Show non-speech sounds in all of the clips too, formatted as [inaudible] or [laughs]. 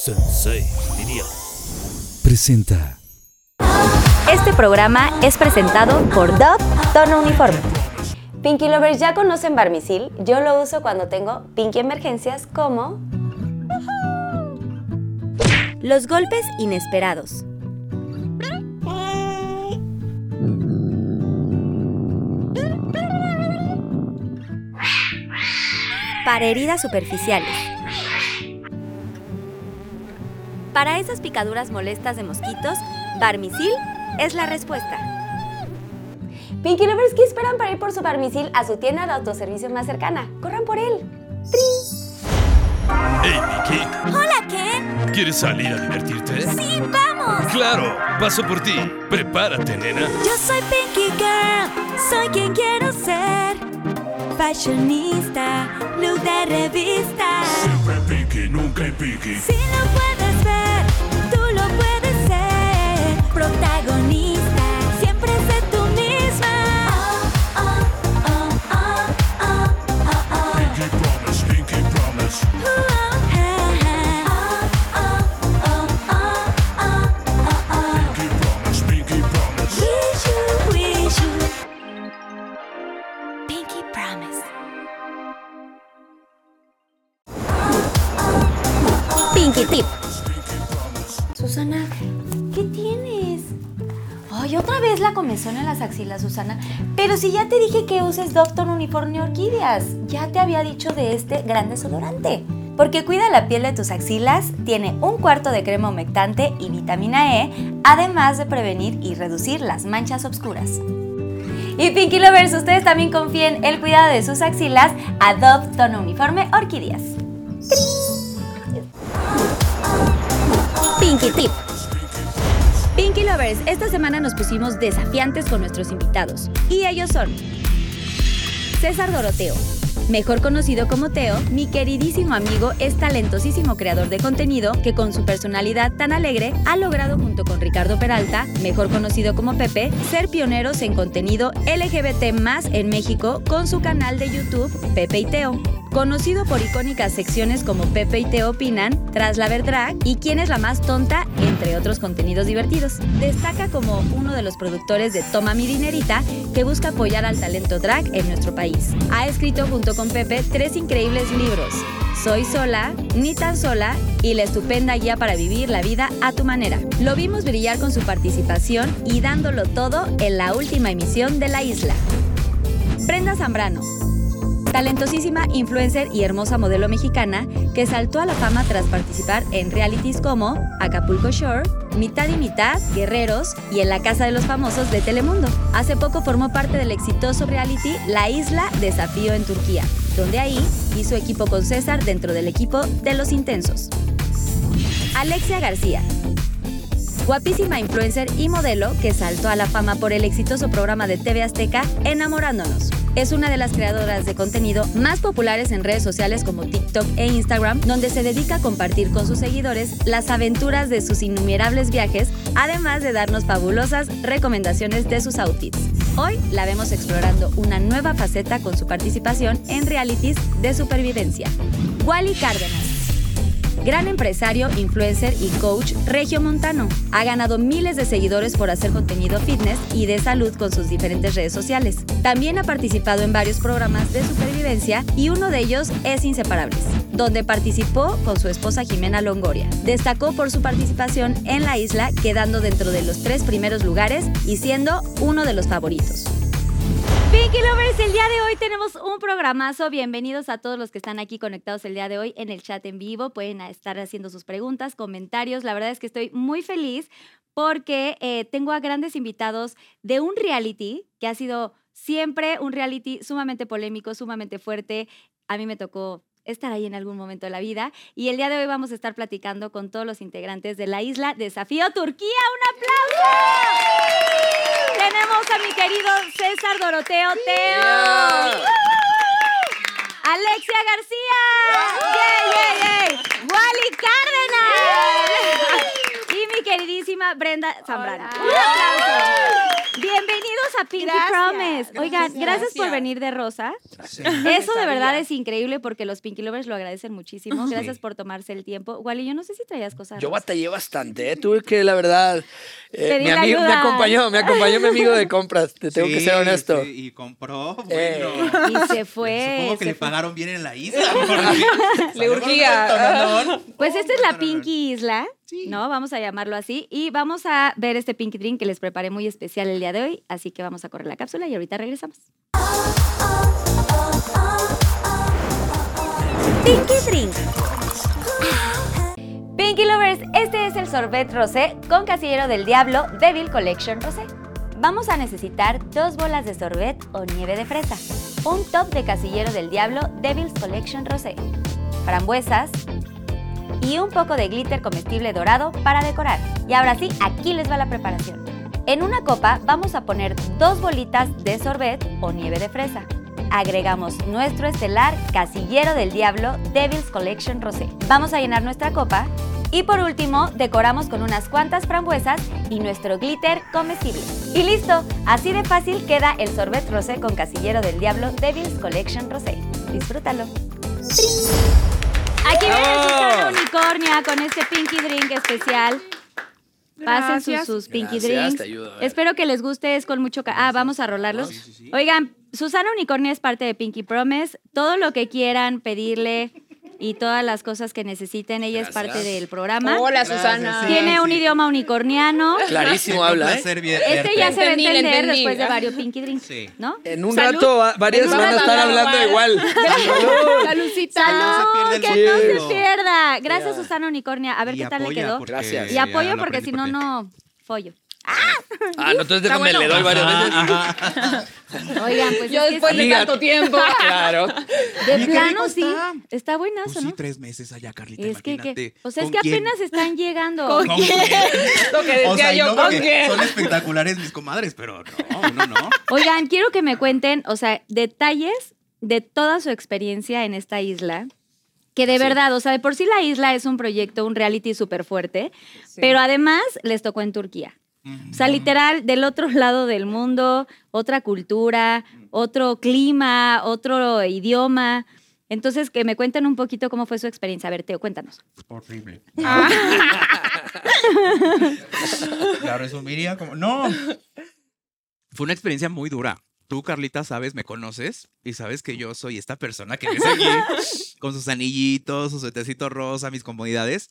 Sensei, diría. Presenta. Este programa es presentado por Dove Tono Uniforme. Pinky Lovers ya conocen Barmisil. Yo lo uso cuando tengo Pinky emergencias como Los golpes inesperados. Para heridas superficiales. Para esas picaduras molestas de mosquitos, Barmisil es la respuesta. Pinky Lovers que esperan para ir por su barmisil a su tienda de autoservicio más cercana. ¡Corran por él! Hey, Mickey. Hola, Ken. ¿Quieres salir a divertirte? ¡Sí, vamos! Claro, paso por ti. Prepárate, nena. Yo soy Pinky Girl, soy quien quiero ser. Fashionista, look de revista. Siempre Pinky, nunca en Pinky. Si lo puedes ver, tú lo puedes ser. Protagonista, siempre sé tú misma. Oh, oh, oh, oh, oh, oh, oh. Pinky promise, Pinky promise. Uh, oh, ah, ah. Oh, oh, oh, oh, oh, oh. Pinky promise, Pinky promise. Wish you, wish you. Pinky promise. Pinky Tip. Susana, ¿qué tienes? Ay, otra vez la comezón en las axilas, Susana. Pero si ya te dije que uses Doctor Unicornio Orquídeas, ya te había dicho de este gran desodorante. Porque cuida la piel de tus axilas, tiene un cuarto de crema humectante y vitamina E, además de prevenir y reducir las manchas obscuras. Y Pinky Lovers, ustedes también confíen el cuidado de sus axilas a Dove Tono Uniforme Orquídeas. Pinky Tip. Pinky Lovers, esta semana nos pusimos desafiantes con nuestros invitados. Y ellos son César Doroteo, mejor conocido como Teo, mi queridísimo amigo, es talentosísimo creador de contenido que con su personalidad tan alegre ha logrado junto con Ricardo Peralta, mejor conocido como Pepe, ser pioneros en contenido LGBT más en México con su canal de YouTube Pepe y Teo. Conocido por icónicas secciones como Pepe y Teo opinan, Tras la Verdrag y Quién es la más tonta, entre otros contenidos divertidos. Destaca como uno de los productores de Toma mi dinerita, que busca apoyar al talento drag en nuestro país. Ha escrito junto con Pepe tres increíbles libros: Soy sola, Ni tan sola y La estupenda guía para vivir la vida a tu manera. Lo vimos brillar con su participación y dándolo todo en la última emisión de La Isla. Brenda Zambrano, Talentosísima influencer y hermosa modelo mexicana que saltó a la fama tras participar en realities como Acapulco Shore, Mitad y Mitad, Guerreros y En la Casa de los Famosos de Telemundo. Hace poco formó parte del exitoso reality La Isla Desafío en Turquía, donde ahí hizo equipo con César dentro del equipo de Los Intensos. Alexia García, guapísima influencer y modelo que saltó a la fama por el exitoso programa de TV Azteca Enamorándonos. Es una de las creadoras de contenido más populares en redes sociales como TikTok e Instagram, donde se dedica a compartir con sus seguidores las aventuras de sus innumerables viajes, además de darnos fabulosas recomendaciones de sus outfits. Hoy la vemos explorando una nueva faceta con su participación en realities de supervivencia. Wally Cárdenas. Gran empresario, influencer y coach Regio Montano. Ha ganado miles de seguidores por hacer contenido fitness y de salud con sus diferentes redes sociales. También ha participado en varios programas de supervivencia y uno de ellos es Inseparables, donde participó con su esposa Jimena Longoria. Destacó por su participación en la isla, quedando dentro de los tres primeros lugares y siendo uno de los favoritos. Pinky Lovers, el día de hoy tenemos un programazo. Bienvenidos a todos los que están aquí conectados el día de hoy en el chat en vivo. Pueden estar haciendo sus preguntas, comentarios. La verdad es que estoy muy feliz porque eh, tengo a grandes invitados de un reality que ha sido siempre un reality sumamente polémico, sumamente fuerte. A mí me tocó estar ahí en algún momento de la vida y el día de hoy vamos a estar platicando con todos los integrantes de la isla Desafío Turquía. ¡Un aplauso! Tenemos a mi querido César Doroteo Teo. Alexia García. ¡Yay, yay, yay! Wally Cárdenas. Y mi queridísima Brenda Zambrano. ¡Un aplauso! Bienvenidos Bienvenidos a Pinky Gracias. Promise. Oigan, Gracias. gracias, por venir de rosa. Sí. Eso de Sabía. verdad es increíble porque los Pinky Lovers lo agradecen muchísimo. Gracias por tomarse el tiempo. Wally, yo no sé si traías cosas. Yo rosas. batallé bastante, ¿eh? tuve que, la verdad, eh, Pedir mi amigo me ayuda. acompañó, me acompañó mi amigo de compras, te tengo que Sí, ser honesto. sí, y compró, bueno. Eh. Y se fue. [laughs] Supongo se que le fue. pagaron bien en la isla. [laughs] porque Le salió urgía. con un tonalón. Pues esta es la No, no, no, no. Pinky Isla, Sí. ¿no? Vamos a llamarlo así. Y vamos a ver este Pinky Drink que les preparé muy especial el día de hoy. Así que vamos a correr la cápsula y ahorita regresamos. Pinky Drink. Pinky Lovers, este es el sorbet rosé con casillero del diablo Devil Collection Rosé. Vamos a necesitar dos bolas de sorbet o nieve de fresa, un top de casillero del diablo Devil's Collection Rosé, frambuesas y un poco de glitter comestible dorado para decorar. Y ahora sí, aquí les va la preparación. En una copa vamos a poner dos bolitas de sorbet o nieve de fresa. Agregamos nuestro estelar Casillero del Diablo Devil's Collection Rosé. Vamos a llenar nuestra copa y por último decoramos con unas cuantas frambuesas y nuestro glitter comestible. Y listo, así de fácil queda el sorbet rosé con Casillero del Diablo Devil's Collection Rosé. Disfrútalo. Aquí viene Susana Unicornia con este Pinky Drink especial. Pasen sus, Gracias. sus Pinky Gracias, Drinks. te ayudo, a ver. Espero que les guste, es con mucho... ca- Ah, vamos a rolarlos. Sí, sí, sí. Oigan, Susana Unicornia es parte de Pinky Promise. Todo lo que quieran pedirle y todas las cosas que necesiten, ella es parte Gracias. del programa. Hola, Gracias, Susana. sí. Tiene un sí. idioma unicorniano. Clarísimo Un habla, ¿eh? placer vi- Este ya se va a Entendí, la entender entendí. después de varios Pinky Drinks, Sí. ¿no? En un Salud. rato va- varias En un van a rato estar hablamos. hablando igual. [laughs] Salucita. [laughs] no ¡Salud! se pierda ¡Que el no se juego. pierda! Gracias, Ya. Susana Unicornia. A ver Y qué tal le apoya, quedó. porque Gracias. Y ya apoyo lo porque aprendí si no, por ti. no follo. Ah, no, entonces déjame, bueno. le doy varias veces. Ah. Oigan, pues Yo es que después sí. de Diga. tanto tiempo. [laughs] [laughs] Claro. de Oye, qué plano rico sí. está. Está buenazo, Pues sí, ¿no? tres meses allá, Carlita, es que, imagínate. que- o sea, es ¿Con que quién? apenas están llegando. ¿Con quién? [laughs] Lo que decía O sea, y yo, no ¿con que qué? Son espectaculares mis comadres, pero no, no, no. Oigan, quiero que me cuenten, o sea, detalles de toda su experiencia en esta isla. Que de verdad, o sea, de por sí la isla es un proyecto, un reality súper fuerte, pero además les tocó en Turquía. O sea, literal, del otro [laughs] lado del mundo, otra cultura, otro clima, otro idioma. Entonces, que me cuenten un poquito cómo fue su experiencia. A ver, Teo, cuéntanos. Horrible. [laughs] La resumiría como. ¡No! Fue una experiencia muy dura. Tú, Carlita, sabes, me conoces y sabes que yo soy esta persona que ves aquí con sus anillitos, su suetecito rosa, mis comodidades.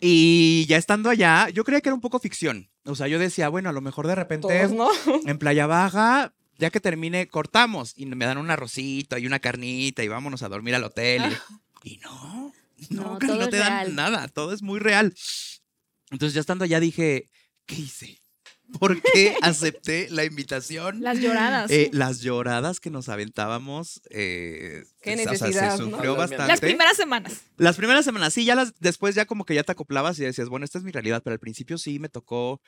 Y ya estando allá, yo creía que era un poco ficción. O sea, yo decía, bueno, a lo mejor de repente Todos, ¿no? en Playa Baja, ya que termine, cortamos y me dan un arrocito y una carnita y vámonos a dormir al hotel. Y, y no, no, No, Carlos, todo no es te dan real. nada, todo es muy real. Entonces ya estando allá dije, ¿qué hice? ¿Por qué acepté la invitación? Las lloradas. Eh, las lloradas que nos aventábamos. eh, Qué o sea, necesidad, se ¿no? sufrió Las bastante. Las primeras semanas. Las primeras semanas, sí, ya las, después ya como que ya te acoplabas y decías, bueno, esta es mi realidad, pero al principio sí me tocó.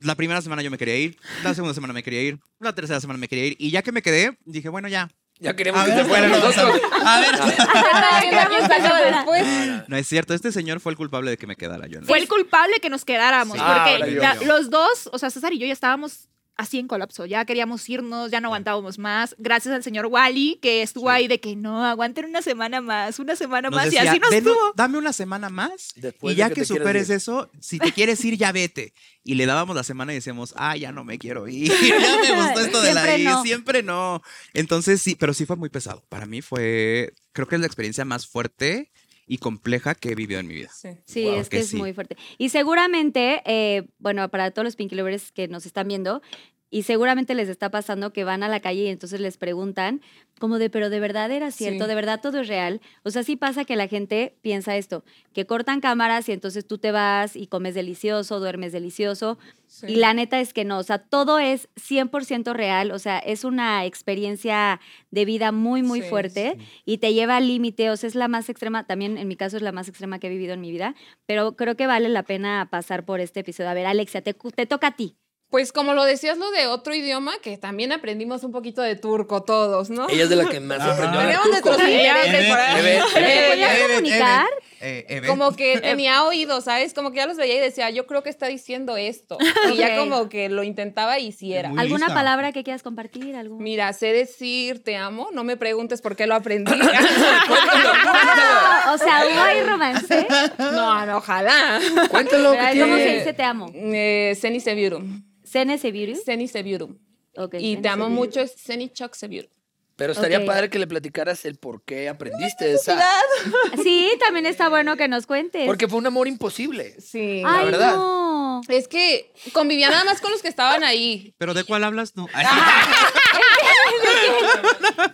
La primera semana yo me quería ir, la segunda semana me quería ir, la tercera semana me quería ir, y ya que me quedé, dije, bueno, ya. Ya queremos que se fueran nosotros. A ver. [laughs] ¿Quién salió después? No es cierto, este señor fue el culpable de que me quedara yo. en la- fue el culpable que nos quedáramos, Sí. Ah, ahora porque yo, la- yo. los dos, o sea, César y yo ya estábamos así en colapso, ya queríamos irnos, ya no aguantábamos más, gracias al señor Wally que estuvo ahí de que no, aguanten una semana más, una semana Nos más, y decía, así nos "Ven, tuvo. Dame una semana más Después y de ya que que, te quieras superes ir". eso, si te quieres ir, ya vete. Y le dábamos la semana y decíamos, ah, ya no me quiero [laughs] ir. Ya me gustó esto de la Siempre I, no. siempre no. Entonces sí, pero sí fue muy pesado. Para mí fue, creo que es la experiencia más fuerte y compleja que he vivido en mi vida. Sí. Sí, Wow, es que que es sí. muy fuerte. Y seguramente, eh, bueno, para todos los Pinky Lovers que nos están viendo, y seguramente les está pasando que van a la calle y entonces les preguntan, como de, pero de verdad era cierto, Sí. de verdad todo es real. O sea, sí pasa que la gente piensa esto, que cortan cámaras y entonces tú te vas y comes delicioso, duermes delicioso. Y la neta es que no, o sea, todo es 100% real, o sea, es una experiencia de vida muy, muy Sí, fuerte y te lleva al límite, o sea, es la más extrema, también en mi caso es la más extrema que he vivido en mi vida, pero creo que vale la pena pasar por este episodio. A ver, Alexia, te, cu- te toca a ti. Pues como lo decías lo de otro idioma, que también aprendimos un poquito de turco todos, ¿no? Ella es de la que más sorprendió. Teníamos Turco. [laughs] nuestros ideales de por ahí. Debe- ¿Pero te podías Eren, comunicar? eh, Eve. Como que tenía oído, ¿sabes? Como que ya los veía y decía, yo creo que está diciendo esto. Y ya Ok. como que lo intentaba y sí era. Muy ¿Alguna lista. palabra que quieras compartir? ¿Algún? Mira, sé decir te amo, no me preguntes por qué lo aprendí. [laughs] Cuéntalo, cuéntalo. Ah, [laughs] o sea, ¿hubo ahí romance? no, no, ojalá. Cuéntalo. Pero, que ¿Cómo se tiene- dice te amo? Eh, Seni Sevirum. ¿Cene Sebiru? Seni Sevirum. Ok, Y Sene te amo Sebiru. mucho es Seni Chok Sevirum. Pero estaría Ok. padre que le platicaras el por qué aprendiste esa. Sí, también está bueno que nos cuentes. Porque fue un amor imposible. Sí. Ah. Ay, verdad. no. Es que convivía nada más con los que estaban ahí. ¿Pero de cuál [laughs] hablas tú? Ah,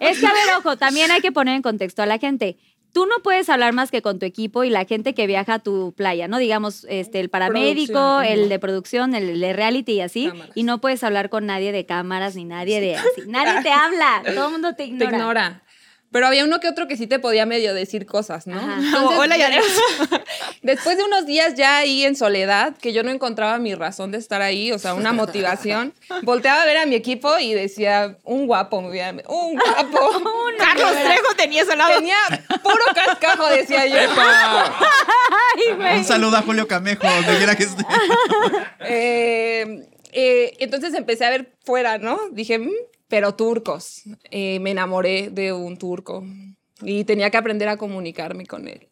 Es que, a ver, ojo, también hay que poner en contexto a la gente. Tú no puedes hablar más que con tu equipo y la gente que viaja a tu playa, ¿no? Digamos, este, el paramédico, Producción, el ajá. de producción, el de reality y así. Cámaras. Y no puedes hablar con nadie de cámaras ni nadie de [laughs] así. Nadie te habla, todo el mundo te Te ignora. ignora. Pero había uno que otro que sí te podía medio decir cosas, ¿no? Ajá. Entonces, Hola, [laughs] Yarel. Después de unos días ya ahí en soledad, que yo no encontraba mi razón de estar ahí, o sea, una motivación, volteaba a ver a mi equipo y decía, un guapo, me hubiera- un guapo. Carlos Trejo tenía ese lado. Tenía puro cascajo, decía yo. Ay, güey. [laughs] Un saludo a Julio Camejo, donde quiera que esté. [laughs] Eh, eh, entonces empecé a ver fuera, ¿no? Dije, "Mm, pero turcos. Eh, me enamoré de un turco y tenía que aprender a comunicarme con él.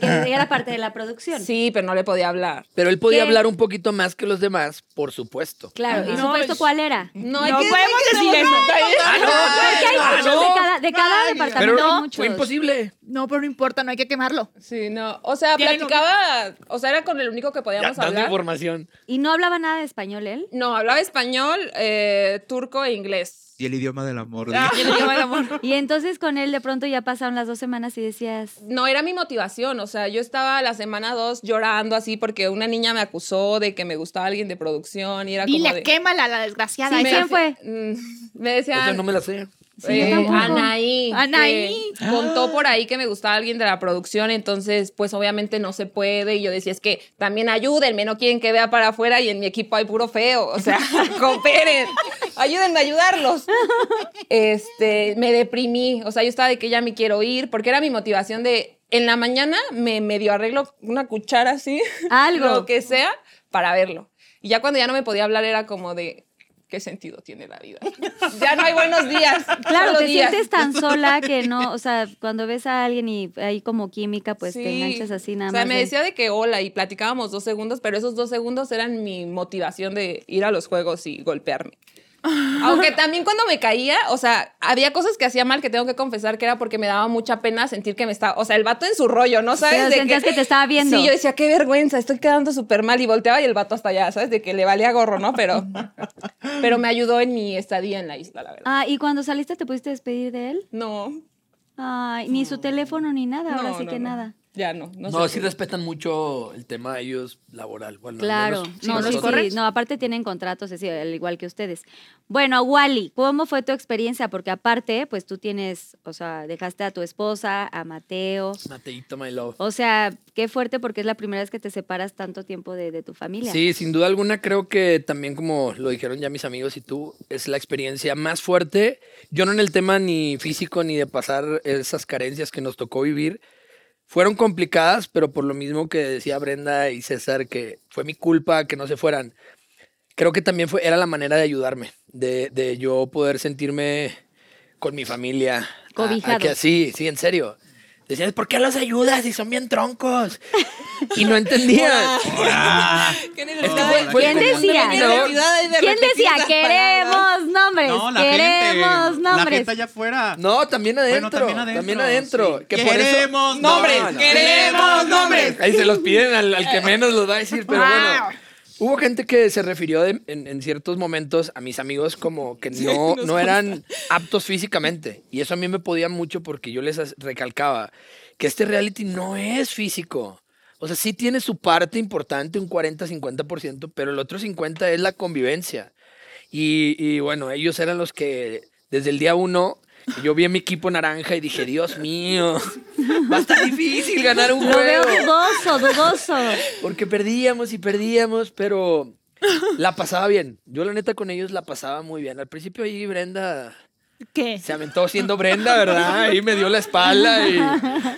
Que era parte de la producción. Sí, pero no le podía hablar. Pero él podía ¿Qué? hablar un poquito más que los demás, por supuesto. Claro, ¿y Ajá. supuesto cuál era? No, No podemos decir eso. ¡Ah, no! Porque hay ¡Ah, muchos no! de cada, de cada departamento. Pero hay Ah, no, muchos. fue imposible. No, pero no importa, no hay que quemarlo. Sí, no. O sea, Tienen un- platicaba, o sea, era con el único que Ya, podíamos dando hablar. información. Y no hablaba nada de español él. No, hablaba español, eh, turco e inglés. Y el idioma del [laughs] amor. [laughs] Y entonces con él de pronto ya pasaron las dos semanas y decías, No era mi motivación, o sea, yo estaba la semana dos llorando así porque una niña me acusó de que me gustaba alguien de producción y era como Dile, de- quémala, la desgraciada. Sí, esa. ¿quién fue? [laughs] Mm, Me Esa decían no me la sé. yo eh, tampoco. Anaí. Anaí. que Contó por ahí que me gustaba alguien de la producción, entonces pues obviamente no se puede. Y yo decía, es que también ayúdenme, no quieren que vea para afuera y en mi equipo hay puro feo. O sea, [laughs] cooperen, ayúdenme a ayudarlos. Este, me deprimí, o sea, yo estaba de que ya me quiero ir, porque era mi motivación de... En la mañana me medio arreglo una cuchara así, Algo. [laughs] lo que sea, para verlo. Y ya cuando ya no me podía hablar era como de, ¿qué sentido tiene la vida? Ya no hay buenos días. claro, solo te días. sientes tan sola que no, o sea, cuando ves a alguien y hay como química, pues te Sí. enganchas así nada O sea, más. me de- decía de que hola y platicábamos dos segundos, pero esos dos segundos eran mi motivación de ir a los juegos y [laughs] golpearme. Aunque también cuando me caía, o sea, había cosas que hacía mal que tengo que confesar que era porque me daba mucha pena sentir que me estaba, o sea, el vato en su rollo, ¿no sabes? Pero De sentías que te estaba viendo. Sí, yo decía, qué vergüenza, estoy quedando súper mal y volteaba y el vato hasta allá, ¿sabes? De que le valía gorro, ¿no? [laughs] Pero, pero me ayudó en mi estadía en la isla, la verdad. Ah, y cuando saliste te pudiste despedir de él. No, Ay, ni su teléfono ni nada, ahora No, sí no, que no. nada. Ya no, no, No, sé. sí respetan mucho el tema de ellos laboral. Bueno, al Claro, menos no, sí, nosotros. sí, no, aparte tienen contratos, así, al igual que ustedes. Bueno, Wally, ¿cómo fue tu experiencia? Porque aparte, pues tú tienes, o sea, dejaste a tu esposa, a Mateo. Mateito, my love. O sea, qué fuerte porque es la primera vez que te separas tanto tiempo de, de tu familia. Sí, sin duda alguna creo que también como lo dijeron ya mis amigos y tú, es la experiencia más fuerte. Yo no en el tema ni físico ni de pasar esas carencias que nos tocó vivir. Fueron complicadas, pero por lo mismo que decía Brenda y César, que fue mi culpa que no se fueran. Creo que también fue, era la manera de ayudarme, de, de yo poder sentirme con mi familia. a- a Cobijado. que así, sí, en serio. Decían, ¿por qué los ayudas si son bien troncos? Y no entendía. "Ah, Es que fue- fue ¿Quién como- decía? No, ¿Quién decía? Queremos nombres, No, la Pues queremos gente. La nombres. gente allá afuera. No, también adentro. Bueno, también adentro. sí. que por eso- Queremos No, nombres, no, no. queremos nombres. Ahí se los piden al, al que menos los va a decir, pero Ah. bueno. Hubo gente que se refirió de- en, en ciertos momentos a mis amigos como que no, no eran aptos físicamente. Y eso a mí me podía mucho porque yo les as- recalcaba que este reality no es físico. O sea, sí tiene su parte importante, un 40-50%, pero el otro 50% es la convivencia. Y, y bueno, ellos eran los que desde el día uno yo vi a mi equipo naranja y dije, Dios mío, va a estar difícil ganar un Lo veo juego. dudoso, dudoso. [laughs] Porque perdíamos y perdíamos, pero la pasaba bien. Yo la neta con ellos la pasaba muy bien. Al principio ahí Brenda ¿Qué? Se aventó siendo Brenda, ¿verdad? Ahí me dio la espalda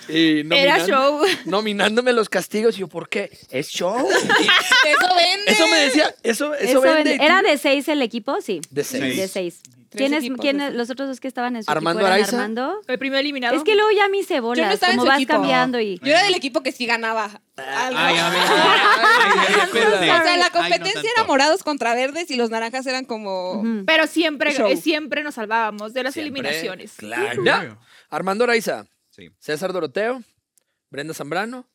y, y Era show. nominándome los castigos. Y yo, ¿por qué? Es show. Eso vende. [laughs] Eso me decía, eso, Eso eso, vende. en- ¿Era de seis el equipo? Sí. De Sí, seis. De seis. Tres ¿Quiénes, equipos, quiénes- los otros dos que estaban en su Armando equipo eran Araiza. Armando. El primero eliminado. Es que luego ya mis Yo no cebolas, estaba en como su vas equipo. cambiando y... Yo era del equipo que sí ganaba. Ah, Algo. Ay, [laughs] a ver. Ay, o espérate. sea, la Ay, no competencia tanto. era morados contra verdes y los naranjas eran como. Ujú. Pero siempre, Show. eh, siempre nos salvábamos de las Siempre, eliminaciones. Claro. Ya. Armando Araiza, Sí. César Doroteo, Brenda Zambrano,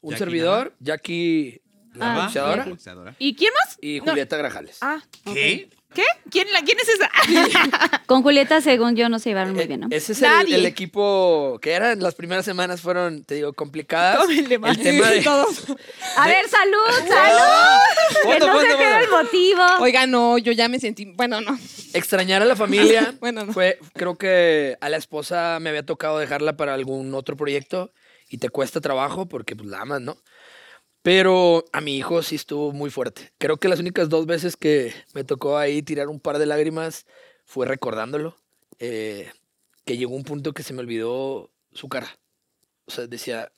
un Jackie servidor, Jackie, la Ah, boxeadora, Jackie. Boxeadora. ¿Y quién más? y No. Julieta Grajales. Ah, [laughs] ¿qué? ¿Qué? ¿Quién, la, ¿Quién es esa? [laughs] Con Julieta, según yo, no se llevaron muy Eh, bien, ¿no? Ese es el, Nadie. el equipo que eran las primeras semanas fueron, te digo, complicadas. Todo el demás. [laughs] tema de- Todos. A ver, [laughs] salud, salud. que Foto, no se foto, quede el foto. motivo. Oiga, no, yo ya me sentí. Bueno, no. Extrañar a la familia. [laughs] Bueno, no. Fue, creo que a la esposa me había tocado dejarla para algún otro proyecto y te cuesta trabajo porque pues, la amas, ¿no? Pero a mi hijo sí estuvo muy fuerte. Creo que las únicas dos veces que me tocó ahí tirar un par de lágrimas fue recordándolo. eh, que llegó un punto que se me olvidó su cara. O sea, decía,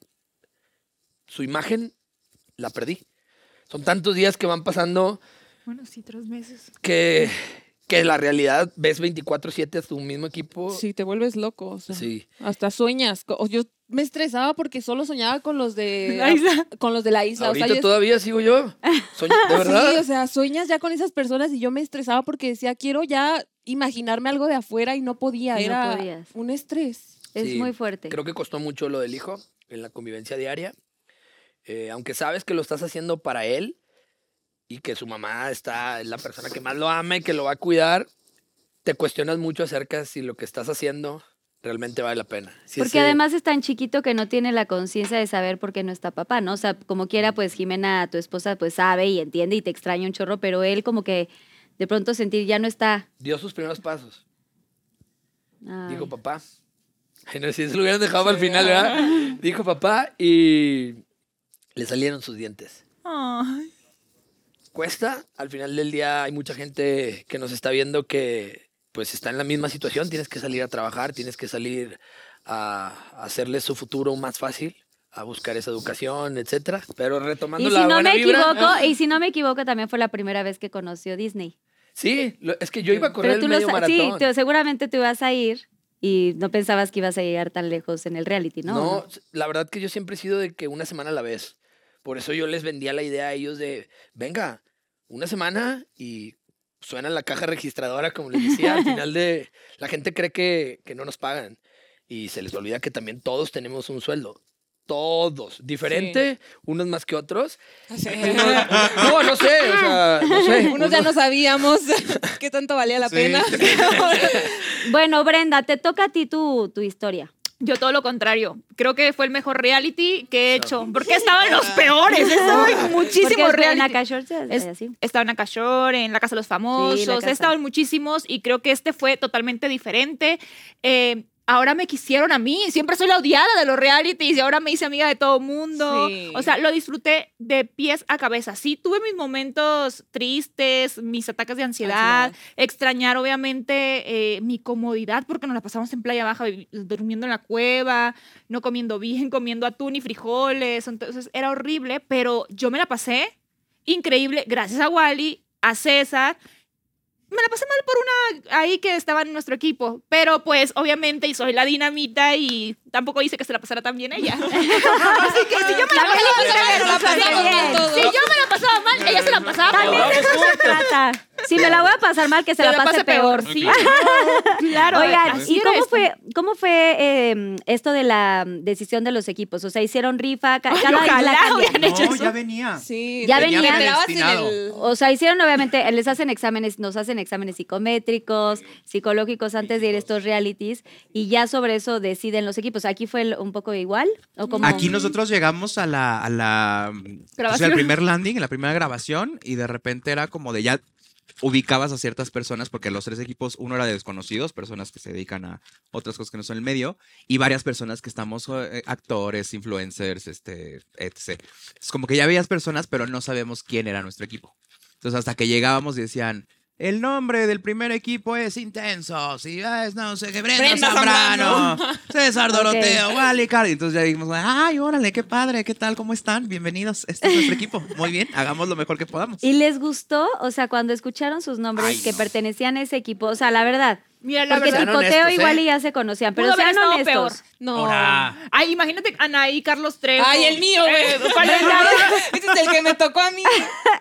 su imagen la perdí. Son tantos días que van pasando bueno, sí, tres meses. que, que la realidad ves 24-7 a tu mismo equipo. Sí, te vuelves loco. o sea, Sí. Hasta sueñas. Co- Yo me estresaba porque solo soñaba con los de La isla. Con los de la isla. Ahorita o sea, yo- todavía sigo [laughs] yo. Soy, de verdad. Sí, o sea, sueñas ya con esas personas y yo me estresaba porque decía, quiero ya imaginarme algo de afuera y no podía. Y no Era podías. un estrés. Es Sí, muy fuerte. Creo que costó mucho lo del hijo en la convivencia diaria. Eh, aunque sabes que lo estás haciendo para él y que su mamá está, es la persona que más lo ama y que lo va a cuidar, te cuestionas mucho acerca si lo que estás haciendo realmente vale la pena. Si Porque ese- además es tan chiquito que no tiene la conciencia de saber por qué no está papá, ¿no? O sea, como quiera, pues Jimena, tu esposa, pues sabe y entiende y te extraña un chorro, pero él como que de pronto sentir ya no está. dio sus primeros pasos. Ay. Dijo papá. Ay, no, si se lo hubieran dejado al [laughs] final, ¿verdad? Dijo papá y le salieron sus dientes. Ay. Cuesta, al final del día hay mucha gente que nos está viendo que pues está en la misma situación, tienes que salir a trabajar, tienes que salir a hacerle su futuro más fácil, a buscar esa educación, etcétera. Pero retomando y si la no buena me vibra- equivoco, y si no me equivoco, también fue la primera vez que conoció Disney. Sí, lo- es que yo iba a correr eh, pero tú el lo medio sa- sí, maratón. tú- seguramente tú ibas a ir y no pensabas que ibas a llegar tan lejos en el reality, ¿no? No, s- la verdad que yo siempre he sido de que una semana a la vez. Por eso yo les vendía la idea a ellos de, venga, una semana y suena la caja registradora, como les decía, al final de... La gente cree que, que no nos pagan y se les olvida que también todos tenemos un sueldo. Todos, diferente, unos más que otros. [laughs] No, no sé, o sea, no sé. Unos ya no sabíamos [laughs] qué tanto valía la Sí. pena. Bueno, Brenda, te toca a ti tu, tu historia. Yo todo lo contrario. Creo que fue el mejor reality que he hecho. Porque estaban los [laughs] peores. Estaban en muchísimos Porque reality. Ana Cachorce es Es- así. Estaba en Acashore, en la Casa de los Sí, la Famosos, casa. he estado en muchísimos y creo que este fue totalmente diferente. Eh, ahora me quisieron a mí, siempre soy la odiada de los realities y ahora me hice amiga de todo mundo. Sí. O sea, lo disfruté de pies a cabeza. Sí, tuve mis momentos tristes, mis ataques de ansiedad, [laughs] extrañar obviamente eh, mi comodidad porque nos la pasamos en Playa Baja vi- durmiendo en la cueva, no comiendo bien, [laughs] comiendo atún y frijoles. Entonces era horrible, pero yo me la pasé increíble, gracias a Wally, a César. Me la pasé mal por una ahí que estaba en nuestro equipo, pero pues obviamente y soy la dinamita y tampoco hice que se la pasara tan [laughs] bien ella. Así que si yo me la pasaba mal, la pasamos mal todos. si yo me la pasaba mal, ella se la pasaba También peor. de eso se trata. [laughs] Si me la voy a pasar mal, que se la, pase, [laughs] peor. Sí, Ok. claro. Oigan, así ¿y era cómo esto. fue, cómo fue eh, esto de la mm, decisión de los equipos? O sea, hicieron rifa, ca- Ay, cada isla ojalá cambia. hubieran hecho No, eso. ya venía. Sí, Ya te- venía te quedabas en destinado. el- O sea, hicieron obviamente, eh, les hacen exámenes, nos hacen exámenes psicométricos, psicológicos antes de ir a estos realities y ya sobre eso deciden los equipos. Aquí fue el- un poco igual o como Aquí nosotros llegamos a la, a la o sea, Grabación. al primer landing, a la primera grabación, y de repente era como de ya ubicabas a ciertas personas, porque los tres equipos, uno era de desconocidos, personas que se dedican a otras cosas que no son el medio, y varias personas que estamos eh, actores, influencers, este, etc. Es como que ya veías personas, pero no sabemos quién era nuestro equipo. Entonces, hasta que llegábamos y decían, El nombre del primer equipo es Intenso. Si es, no sé qué, Brenda, Brenda Zambrano, Zambrano. César Doroteo, Wally Cardi. Ah, Entonces ya dijimos, ay, órale, qué padre, qué tal, cómo están, bienvenidos. Este es nuestro equipo. Muy bien, hagamos lo mejor que podamos. ¿Y les gustó? O sea, cuando escucharon sus nombres Ay, que no. pertenecían a ese equipo, o sea, la verdad. [laughs] Mira, la Porque verdad. Sean picoteo honestos, igual ¿eh? y ya se conocían, pero Pudo haber sean estado honestos. peor. No. Ahora, Ay, imagínate Anaí, Carlos Trejo. Ay, el mío, güey. Eh, [laughs] ¿cuál [laughs] es la- Ese es el que me [laughs] tocó a mí.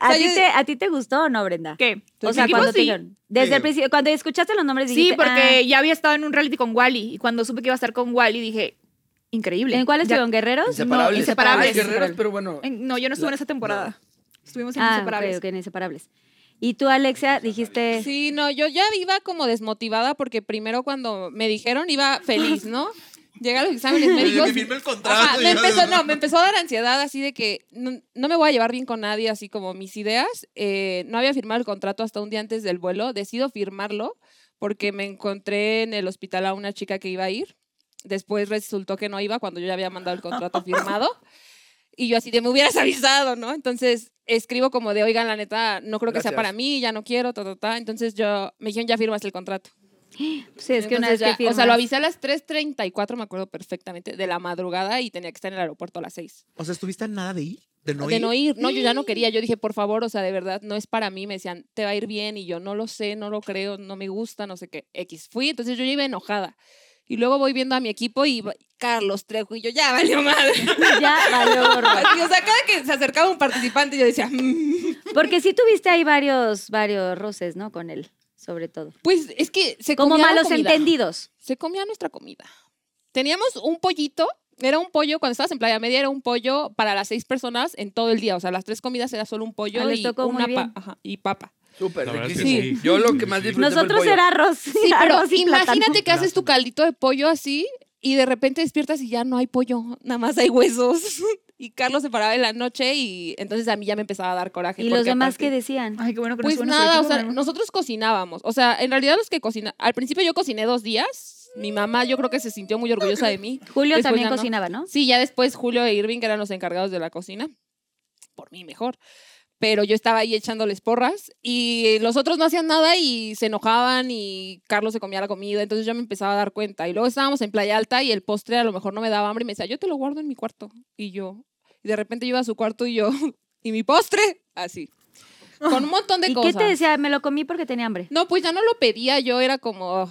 ¿A, O sea, ti yo- te, ¿A ti te gustó o no, Brenda? ¿Qué? O sea, Sí, pues, cuando te sí. dijeron- Desde el Sí. principio, cuando escuchaste los nombres, Sí, dijiste, ah, porque ya había estado en un reality con Wally. Y cuando supe que iba a estar con Wally, dije, ah, increíble. ¿En cuál Ya- estuvieron? ¿Guerreros? Inseparables. No, inseparables. Ay, guerreros, pero bueno. en- No, yo no estuve en esa temporada. Estuvimos en Ah, ok, Inseparables. ok, en inseparables. Y tú, Alexia, dijiste... Sí, no, yo ya iba como desmotivada porque primero cuando me dijeron iba feliz, ¿no? Llega a los exámenes médicos. el Ajá, me empezó, no, me empezó a dar ansiedad así de que no, no me voy a llevar bien con nadie, así como mis ideas. Eh, no había firmado el contrato hasta un día antes del vuelo. Decido firmarlo porque me encontré en el hospital a una chica que iba a ir. Después resultó que no iba cuando yo ya había mandado el contrato firmado. Y yo así de, me hubieras avisado, ¿no? Entonces escribo como de, oigan, la neta, no creo que Gracias. sea para mí, ya no quiero, ta, ta, ta. Entonces yo, me dijeron, ya firmas el contrato. Sí, es que una vez Entonces que ya- O sea, lo firmas- avisé a las 3.34, me acuerdo perfectamente, de la madrugada y tenía que estar en el aeropuerto a las 6. O sea, ¿estuviste en nada de ir? ¿De no De ir? no ir. No, yo ya Mm. no quería. Yo dije, por favor, o sea, de verdad, no es para mí. Me decían, te va a ir bien. Y yo, no lo sé, no lo creo, no me gusta, no sé qué. X. Fui, entonces yo ya iba enojada. Y luego voy viendo a mi equipo y va- Carlos Trejo. Y yo, ya [laughs] valió madre. Ya valió [laughs] gorro. Así, o sea, cada que se acercaba un participante, yo decía, "Mm". Porque sí tuviste ahí varios, varios roces, ¿no? Con él, sobre todo. pues es que se Como comía la malos comida. entendidos. se comía nuestra comida. Teníamos un pollito, era un pollo, cuando estabas en Playa Media era un pollo para las seis personas en todo el día, o sea, las tres comidas era solo un pollo Ah, les y, tocó muy una bien. pa- ajá, [laughs] y papa. Súper La verdad es que riquísimo. sí. Yo lo que Sí, más sí. disfruté fue el Nosotros pollo. era arroz. Sí, pero arroz y plátano. imagínate que haces tu caldito de pollo así y de repente despiertas y ya no hay pollo, nada más hay huesos. [laughs] Y Carlos se paraba en la noche y entonces a mí ya me empezaba a dar coraje. ¿Y los porque demás aparte- qué decían? Ay, qué bueno que no Pues estuve en ese nada, o equipo, sea, ¿no? nosotros cocinábamos. O sea, en realidad los que cocinan. Al principio yo cociné dos días. Mi mamá, yo creo que se sintió muy orgullosa de mí. Julio Después también ya no. cocinaba, ¿no? Sí, ya después Julio e Irving, que eran los encargados de la cocina, por mí mejor. Pero yo estaba ahí echándoles porras y los otros no hacían nada y se enojaban y Carlos se comía la comida, entonces yo me empezaba a dar cuenta. Y luego estábamos en Playa Alta y el postre a lo mejor no me daba hambre y me decía, yo te lo guardo en mi cuarto. Y yo, y de repente yo iba a su cuarto y yo, [laughs] ¿y mi postre? Así. Con un montón de ¿Y cosas. qué te decía? Me lo comí porque tenía hambre. No, pues ya no lo pedía, yo era como... "Ugh".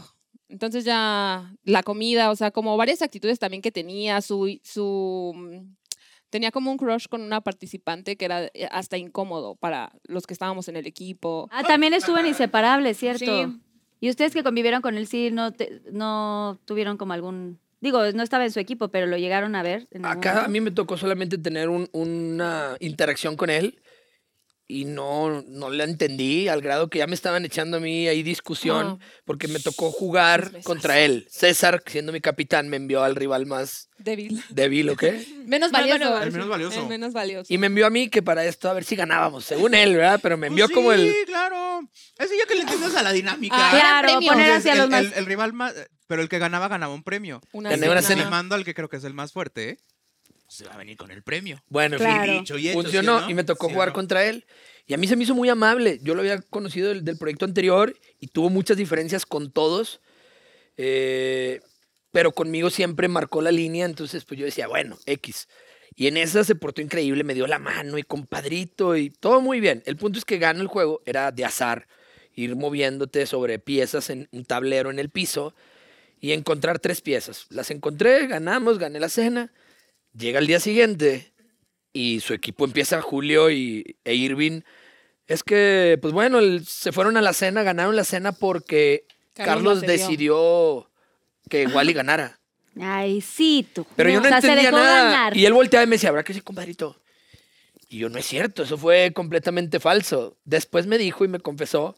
Entonces ya la comida, o sea, como varias actitudes también que tenía, su... su mm, tenía como un crush con una participante que era eh, hasta incómodo para los que estábamos en el equipo. Ah, también estuvo en Inseparables, ¿cierto? Sí. Y ustedes que convivieron con él, sí, no, te- no tuvieron como algún... Digo, no estaba en su equipo, pero lo llegaron a ver. en algún Acá a momento. mí me tocó solamente tener un- una interacción con él y no, no la entendí al grado que ya me estaban echando a mí ahí discusión Ah. porque me tocó Los jugar besazos. contra él. César, siendo mi capitán, me envió al rival más Débil. débil, [laughs] ¿ok? Menos No, valioso. no, no, el menos valioso. El menos valioso. Y me envió a mí que para esto a ver si ganábamos, según él, ¿verdad? Pero me envió Pues como el... Sí, claro. Eso ya que le entiendes a la dinámica. Ah, Claro, premio. poner Entonces, hacia el, los más... el- el rival más. Pero el que ganaba, ganaba un premio. Una Gané una cena. cena. Animando al que creo que es el más fuerte, ¿eh? Se va a venir con el premio. Bueno, en Claro. fin, Dicho y hecho, funcionó ¿sí o no? y me tocó ¿Sí o jugar no? contra él. Y a mí se me hizo muy amable. Yo lo había conocido del, del proyecto anterior y tuvo muchas diferencias con todos. eh, pero conmigo siempre marcó la línea, entonces pues yo decía, bueno, X. Y en esa se portó increíble, me dio la mano y compadrito y todo muy bien. El punto es que gano el juego, era de azar, ir moviéndote sobre piezas en un tablero en el piso y encontrar tres piezas. Las encontré, ganamos, gané la cena. Llega el día siguiente y su equipo empieza Julio y, e Irving. Es que, pues bueno, el- se fueron a la cena, ganaron la cena porque Carlos, Carlos la cedió. decidió que Wally ganara. Ay, sí, tú. Pero yo no o sea, se entendía dejó nada. ganar. Y él volteaba y me decía, ¿habrá que sí, compadrito? Y yo, no es cierto, eso fue completamente falso. Después me dijo y me confesó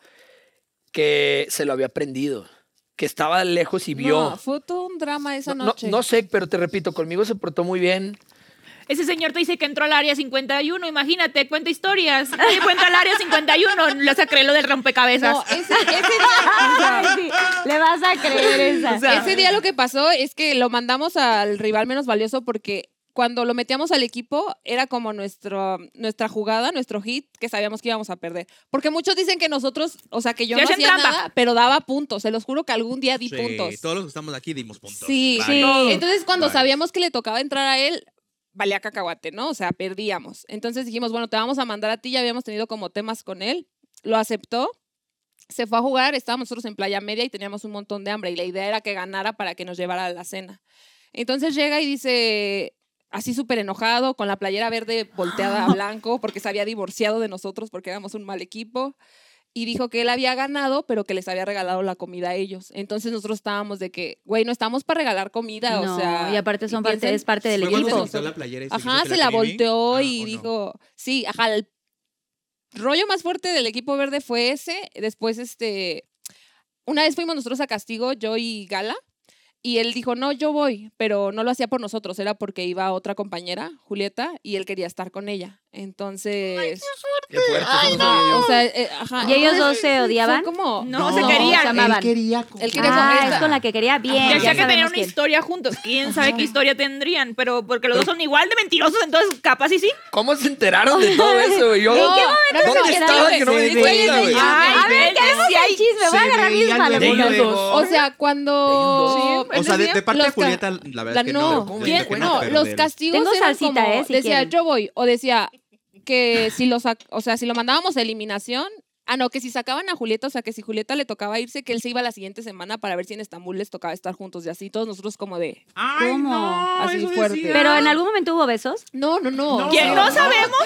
que se lo había aprendido, que estaba lejos y vio. No, fue todo un drama esa No, no- noche. no sé, pero te repito, conmigo se portó muy bien. Ese señor te dice que entró al área 51, imagínate, cuenta historias. Nadie cuenta al área 51, lo sacré lo del rompecabezas. No, ese, ese día- [laughs] Ay, sí, le vas a creer esa. [laughs] O sea, Ese día lo que pasó es que lo mandamos al rival menos valioso porque cuando lo metíamos al equipo, era como nuestro, nuestra jugada, nuestro hit, que sabíamos que íbamos a perder. Porque muchos dicen que nosotros, o sea, que yo Que no hacen hacía trampa. nada, pero daba puntos. Se los juro que algún día di Sí, puntos. todos los que estamos aquí dimos puntos. Sí, Vale. sí. Entonces, cuando Vale. sabíamos que le tocaba entrar a él, valía cacahuate, ¿no? O sea, perdíamos. Entonces dijimos, bueno, te vamos a mandar a ti. Ya habíamos tenido como temas con él. Lo aceptó. Se fue a jugar. Estábamos nosotros en Playa Media y teníamos un montón de hambre. Y la idea era que ganara para que nos llevara a la cena. Entonces llega y dice. Así súper enojado, con la playera verde volteada a [laughs] blanco, porque se había divorciado de nosotros porque éramos un mal equipo y dijo que él había ganado, pero que les había regalado la comida a ellos. Entonces nosotros estábamos de que, güey, no estamos para regalar comida, No, o sea. y aparte son parte- piensen- es parte del Fue cuando equipo. se quitó la playera y se Ajá, hizo que se la Kiri- volteó Ah, y ¿o no? dijo, sí, ajá, el rollo más fuerte del equipo verde fue ese. Después, este, una vez fuimos nosotros a castigo, yo y Gala, y él dijo, no, yo voy, pero no lo hacía por nosotros, era porque iba otra compañera, Julieta, y él quería estar con ella. Entonces, Qué fuerte. eso no sabía ajá, yo. o sea, eh, ajá. ¿Y ellos entonces, dos se odiaban? Fue como, No, se no, querían. Se amaban. él quería con Ah, esta. es con la que quería bien. Decía Ya que tenían sabemos una quién. historia juntos. ¿Quién sabe qué historia tendrían? Pero porque los dos son igual de mentirosos, entonces capaz y sí. ¿Cómo se enteraron [laughs] de todo eso, güey? Yo, No, no, no, ¿Dónde no, estaba no, que no me di no, cuenta, no, güey? no, Ay, A ver, ¿qué es el chisme? Voy a agarrar mis malas. O sea, cuando... O sea, de, de parte de los ca- Julieta, la verdad La- es que no, no. ¿cómo yo me ¿quién- siento que no, pero los del- castigos Tengo eran salsita, como, eh, si decía quieren. yo voy o decía que si los sac- o sea si lo mandábamos a eliminación ah no que si sacaban a Julieta o sea que si Julieta le tocaba irse que él se iba la siguiente semana para ver si en Estambul les tocaba estar juntos y así todos nosotros como de Ay, ¿Cómo? no, Así eso fuerte. decía. Pero en algún momento hubo besos. no no no ¿Quién no, sabemos?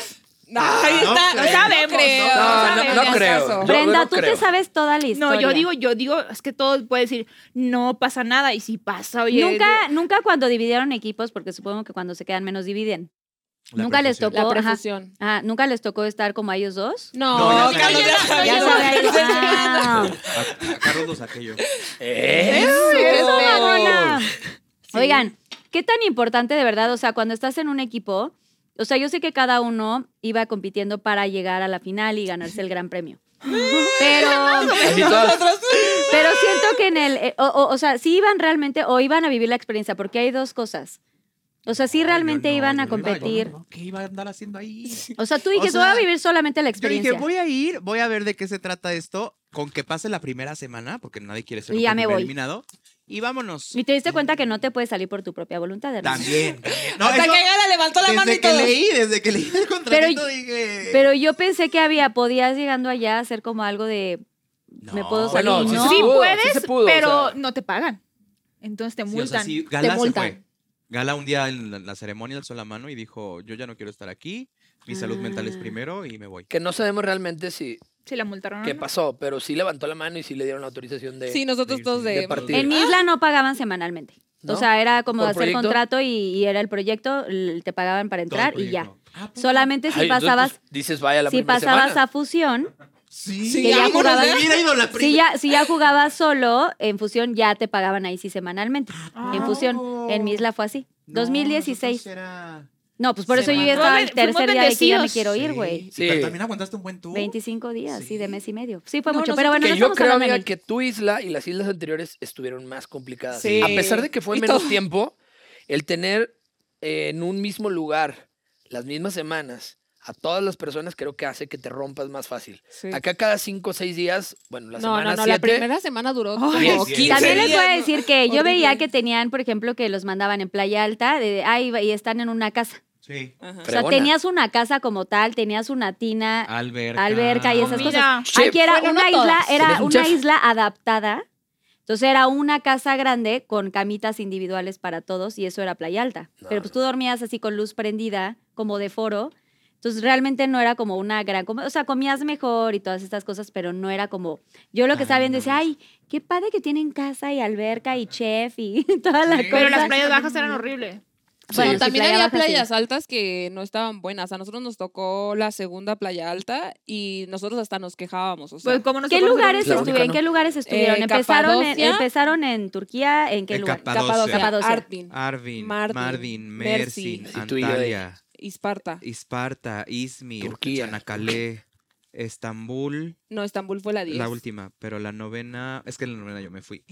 ahí No está creo. no sabemos creo. No, no, no, no sabemos. creo. Yo- yo Brenda, no tú te creo. sabes toda la historia. No, yo digo, yo digo, es que todo puede decir, no pasa nada. Y si pasa, oye. Nunca, nunca cuando dividieron equipos, porque supongo que cuando se quedan menos dividen. La nunca les perfusión. tocó. la ajá. prefusión Ah, nunca les tocó estar como a ellos dos. no, No, ya Carlos, sabía. ya Ya sabía. sabes. [laughs] [laughs] wow. A, a Carlos lo saqué yo. ¡Eso! ¡Eso, mamona! Oigan, qué tan importante de verdad, o sea, cuando estás en un equipo, o sea, yo sé que cada uno iba compitiendo para llegar a la final y ganarse el gran premio. [laughs] Pero, [laughs] Así todas- pero siento que en el, eh, o, o- o sea, sí iban realmente o iban a vivir la experiencia, porque hay dos cosas. O sea, sí Ay, realmente yo no, iban a yo no iba, yo competir. no, ¿Qué iba a andar haciendo ahí? O sea, tú O dijiste, sea, voy a vivir solamente la Yo dije, experiencia. voy a ir, voy a ver de qué se trata esto, con que pase la primera semana, porque nadie quiere ser Y el ya primer me voy. eliminado. Y vámonos. Y te diste cuenta que no te puedes salir por tu propia voluntad, hermano. [laughs] También. también. No, hasta eso- que Gala levantó la mano y desde que todo leí, desde que leí el contratito Pero- dije. Pero yo pensé que había, podías llegando allá hacer como algo de, me No. puedo salir. Bueno, sí no. se sí pudo, puedes, sí se pudo, pero o sea. no te pagan. Entonces te Sí, o multan. sea, sí, Gala Te se multan. fue. Gala un día en la, la ceremonia alzó la mano y dijo, yo ya no quiero estar aquí, mi salud mental es Ah. primero y me voy. Que no sabemos realmente si Si la multaron. o qué no. pasó, pero sí levantó la mano y sí le dieron la autorización de... sí nosotros todos De de partir. En mi isla no pagaban semanalmente. O ¿No? sea, era como ¿Por hacer proyecto? contrato y, y era el proyecto, l- te pagaban para Todo entrar el y ya. proyecto. Ah, ¿poco? Solamente si Ay, entonces, pasabas, pues, dices, vaya la si primera pasabas semana. a [laughs] fusión, Sí, que ya vámonos, jugabas- me hubiera ido la si primera. ya, si ya jugabas solo, en fusión ya te pagaban ahí sí semanalmente. en fusión. En mi isla fue así. pues, 2016. No, pues por eso yo ya estaba Semanal. el Fuimos tercer día de que ya me bendecidos. quiero ir, güey. Sí. Pero también aguantaste un buen tour. 25 días, sí. Sí. de mes y medio. Sí, fue No, mucho, pero Ah, bueno, Que no yo estamos creo, hablando de amiga, mí. que tu isla y las islas anteriores estuvieron más complicadas. Sí. A pesar de que fue Y menos todo. tiempo, el tener eh, en un mismo lugar las mismas semanas a todas las personas creo que hace que te rompas más fácil. Sí. Acá cada cinco o seis días, bueno, la no, semana no, no, la siete, primera semana duró Ay, como sí. 15 También les días, voy a ¿no? decir que yo Horrible. veía que tenían, por ejemplo, que los mandaban en Playa Alta, de, ahí y están en una casa. Sí. Ajá. O sea, fregona. tenías una casa como tal, tenías una tina, Alberca. alberca y esas Comida. cosas. Aquí era Bueno, no una isla, todas. era Eres un una chef. isla adaptada. Entonces era una casa grande con camitas individuales para todos y eso era playa alta. Pero pues tú dormías así con luz prendida, como de foro. Entonces realmente no era como una gran comi- O sea, comías mejor y todas estas cosas, pero no era como. Yo lo que Ay, estaba viendo no decía, ves. ay, qué padre que tienen casa y alberca y chef y [laughs] toda la Sí. cosa. Pero las playas bajas eran horribles. Bueno, sí, también playa había baja, sí. playas altas que no estaban buenas. A nosotros nos tocó la segunda playa alta y nosotros hasta nos quejábamos. O sea, Pues, ¿cómo nos ¿Qué tocó nosotros lugares, La mismos? única estuvieron? ¿En no. qué lugares estuvieron? Eh, ¿Empezaron, en, Capadocia. ¿Empezaron en Turquía? ¿En qué En lugar? Capadocia. Ah. Capadocia, Capadocia. Arpin, Arvin, Mardin, Mardin, Mersin, Mersin, Sí, tú y yo de- Antalya, Isparta. Isparta, Izmir, Turquía. Chanacalé, Estambul, No, Estambul fue la 10. la última, pero la novena, es que en la novena yo me fui.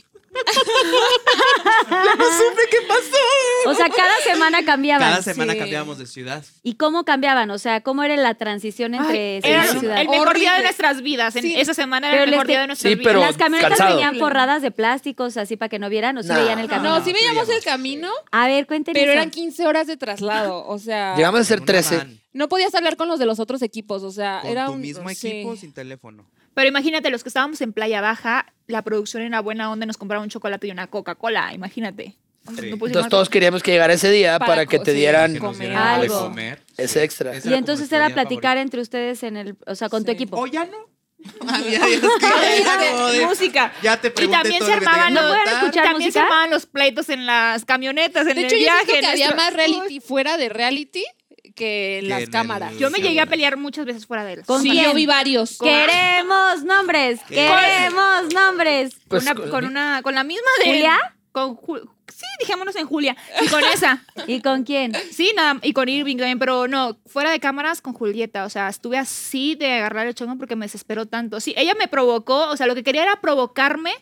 O sea, cada [laughs] semana cambiaban. Cada semana sí. cambiábamos de ciudad. ¿Y cómo cambiaban? O sea, ¿cómo era la transición entre Era ciudad y ciudad? el mejor día de Horrible. nuestras vidas. En Sí. esa semana Pero era el les mejor te- día de nuestras Sí, vidas. pero- Las camionetas cansado. venían forradas de plásticos, así para que no vieran, o si Nah. veían el camino. No, sí veíamos el camino, A ver, cuéntenos. pero eran 15 horas de traslado. O sea, Llegamos a ser Una 13. van, no podías hablar con los de los otros equipos. O sea, Ah, con era tu un. mismo sí. equipo sin teléfono. Pero imagínate, los que estábamos en Playa Baja, la producción era buena onda, y nos compraba un chocolate y una Coca-Cola, imagínate. Sí. No puedes Entonces llamar- todos queríamos que llegara ese día para, que co- te sí, dieran Que nos comer. dieran algo de algo. comer. ese extra. Ese Y era entonces como era nuestro día platicar entre ustedes en el, o sea, con tu Sí. equipo. favorito. O ya [laughs] no. Había días que [laughs] ya no, de- música. Ya te Y pregunté también todo se lo que tenía armaban que los, ¿No pueden preguntar. escuchar también se música? armaban los pleitos en las camionetas, en De el hecho, yo viaje. siento que en había esto- más reality fuera de reality que en Que las en el- cámaras. Yo me Sí, llegué a bueno. pelear muchas veces fuera de él. ¿Con sí, quién? yo vi varios. Queremos nombres, queremos nombres. Pues, una, con una, con la misma de ¿Julia? Con Ju- sí, dejémonos en Julia. Y con esa. ¿Y con quién? Sí, nada, y con Irving también, pero no, fuera de cámaras con Julieta, o sea, estuve así de agarrar el chongo porque me desesperó tanto. Sí, ella me provocó, o sea, lo que quería era provocarme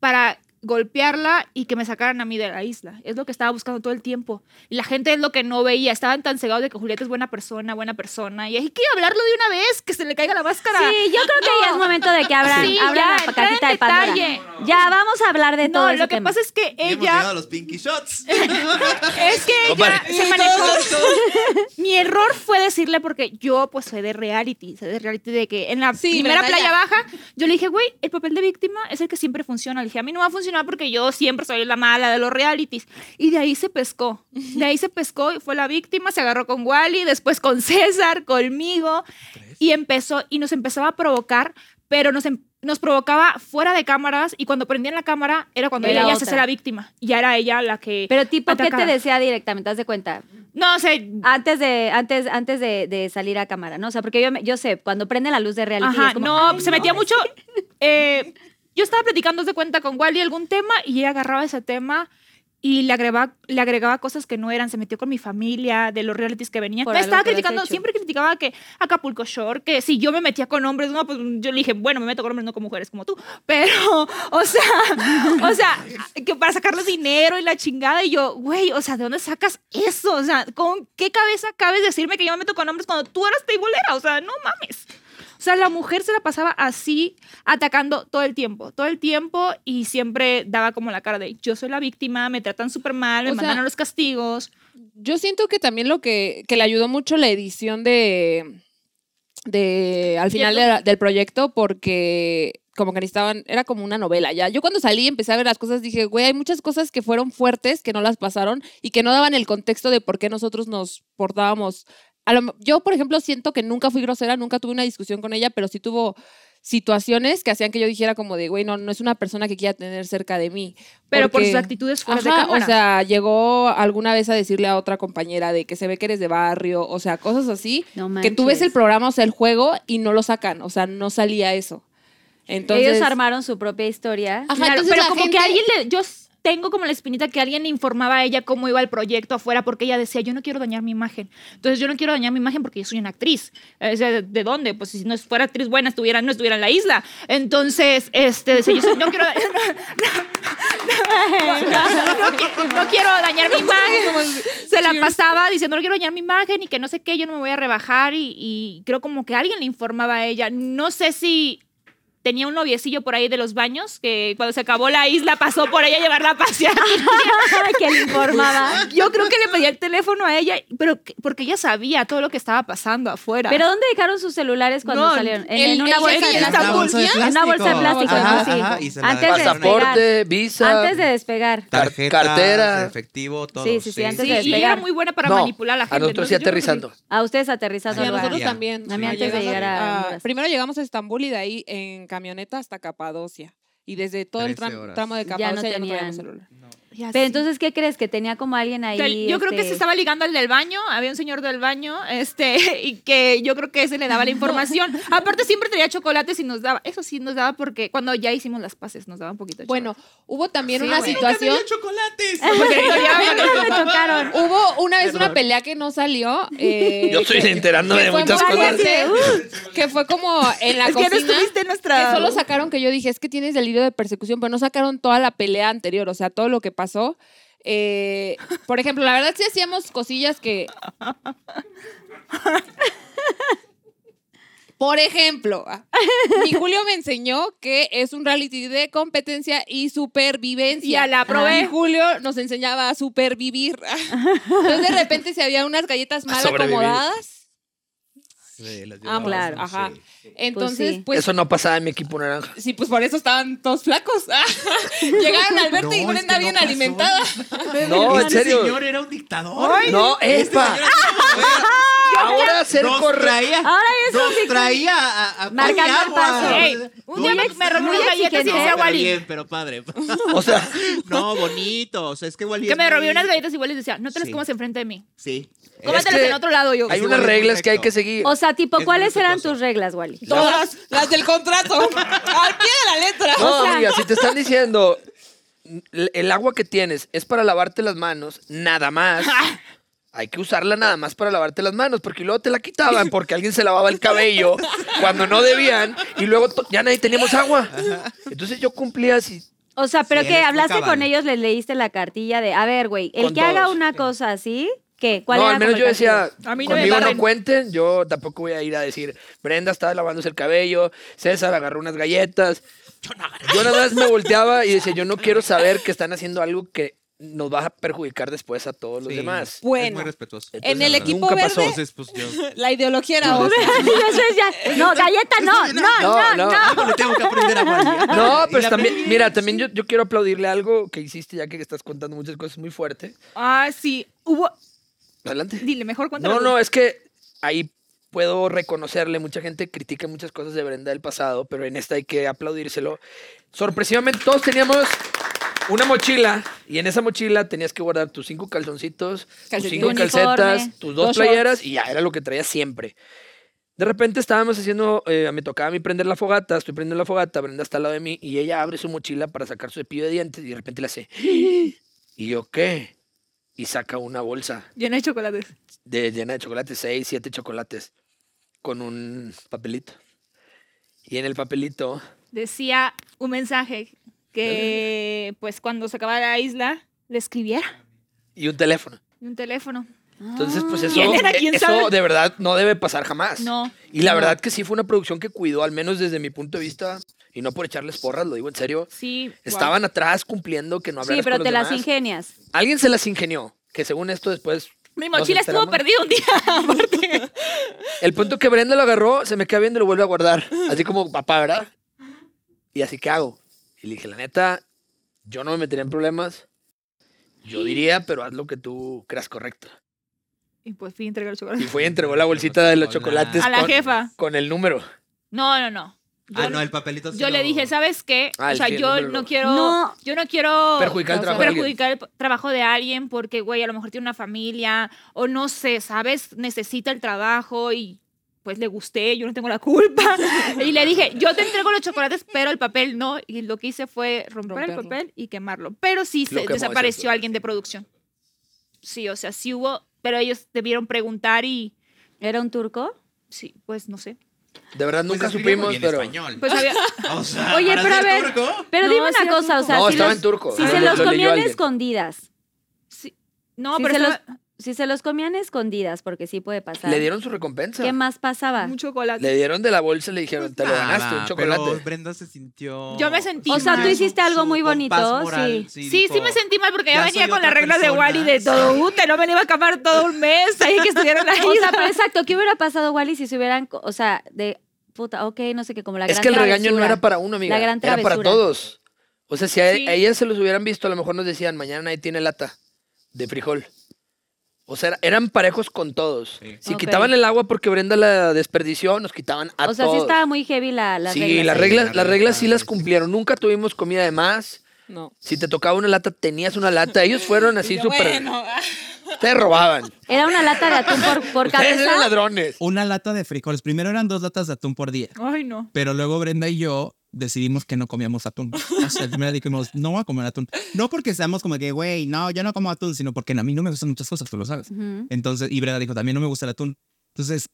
para golpearla y que me sacaran a mí de la isla. Es lo que estaba buscando todo el tiempo. Y la gente es lo que no veía, estaban tan cegados de que Julieta es buena persona, buena persona, y hay que hablarlo de una vez, que se le caiga la máscara. Sí, yo creo que ya es momento de que abran, Sí, abran ya, la entrar cajita en de Pandora. detalle. Ya, vamos a hablar de todo no, ese lo que tema. pasa es que Y hemos llegado ella, a los pinky shots. [laughs] es que ella Compadre. se manejó Mi error fue decirle porque yo pues soy de reality, soy de reality de que en la Sí, primera Brandaya. playa baja yo le dije, güey, el papel de víctima es el que siempre funciona. Le dije, a mí no va a funcionar porque yo siempre soy la mala de los realities. Y de ahí se pescó, de ahí se pescó y fue la víctima, se agarró con Wally, después con César, conmigo y empezó y nos empezaba a provocar, pero nos, em- nos provocaba fuera de cámaras y cuando prendían la cámara era cuando Era ella ya otra. se hacía la víctima. Ya era ella la que... Pero tipo, ¿qué te atacaba. decía directamente? Haz de cuenta. No, sé Antes de, antes, antes de, de salir a cámara, ¿no? O sea, porque yo, me- yo sé, cuando prende la luz de reality Ajá, es como, "Ah, no, se metía mucho. [laughs] eh, yo estaba platicando haz de cuenta con Wally algún tema y ella agarraba ese tema y le agregaba, le agregaba cosas que no eran. Se metió con mi familia, de los realities que venían. Por me algo estaba que habías criticando, hecho. siempre criticaba que Acapulco Shore, que si yo me metía con hombres, no, pues yo le dije, bueno, me meto con hombres, no con mujeres como tú. Pero, [laughs] [laughs] o sea, o sea, que para sacarles dinero y la chingada. Y yo, güey, o sea, ¿de dónde sacas eso? O sea, ¿con qué cabeza cabes decirme que yo me meto con hombres cuando tú eras teibolera? O sea, no mames. O sea, la mujer se la pasaba así, atacando todo el tiempo, todo el tiempo, y siempre daba como la cara de yo soy la víctima, me tratan súper mal, me O sea, mandan a los castigos. Yo siento que también lo que, que le ayudó mucho la edición de, de al final de la- del proyecto porque como que necesitaban, era como una novela ya. Yo cuando salí y empecé a ver las cosas dije, güey, hay muchas cosas que fueron fuertes, que no las pasaron y que no daban el contexto de por qué nosotros nos portábamos. A lo me- yo, por ejemplo, siento que nunca fui grosera, nunca tuve una discusión con ella, pero sí tuvo situaciones que hacían que yo dijera como de, güey, no, no es una persona que quiera tener cerca de mí. Pero por Porque- sus actitudes fuera de Ajá, cámara. O sea, llegó alguna vez a decirle a otra compañera de que se ve que eres de barrio, o sea, cosas así. No que tú ves manches. el programa, o sea, el juego y no lo sacan, o sea, no salía eso. Entonces, Ellos [laughs] armaron su propia historia. Ajá, Claro, entonces pero la como gente- que alguien le, yo s- tengo como la espinita que alguien le informaba a ella cómo iba el proyecto afuera porque ella decía yo no quiero dañar mi imagen entonces yo no quiero dañar mi imagen porque yo soy una actriz Eh, o sea, ¿de- de dónde pues si no fuera actriz buena estuviera no estuviera en la isla entonces este decía, yo soy- no quiero da- no, no, no qui- no quiero dañar [laughs] mi imagen se la pasaba diciendo no quiero dañar mi imagen y que no sé qué yo no me voy a rebajar y, y creo como que alguien le informaba a ella no sé si tenía un noviecillo por ahí de los baños que cuando se acabó la isla pasó por ella a llevarla [laughs] a pasear. [laughs] que le informaba. Yo creo que le pedía el teléfono a ella, pero que- porque ella sabía todo lo que estaba pasando afuera. ¿Pero dónde dejaron sus celulares cuando No, salieron? En, el- en una el- bolsa de el- plástico. la bolsa de En una bolsa de plástico, Ajá, ¿no? Sí. ajá, y se la Antes de dejaron ahí. Pasaporte, visa. Antes de despegar. Tarjeta, cartera. efectivo, todo. Sí, sí, sí, antes Sí, de y despegar. era muy buena para No, manipular a la gente. A nosotros sí entonces yo creo que sí. aterrizando. A ustedes aterrizando. sí, a al nosotros lugar. Colombia. también. A mí Sí, antes de llegamos llegar a- a Honduras. primero llegamos a Estambul y de ahí en camioneta hasta Capadocia. Y desde todo el Trece tram- horas. tramo Ya de no Capadocia ya no, tenían- traíamos celular. Ya Pero sé. entonces, ¿qué crees? Que tenía como alguien O ahí. sea, yo creo que este, se estaba ligando al del baño, había un señor del baño, este, [laughs] y que yo creo que ese le daba la información. Aparte siempre tenía chocolates y nos daba, eso sí nos daba porque cuando ya hicimos las paces nos daba un poquito de Bueno, hubo también Sí, una güey. situación. chocolates! Ah. chocolate. me tocaron. Hubo una vez una pelea que no salió. [laughs] eh, Yo estoy que- enterando que de fue muchas muy cosas. fuerte, que fue como en la [laughs] Es que cocina. no estuviste en nuestra... Que solo sacaron que yo dije, es que tienes delirio de persecución, pero no sacaron toda la pelea anterior, o sea, todo lo que pasó. Eh, por ejemplo, la verdad sí hacíamos [laughs] cosillas que. Por ejemplo, ah, mi Julio me enseñó que es un reality de competencia y supervivencia. Ya la probé. Y Julio nos enseñaba [laughs] a supervivir. Entonces, de repente, si había unas galletas mal sobrevivir. acomodadas, Sí, las Ah, llevabas, claro. no Ajá. sé. entonces, sí. pues. Eso no pasaba en mi equipo naranja. Sí, pues por eso estaban todos flacos. [laughs] Llegaron Alberto No, y es Brenda que no bien pasó. alimentada. No, en Este serio. señor era un dictador. No, Este epa. Ahora ser nos correcto. traía, nos traía a, a Marcando pan y el agua. paso. Ah. Ey, Tú un día me, ibas- me robé muy unas galletas y exigente. decía pero Wally. bien, pero padre. [laughs] [laughs] O sea, No, bonito. O sea, es que Wally Que es me muy- robé unas galletas iguales y decía, no te las Sí. comas enfrente de mí. Sí. Es Cómetelas que en otro lado yo. hay ese unas Wally es reglas que hay que correcto. seguir. O sea, tipo, Es ¿cuáles muy eran respetuoso. tus reglas, Wally? Todas las del contrato. [laughs] Al pie de la letra. No, O sea- amiga, si te están diciendo "L- el agua que tienes es para lavarte las manos, nada más. Hay que usarla nada más para lavarte las manos, porque luego te la quitaban porque alguien se lavaba el cabello cuando no debían y luego to- ya nadie teníamos agua. Entonces yo cumplía así. O sea, pero Sí, que él hablaste explicaba. con ellos, les leíste la cartilla de, a ver, güey, el Con que haga todos. una cosa así, ¿qué? ¿Cuál No, era al menos como yo el decía, [laughs] castigo? [laughs] A mí no me conmigo no barren. cuenten, yo tampoco voy a ir a decir, Brenda estaba lavándose el cabello, César agarró unas galletas. Yo nada más me volteaba y decía, yo no quiero saber que están haciendo algo que nos va a perjudicar después a todos los Sí, demás. Es Bueno, muy respetuoso. en el equipo nunca pasó. verde, Entonces, pues yo. la ideología era otra. Eso es ya- No, galleta, no, no, no, no. Algo le tengo que aprender [laughs] a Wally. No, Y pues la también, aprendí. mira, también yo, yo quiero aplaudirle algo que hiciste ya que estás contando muchas cosas muy fuertes. Ah, sí. Hubo. Adelante. Dile, mejor cuéntame. No, no, es que ahí puedo reconocerle, mucha gente critica muchas cosas de Brenda del pasado, pero en esta hay que aplaudírselo. Sorpresivamente todos teníamos una mochila y en esa mochila tenías que guardar tus cinco calzoncitos, tus Calcetines. cinco Tu calcetas, uniforme, tus dos, dos playeras y ya era lo que traías siempre. De repente estábamos haciendo, eh, me tocaba a mí prender la fogata, estoy prendiendo la fogata, Brenda está al lado de mí y ella abre su mochila para sacar su cepillo de dientes y de repente le hace, "¡Ah! ¿y yo qué? Y saca una bolsa Llena de chocolates. de llena de chocolates, seis, siete chocolates, con un papelito. Y en el papelito, Decía un mensaje que, pues, cuando se acababa la isla, le escribiera. y un teléfono. Y un teléfono. Entonces, pues eso, ¿Quién era? eh, ¿Quién eso sabe? de verdad no debe pasar jamás. No. Y la No. verdad que sí fue una producción que cuidó, al menos desde mi punto de vista, y no por echarles porras, lo digo en serio. Sí. guau. Estaban atrás cumpliendo que no hablaras Sí, pero con los te las demás. ingenias. Alguien se las ingenió, que según esto después... Mi nos mochila estuvo enteramos. perdida un día. [laughs] aparte. El punto que Brenda lo agarró, se me queda viendo y lo vuelve a guardar. Así como papá, ¿verdad? Y así, ¿qué hago? Y le dije, la neta, yo no me metería en problemas. Yo diría, pero haz lo que tú creas correcto. Y pues fui a entregar el Y chocolate. fue y entregó la bolsita de los chocolates A la con, jefa. con el número. No, no, no. Yo, Ah, no, el papelito. sí yo le lo- dije, ¿sabes qué? Ah, o el sea, que- el yo número no no. quiero. No. Yo no quiero. Perjudicar el trabajo de alguien. perjudicar el trabajo de alguien porque, güey, a lo mejor tiene una familia o no sé, ¿sabes? Necesita el trabajo y pues le gusté, yo no tengo [laughs] la culpa. y le dije, yo te entrego los chocolates, pero el papel no. Y lo que hice fue romper Romperlo. el papel y quemarlo. Pero sí Lo se quemó, es eso. desapareció alguien de producción. Sí, o sea, sí hubo, pero ellos debieron preguntar y ¿Era un turco? sí, pues no sé. De verdad, Pues nunca escribe supimos, muy bien pero... español. Pues había, O sea, Oye, para pero a ser ver, turco, Pero No, dime una sí era cosa, o turco. sea, no, si, estaba los, en turco. si Ah, se lo- los lo leyó comían alguien. escondidas. no, si, pero se los, estaba- si se los comían escondidas, porque sí puede pasar. Le dieron su recompensa. ¿Qué más pasaba? un chocolate. Le dieron de la bolsa y le dijeron, te lo nada, ganaste, un chocolate. Pero Brenda se sintió. Yo me sentí O sea, mal. tú hiciste algo Su muy bonito, compás moral, sí. Sí, sí dijo, me sentí mal porque ya, "Ya venía soy con las otra reglas de persona". Wally de todo, "Ute, no me le iba a acabar todo un mes ahí que estuviera en [laughs] la [laughs] O sea, isla. pero exacto, ¿qué hubiera pasado, Wally, si se hubieran, co- o sea, de puta, ok, no sé qué, como la Es gran que el regaño no travesura? era para uno, amiga. La gran era para travesura. todos. O sea, si a, Sí. a ellas se los hubieran visto, a lo mejor nos decían, mañana nadie tiene lata de frijol. O sea, era- eran parejos con todos. Sí. Si Ok. quitaban el agua porque Brenda la desperdició, nos quitaban a O sea, sí todos. estaba muy heavy la, las Sí, reglas. las ahí. reglas, Las las reglas sí reglas, las sí. cumplieron. Nunca tuvimos comida de más. No. Si te tocaba una lata, tenías una lata. Ellos fueron [laughs] así Yo, súper... bueno, ah". Te robaban. Era una lata de atún por, [laughs] por Ustedes eran cabeza. ladrones. Una lata de frijoles. Primero eran dos latas de atún por día. Ay, no. Pero luego Brenda y yo decidimos que no comíamos atún. O sea, primero dijimos, no voy a comer atún. No porque seamos como que, güey, no, yo no como atún, sino porque a mí no me gustan muchas cosas, tú lo sabes. Ujú. Entonces, y Brenda dijo, también no me gusta el atún. Entonces,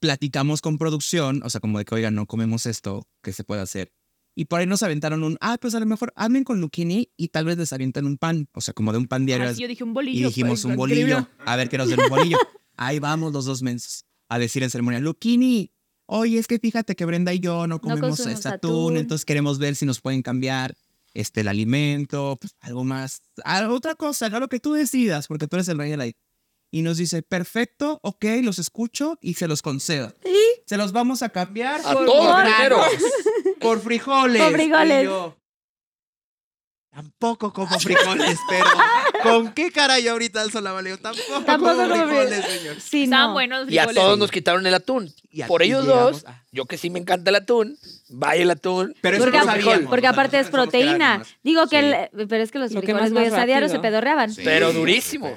platicamos con producción, o sea, como de que, oiga, no comemos esto, ¿qué se puede hacer? Y por ahí nos aventaron un, ah, pues a lo mejor anden con Luquini y tal vez les avientan un pan, o sea, como de un pan diario. Ah, sí, yo dije un bolillo. Y dijimos pues, un increíble. bolillo. A ver qué nos den un bolillo. Ahí vamos los dos mensos a decir en ceremonia, Luquini, oye, es que fíjate que Brenda y yo no comemos consumimos este atún. atún, entonces queremos ver si nos pueden cambiar este, el alimento, pues, algo más, algo- otra cosa, ¿no? lo que tú decidas, porque tú eres el rey de la Y nos dice, perfecto, ok, los escucho y se los concedo. Se los vamos a cambiar A todos primero. [laughs] por frijoles. Por frijoles. Y yo, tampoco como frijoles, pero ¿con qué cara yo ahorita alzo la valeo? Tampoco, Tampoco como como frijoles, señor. Sí, Estaban no. buenos [laughs] los Y a frijoles. todos nos quitaron el atún. Y aquí Por ellos llegamos dos, a- yo que sí me encanta el atún, vaya el atún. Pero eso Porque no ap- sabíamos, Porque o sea, aparte es nosotros pensamos que era proteína. algo más. Digo que, Sí. el- pero es que los Lo que frijoles, más, más güey, o sea, diario se rápido. pedorreaban. Sí. Pero durísimo.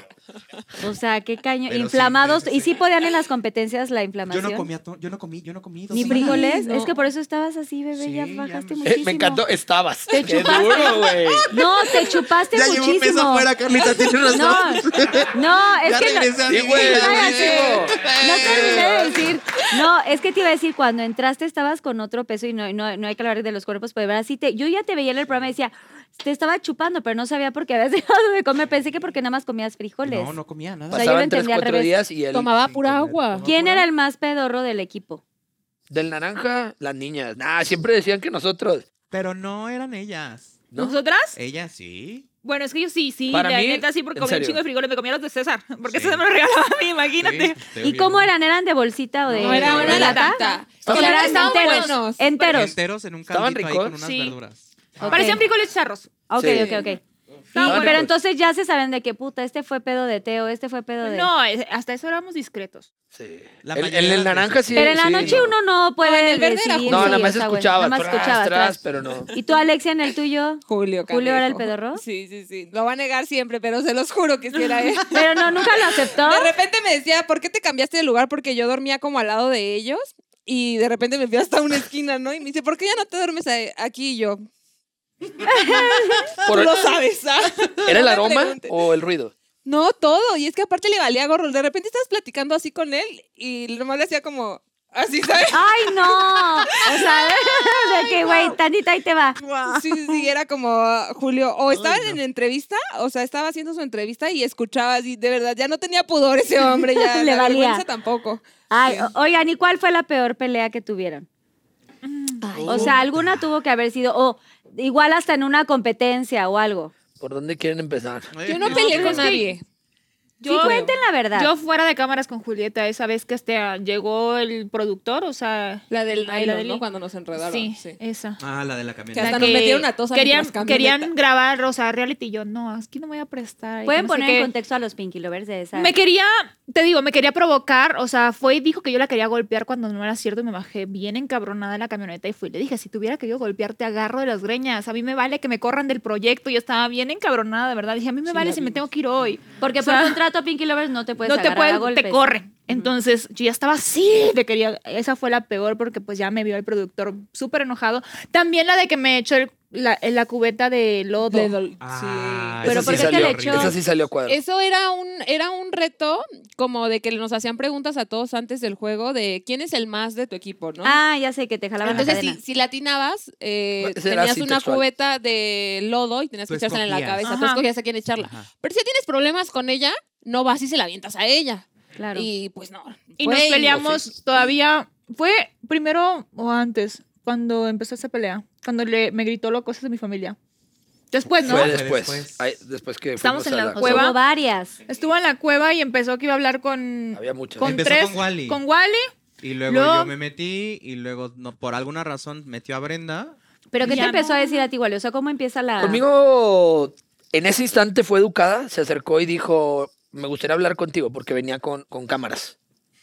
O sea, qué caño. Pero sí, Inflamados. sí, sí, y sí. sí podían en las competencias la Yo inflamación. no comí, atún, yo no comí, yo no comí. dos Ni semanas. frijoles. no. Es que por eso estabas así, bebé. Sí, ya ya bajaste me- Eh, muchísimo. me encantó, estabas. Te Qué chupaste. [laughs] duro, güey. No, te chupaste [laughs] Ya llevo un mes muchísimo. afuera, Carlita, tienes [laughs] razón. no, [laughs] no, es ya que no, regresé a Sí, mi güey, vida. buenísimo. No terminé de decir. No, es que te iba a decir, cuando entraste estabas con otro peso y no, no, no hay que hablar de los cuerpos, pero de verdad sí te. Yo ya te veía en el programa y decía, te estaba chupando, pero no sabía por qué habías [laughs] dejado de comer. Pensé que porque nada más comías frijoles. No, no comía nada. O sea, yo lo Pasaban tres, entendí al cuatro revés. días y él. Tomaba sin pura comer. agua. ¿Quién era el más pedorro del equipo? Del naranja, las niñas. Nah, siempre decían que nosotros. Pero no eran ellas. ¿no? ¿Nosotras? Ellas sí. Bueno, es que yo sí, sí, Para la mí, neta sí, porque en comí un serio. chingo de frijoles, me comía los de César, porque Sí. César me los regalaba a mí, imagínate. Sí, te ¿Y digo. cómo eran? ¿Eran de bolsita o de.? No era de una lata? latita. O sea, Claro, eran estaban enteros. buenos. Enteros. Enteros en un ¿Estaban caldito ahí ricos? con unas Sí. verduras. Ok. Parecían frijoles charros. Ok, Sí. ok, ok. No, Estaban Pero ricos. entonces ya se saben de qué puta, este fue pedo de Teo, este fue pedo de. No, eh, hasta eso éramos discretos. Sí. La el, mayoría el, el de las naranja veces. sí. Pero en la sí, noche no. uno no puede en el verde decidir, era Julio. No, sí, nada más o sea, güey, escuchaba. nada más tras, escuchabas, tras, tras. [laughs] pero no. ¿Y tú, Alexia, en el tuyo? Julio ¿Julio era el Canejo. pedorro? Sí, sí, sí. Lo va a negar siempre, pero se los juro que [laughs] sí era él. Pero no, nunca lo aceptó. De repente me decía, ¿por qué te cambiaste de lugar? Porque yo dormía como al lado de ellos y de repente me fui hasta una esquina, ¿no? Y me dice, ¿por qué ya no te duermes a- aquí? Y yo, Por- tú lo sabes, ¿ah? [laughs] ¿Era el No me aroma preguntes. o el ruido? No, todo. Y es que aparte le valía gorro. De repente estabas platicando así con él y nomás le hacía como, [laughs] así, ¿sabes? ¡Ay, no! O sea, [laughs] de que, güey, tantita ahí te va. Sí, sí, sí, era como ah, Julio. O estaba en entrevista, o sea, estaba haciendo su entrevista y escuchaba así, de verdad, ya no tenía pudor ese hombre, ya [laughs] Le la valía. vergüenza tampoco. Ay, o- oigan, ¿y cuál fue la peor pelea que tuvieron? O sea, alguna tuvo que haber sido, o igual hasta en una competencia o algo. ¿Por dónde quieren empezar? Yo no peleé con nadie. Sí, cuenten la verdad. Yo fuera de cámaras con Julieta esa vez que este, llegó el productor, o sea... La del Ay, la nylon, del- ¿no? Cuando nos enredaron. sí, Sí. esa. Ah, la de la Que camioneta. hasta nos metieron a todos a querían, nuestras camionetas. querían grabar, o sea, reality. y Yo, no, aquí no me voy a prestar. y Pueden que no sé poner qué. en contexto a los Pinky Lovers de esa. Me quería, te digo, me quería provocar, o sea, fue y dijo que yo la quería golpear cuando no era cierto y me bajé bien encabronada de la camioneta y fui. Le dije, si tuviera querido golpear, te agarro de las greñas. A mí me vale que me corran del proyecto. Yo estaba bien encabronada, de verdad. Dije, a mí me vale si me tengo que ir hoy. Porque O sea, por contrato Pinky Lovers no te puedes no te agarrar a pueden, golpes. te corren. Entonces yo ya estaba así, te quería, esa fue la peor porque pues ya me vio el productor súper enojado. También la de que me echó el- la, la cubeta de lodo. Le dol- Ah, sí. Pero Esa ¿por sí qué te salió la horrible. echó? Esa sí salió a cuadro. Eso era un, era un reto como de que nos hacían preguntas a todos antes del juego de quién es el más de tu equipo, ¿no? Ah, ya sé que te jalaban Entonces, la si, cadena. si latinabas, eh, Pues, Ese era tenías así una textual. cubeta de lodo y tenías Tú que echársela en la escogías. cabeza. Tú Ajá. escogías a quién echarla. Ajá. Pero si ya tienes problemas con ella, no vas y se la avientas a ella. Claro. Y pues no. Y Fue nos peleamos todavía. Fue primero o antes, cuando empezó esa pelea. Cuando le, me gritó lo cosas de mi familia. Después, ¿no? Fue Fue después. después. Ay, después que Estamos fuimos en a la O cueva. sea, hubo varias. Estuvo en la cueva y empezó que iba a hablar con. Había muchas. Con Empezó tres. con Wally. Con Wally. Y luego Luego- yo me metí y luego no, por alguna razón metió a Brenda. ¿Pero qué te Ya empezó no. a decir a ti, Wally? O sea, ¿cómo empieza la...? Conmigo, en ese instante fue educada, se acercó y dijo, me gustaría hablar contigo porque venía con, con cámaras.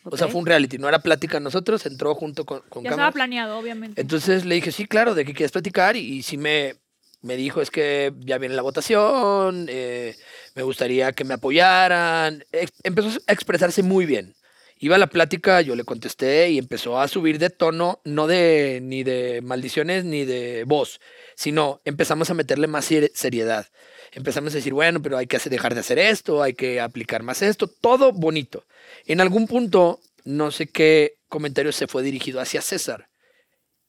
O sea, Ok. fue un reality, no era plática nosotros, entró junto con, con Ya estaba cámaras. planeado, obviamente. Entonces le dije, sí, claro, de qué quieres platicar. Y, y sí me, me dijo, es que ya viene la votación, eh, me gustaría que me apoyaran. Ex- Empezó a expresarse muy bien. Iba a la plática, yo le contesté y empezó a subir de tono, no de ni de maldiciones ni de voz, sino empezamos a meterle más ser- seriedad. Empezamos a decir, bueno, pero hay que hacer- dejar de hacer esto, hay que aplicar más esto, todo bonito. En algún punto, no sé qué comentario se fue dirigido hacia César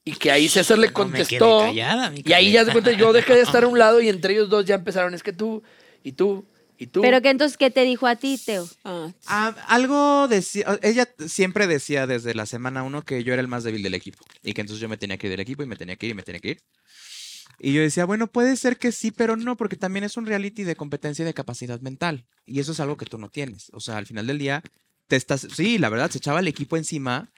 Y que ahí César le No me quedé contestó. callada, mi y ahí ya de Carlita. cuenta yo dejé de estar a [laughs] un lado y entre ellos dos ya empezaron, es que tú, y tú, y tú. Pero que entonces, ¿qué te dijo a ti, Teo? Ah, algo decía, ella siempre decía desde la semana uno que yo era el más débil del equipo y que entonces yo me tenía que ir del equipo y me tenía que ir y me tenía que ir. Y yo decía, bueno, puede ser que sí, pero no, porque también es un reality de competencia y de capacidad mental. Y eso es algo que tú no tienes. O sea, al final del día, te estás, sí, la verdad, se echaba el equipo encima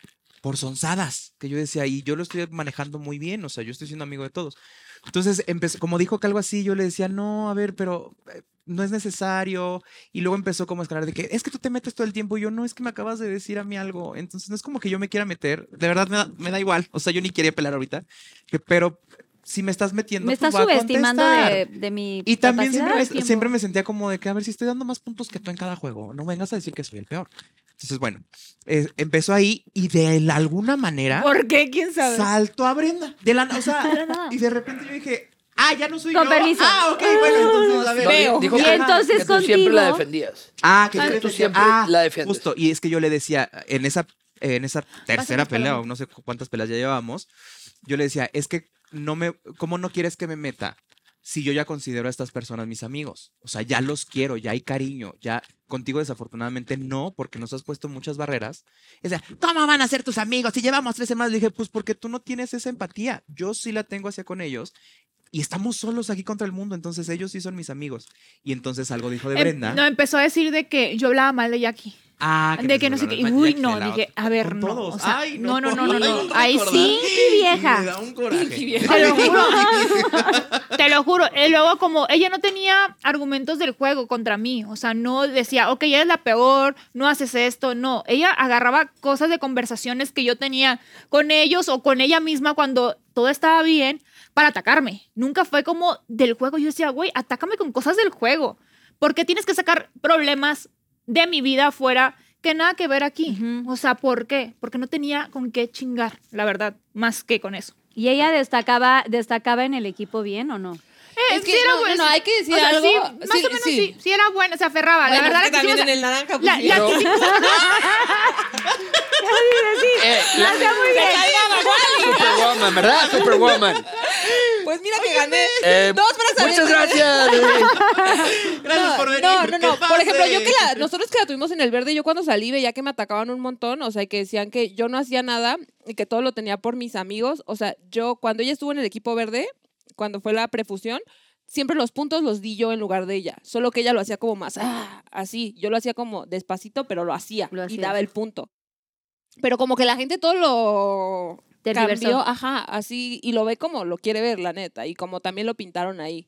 por sonzadas, que yo decía, y yo lo estoy manejando muy bien, o sea, yo estoy siendo amigo de todos. Entonces, empezó, como dijo que algo así, yo le decía, no, a ver, pero eh, no es necesario. Y luego empezó como a escalar de que, es que tú te metes todo el tiempo. Y yo, no, es que me acabas de decir a mí algo. Entonces, no es como que yo me quiera meter. De verdad, me da, me da igual. O sea, yo ni quería pelar ahorita. que- pero si me estás metiendo, Me pues estás voy a subestimando contestar. de, de mi Y también capacidad siempre, o tiempo. me, siempre me sentía como de que, a ver, si estoy dando más puntos que tú en cada juego, no vengas a decir que soy el peor. Entonces, bueno, eh, empezó ahí y de la- alguna manera ¿Por qué? ¿Quién sabe? saltó a Brenda. De la, o sea, y de repente yo dije, ah, ya no soy Con yo. permiso. Ah, ok, bueno, entonces, a ver. No, di- dijo Y que- entonces que tú siempre la contigo- [laughs] defendías. Ah, que Que yo tú decía, siempre ah, la defiendes. Justo, y es que yo le decía, en esa, en esa tercera pelea, o no sé cu- cuántas peleas ya llevábamos, yo le decía, es que no me, ¿cómo no quieres que me meta? Si yo ya considero a estas personas mis amigos, o sea, ya los quiero, ya hay cariño, ya contigo desafortunadamente no, porque nos has puesto muchas barreras. O sea, ¿cómo van a ser tus amigos si llevamos tres semanas? Le dije, pues porque tú no tienes esa empatía, yo sí la tengo hacia con ellos y estamos solos aquí contra el mundo, entonces ellos sí son mis amigos. Y entonces algo dijo de Em- Brenda. no, empezó a decir de que yo hablaba mal de Jackie. Ah, de que no sé qué. Y, Uy, no, dije, a ver, Con no. todos. O sea, Ay, no, no. no, no, no, Ay, no. no Ahí recordar. sí, Me vieja. da un coraje. Te lo juro. Te lo juro. Y luego, como ella no tenía argumentos del juego contra mí, o sea, no decía, ok, eres la peor, no haces esto, no. Ella agarraba cosas de conversaciones que yo tenía con ellos o con ella misma cuando todo estaba bien para atacarme. Nunca fue como del juego. Yo decía, güey, atácame con cosas del juego. Porque tienes que sacar problemas de mi vida afuera que nada que ver aquí. O sea, ¿por qué? Porque no tenía con qué chingar, la verdad, más que con eso. ¿Y ella destacaba, destacaba en el equipo bien o no? Es que no, no, hay que decir o sea, algo. sí, más Sí, o menos sí. sí. sí, era buena, se aferraba. Bueno, la verdad, la es que también quisimos- en el naranja, pues, la- sí. la Pero- quisimos- Eh, la- Superwoman, ¿verdad? Superwoman. [laughs] Pues mira que gané. Eh, Dos brazaletes. Muchas gracias. Gracias [laughs] no, por venir. No, no, no. que Por ejemplo, pase. yo que la, nosotros que la tuvimos en el verde, yo cuando salí veía que me atacaban un montón, o sea, que decían que yo no hacía nada y que todo lo tenía por mis amigos. O sea, yo cuando ella estuvo en el equipo verde, cuando fue la prefusión, siempre los puntos los di yo en lugar de ella. Solo que ella lo hacía como más ah, así. Yo lo hacía como despacito, pero lo hacía, Lo y hacías. daba el punto. Pero como que la gente todo lo Tergiversó. cambió, ajá, así y lo ve como lo quiere ver, la neta, y como también lo pintaron ahí.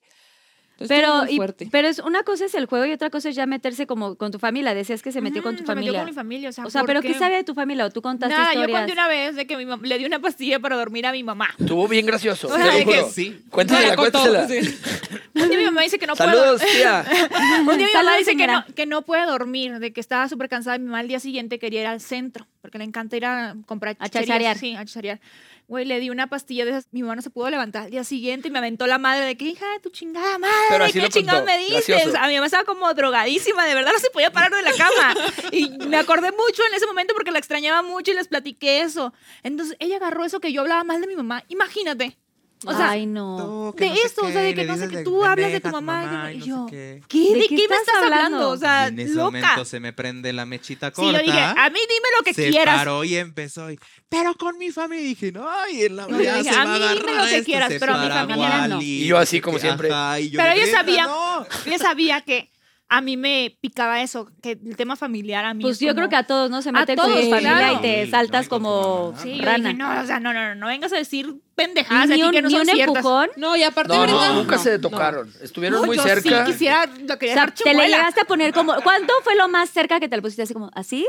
Entonces, estuvo Pero, muy y- fuerte. pero es una cosa es el juego y otra cosa es ya meterse como con tu familia. Decías que se metió con Ujú, tu Mm, se metió familia. con mi familia, o sea, o sea, ¿por pero ¿qué sabía de tu familia? ¿O tú contaste Nada, yo historias? conté una vez de que mi mam- le di una pastilla para dormir a mi mamá. Estuvo bien gracioso. O sea, te de lo que juro. sí. Cuéntasela, Bueno, Ah, con todo, cuéntasela. sí. Un [laughs] día mi mamá dice que no puedo. Saludos, tía. Un día mi mamá Saludos, dice que señora. no, que no puede dormir, de que estaba súper cansada. Mi mamá al día siguiente quería ir al centro, porque le encanta ir a comprar A chucherías. chacharear. Sí, a chacharear. Güey, le di una pastilla de esas. Mi mamá no se pudo levantar al día siguiente y me aventó la madre de que, hija de tu chingada madre, Pero así ¿qué lo contó, chingados me dices? gracioso. A mi mamá estaba como drogadísima, de verdad no se podía parar de la cama. Y me acordé mucho en ese momento porque la extrañaba mucho y les platiqué eso. Entonces ella agarró eso que yo hablaba mal de mi mamá. Imagínate. O sea, Ay, no. Tú, de no sé esto, o sea, de qué, que le no sé dices qué, tú hablas de tu pendeja a mamá, y y no sé yo, qué. ¿Qué? ¿De, ¿De qué, qué me estás estás hablando? hablando? O sea, Y en ese loca. momento se me prende la mechita Sí, yo corta. dije, a mí dime lo que se quieras. paró y empezó. y, pero con mi familia. Y dije, no, ay, en la No, yo ya dije, se a va mí agarrar dime lo que esto, quieras, se pero a mi para familia no. Wally, Y yo así sé como qué, siempre. ajá, y yo Pero de, yo "Neta, sabía". no". [laughs] Yo sabía que a mí me picaba eso, que el tema familiar a mí. Pues es yo como- creo que a todos, ¿no? Se A meten con todos, tu familia claro. y te Sí, saltas no, y con tu como mamá. Sí, yo rana. dije, no, Ah, o sea, no, no, no, no vengas a decir pendejadas ni aquí un, que no ni son un ciertas. empujón. No, y aparte, No, Brenda- no, nunca no, se no. tocaron. Estuvieron No, muy yo cerca. Sí, quisiera, lo O [laughs] quería sea, dejar te le chimuela. llegaste a poner como, ¿cuánto fue lo más cerca que te lo pusiste así como, así?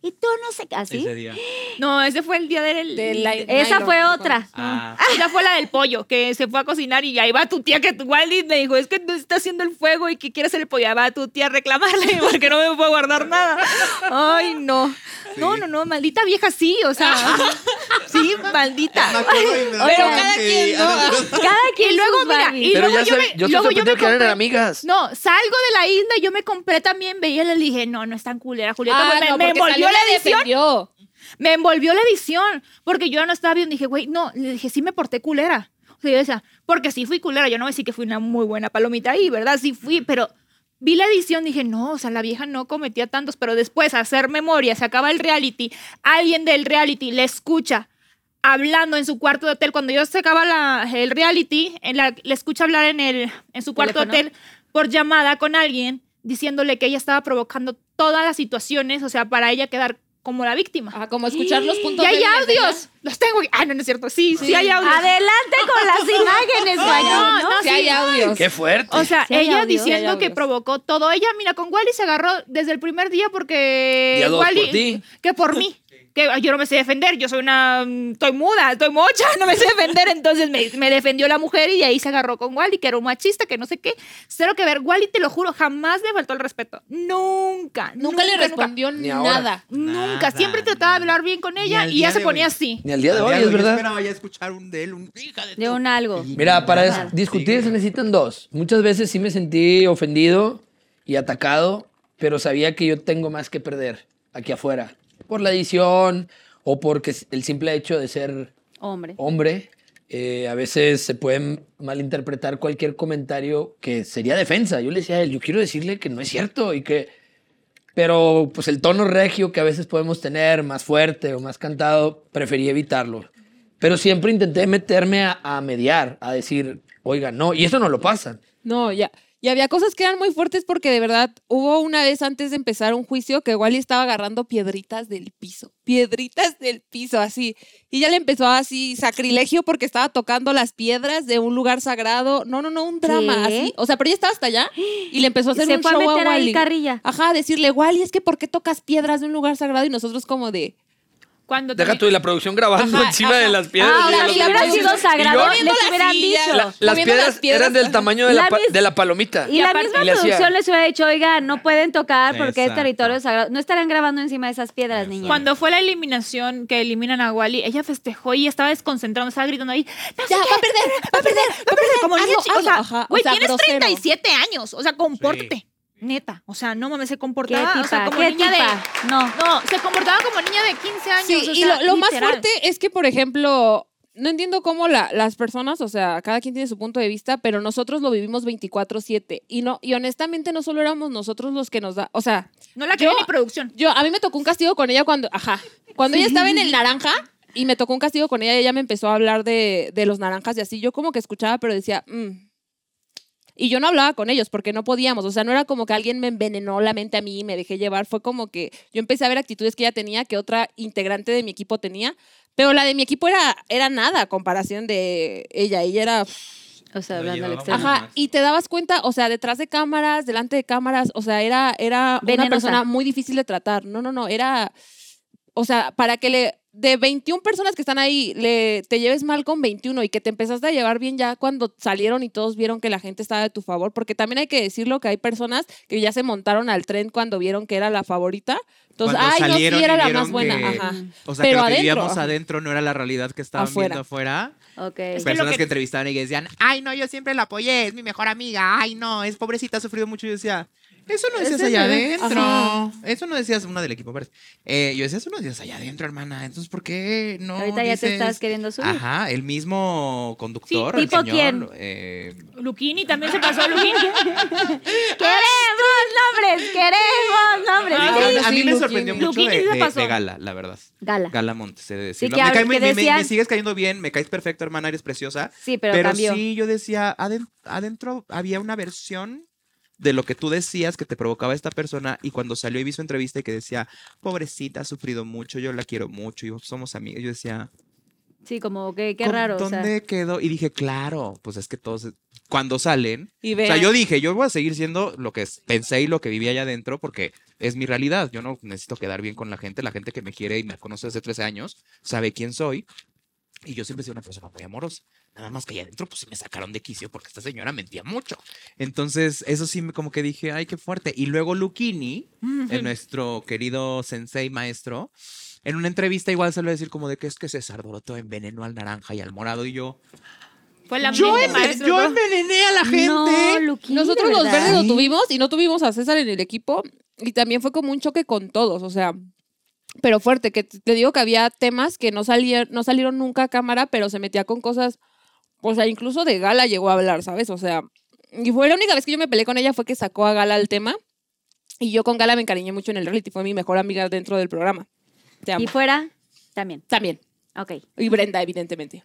Y tú no sé, qué, así. Ese día. No, ese fue el día del. De la- Esa Nylon, fue ¿no? otra. Ah, Esa fue la del pollo, que se fue a cocinar y ahí va tu tía, que tu Waldi me dijo, es que tú estás haciendo el fuego y que quiere hacer el pollo. Ahí va tu tía a reclamarle [laughs] porque no me puedo guardar nada. Ay, no. No, no, no, maldita vieja sí, o sea. sí, me maldita. acuerdo y me da Pero coraje, cada quien, y- Cada quien Y luego, sus mira, Barbies. y Pero luego ya yo sabe- me- yo estoy luego yo sorprendido me que eran compré- amigas. No, salgo de la isla, yo me compré también, veía y le dije, no, no es tan culera, Julieta. pues Ah, me, no, me porque envolvió salió la y edición. defendió. Me envolvió la edición, porque yo ya no estaba bien. Dije, güey, no, le dije, sí me porté culera. O sea, yo decía, porque sí fui culera, yo no voy a decir que fui una muy buena palomita ahí, ¿verdad? Sí fui, pero vi la edición, dije, no, o sea, la vieja no cometía tantos, pero después hacer memoria, se acaba el reality, alguien del reality le escucha hablando en su cuarto de hotel, cuando yo se acaba la- el reality, en la- le escucha hablar en, el, en su cuarto de Teléfono. hotel por llamada con alguien, diciéndole que ella estaba provocando todas las situaciones, o sea, para ella quedar como la víctima. Ah, como escuchar los puntos Y hay débiles de ella. [laughs] audios, los tengo aquí. Ah, no, no es cierto, sí, sí, hay audios. Adelante con las imágenes, güey. No, ¿no? Sí hay audios. Qué fuerte. O sea, Sí hay ella audios, sí hay diciendo audios. que provocó todo. Ella, mira, con Wally se agarró desde el primer día porque Día dos Wally por ti. que por mí. Que yo no me sé defender, yo soy una. mm, Estoy muda, estoy mocha, [laughs] no me sé defender. Entonces me, me defendió la mujer y de ahí se agarró con Wally, que era un machista, que no sé qué. Cero que ver. Wally, te lo juro, jamás le faltó el respeto. Nunca. Nunca le respondió Ni ahora. nada. Nunca. Nada, Siempre trataba de hablar bien con Ni ella al y ya día se de ponía hoy. así. Ni al día de hoy, Yo es verdad. esperaba ya escuchar un de él, un hija de De tu- un algo. Mira, para Nada. des- discutir se necesitan dos. Muchas veces sí me sentí ofendido y atacado, pero sabía que yo tengo más que perder aquí afuera. Por la edición o porque s- el simple hecho de ser Hombre. hombre, eh, a veces se pueden malinterpretar cualquier comentario que sería defensa. Yo le decía a él, yo quiero decirle que no es cierto y que... Pero pues el tono regio que a veces podemos tener, más fuerte o más cantado, preferí evitarlo. Pero siempre intenté meterme a, a mediar, a decir, oiga, no, y eso no lo pasa. No, ya. Y había cosas que eran muy fuertes porque de verdad hubo una vez antes de empezar un juicio que Wally estaba agarrando piedritas del piso, piedritas del piso, así. Y ya le empezó así sacrilegio porque estaba tocando las piedras de un lugar sagrado. No, no, no, un drama ¿Qué? así. O sea, pero ella estaba hasta allá y le empezó a hacer Se un fue a show meter ahí Wally. carrilla. Ajá, decirle, Wally, es que ¿por qué tocas piedras de un lugar sagrado? Y nosotros como de... Cuando Deja también- tú y la producción grabando Ajá, encima ajá. de las piedras. Ah, y o sea, de si las- hubiera y sido yo- sagrado, la- Moviendo les la hubieran silla, dicho. las, moviendo piedras eran del ajá. tamaño de la, La pa- mis- de la palomita. Y, la aparte- misma y le hacía- producción les hubiera dicho, oiga, no pueden tocar porque es Exacto. territorio sagrado. No estarán grabando encima de esas piedras, niña. Cuando fue la eliminación que eliminan a Wally, ella festejó y estaba desconcentrada, estaba gritando ahí, "No sé Ya, qué, va a perder, va a perder, va a perder. como niño Eh, Hazlo, chico, o sea, hazlo, ajá, güey, o sea, tienes grosero. 37 años, o sea, compórtate. Neta, o sea, no mames, se ¿Qué comportaba, tipa? o sea, como ¿Qué niña tipa? de No. No, se comportaba como niña de 15 años, Sí, o y sea, lo, lo más literal. fuerte es que, por ejemplo, no entiendo cómo la- las personas, o sea, cada quien tiene su punto de vista, pero nosotros lo vivimos 24/7 y no y honestamente no solo éramos nosotros los que nos da, o sea, No la quería Yo- ni producción. yo a mí me tocó un castigo con ella cuando, ajá, cuando ella estaba en el naranja y me tocó un castigo con ella y ella me empezó a hablar de, de los naranjas y así, yo como que escuchaba pero decía, "Mm". y yo no hablaba con ellos porque no podíamos, o sea, no era como que alguien me envenenó la mente a mí y me dejé llevar, fue como que yo empecé a ver actitudes que ella tenía, que otra integrante de mi equipo tenía, pero la de mi equipo era, era nada a comparación de ella, ella era... O sea, Lo hablando al llevaba extremo. Ajá. Ajá, y te dabas cuenta, o sea, detrás de cámaras, delante de cámaras, o sea, era, era Venenosa. una persona muy difícil de tratar. No, no, no, era, o sea, para que le, de 21 personas que están ahí, le, te lleves mal con 21 y que te empezaste a llevar bien ya cuando salieron y todos vieron que la gente estaba de tu favor, porque también hay que decirlo que hay personas que ya se montaron al tren cuando vieron que era la favorita. Entonces, Cuando ay, no, sí salieron y era la vieron más buena. que- Ajá. O sea, que Pero lo que adentro, vivíamos ajá. adentro no era la realidad que estaban Afuera. viendo afuera. Ok. Es que lo personas que- que... entrevistaban y que decían, ay, no, yo siempre la apoyé, es mi mejor amiga, ay, no, es pobrecita, ha sufrido mucho. Y yo decía, eso no decías allá adentro. Ajá. Eso no decías, una del equipo, parece. Eh, yo decía, eso no decías allá adentro, hermana. Entonces, ¿por qué no? Ahorita ya te dices-" estás queriendo subir. Ajá, el mismo conductor. Sí, el ¿tipo señor, eh, Luquini también se pasó a Luquini. [laughs] ¡Queremos nombres! ¡Queremos nombres! a, sí, mí- a sí, mí me Luquini. sorprendió mucho Luquini de, se de- de pasó. Gala, la verdad. Gala. Gala Montes, he de decirlo. que me, hab- cae- me- que me- me decían- sigues cayendo bien, me caes perfecto, hermana, eres preciosa. Sí, pero, pero cambió. sí, yo decía, aden- adentro había una versión de lo que tú decías que te provocaba esta persona y cuando salió y vi su entrevista y que decía, pobrecita, ha sufrido mucho, yo la quiero mucho, y somos amigos, yo decía, Sí, como que qué "¿Cómo- raro. o sea. ¿Dónde quedó? Y dije, claro, pues es que todos, cuando salen, Y o sea, vean. yo dije, yo voy a seguir siendo lo que es- pensé y lo que viví allá adentro porque es mi realidad, yo no necesito quedar bien con la gente, la gente que me quiere y me conoce desde 13 años sabe quién soy y yo siempre he sido una persona muy amorosa. Nada más que allá adentro, pues sí me sacaron de quicio porque esta señora mentía mucho. Entonces, eso sí, me- como que dije, ay, qué fuerte. Y luego Luquini, eh, nuestro querido sensei maestro, en una entrevista igual salió a decir como de que es que César Doroto envenenó al naranja y al morado. Y yo, Fue la yo, mente enve- maestra, yo ¿no? envenené a la No, gente. Luquín, Nosotros de los verdad. verdes lo Sí. tuvimos y no tuvimos a César en el equipo y también fue como un choque con todos, o sea, pero fuerte, que t- te digo que había temas que no, salieron no salieron nunca a cámara, pero se metía con cosas, o sea, incluso de Gala llegó a hablar, ¿sabes? O sea, y fue la única vez que yo me peleé con ella fue que sacó a Gala el tema y yo con Gala me encariñé mucho en el reality, fue mi mejor amiga dentro del programa. Te amo. Y fuera, también. También. Ok. Y Brenda, evidentemente.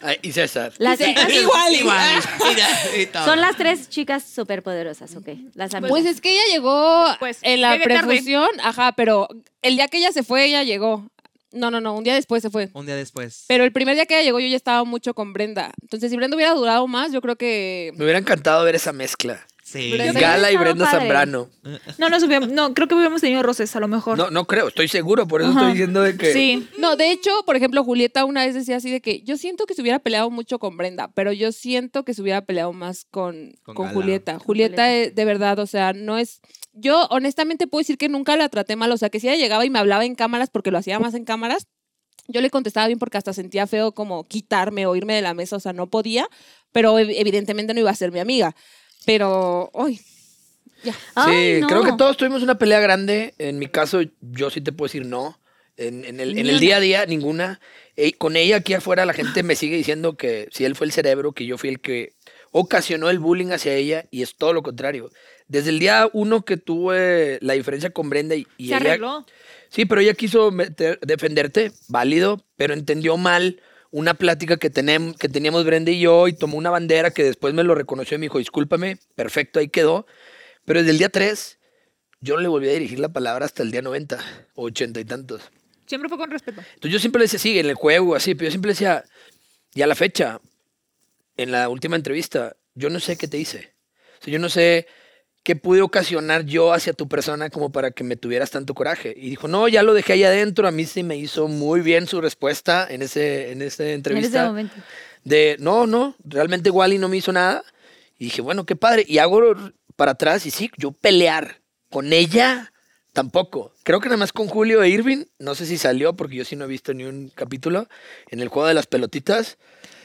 Ay, Ah, y César. Las chicas- igual, Igual. y- y todo. son las tres chicas superpoderosas, ok. Las amigas. Pues es que ella llegó Después. en la Llegué tarde. prefusión, ajá, pero el día que ella se fue, ella llegó. No, no, no, un día después se fue. Un día después. Pero el primer día que ella llegó yo ya estaba mucho con Brenda. Entonces, si Brenda hubiera durado más, yo creo que... Me hubiera encantado ver esa mezcla. Sí. Brenda- Gala y estado Brenda padre. Zambrano. No, nos hubiéramos- no, creo que hubiéramos tenido roces a lo mejor. No, no creo, estoy seguro, por eso Ajá. estoy diciendo de que. Sí. No, de hecho, por ejemplo, Julieta una vez decía así de que yo siento que se hubiera peleado mucho con Brenda, pero yo siento que se hubiera peleado más con, Con con, Gala. Julieta. Julieta, eh, de verdad, o sea, no es... Yo honestamente puedo decir que nunca la traté mal, o sea, que si ella llegaba y me hablaba en cámaras, porque lo hacía más en cámaras, yo le contestaba bien porque hasta sentía feo como quitarme o irme de la mesa, o sea, no podía, pero ev- evidentemente no iba a ser mi amiga. Pero, hoy Ay, Sí, no. creo que todos tuvimos una pelea grande. En mi caso, yo sí te puedo decir no. En, en el, en el día a día, ninguna. Eh, con ella aquí afuera, la gente me sigue diciendo que si él fue el cerebro, que yo fui el que ocasionó el bullying hacia ella, y es todo lo contrario. Desde el día uno que tuve la diferencia con Brenda y, y ella. se arregló. Sí, pero ella quiso meter- defenderte, válido, pero entendió mal una plática que, tenem- que teníamos Brenda y yo y tomó una bandera que después me lo reconoció y me dijo, discúlpame, perfecto, ahí quedó. Pero desde el día 3, yo no le volví a dirigir la palabra hasta el día 90 o 80 y tantos. Siempre fue con respeto. Entonces yo siempre le decía, sí, en el juego, así, pero yo siempre le decía, y a la fecha, en la última entrevista, yo no sé qué te hice. O sea, yo no sé qué pude ocasionar yo hacia tu persona como para que me tuvieras tanto coraje. Y dijo, no, ya lo dejé ahí adentro. A mí sí me hizo muy bien su respuesta en, ese, en esa En entrevista. ese este momento. De, no, no, realmente Wally no me hizo nada. Y dije, bueno, qué padre. Y hago r- para atrás y sí, yo pelear con ella tampoco. Creo que nada más con Julio e Irving, no sé si salió porque yo sí no he visto ni un capítulo en el juego de las pelotitas.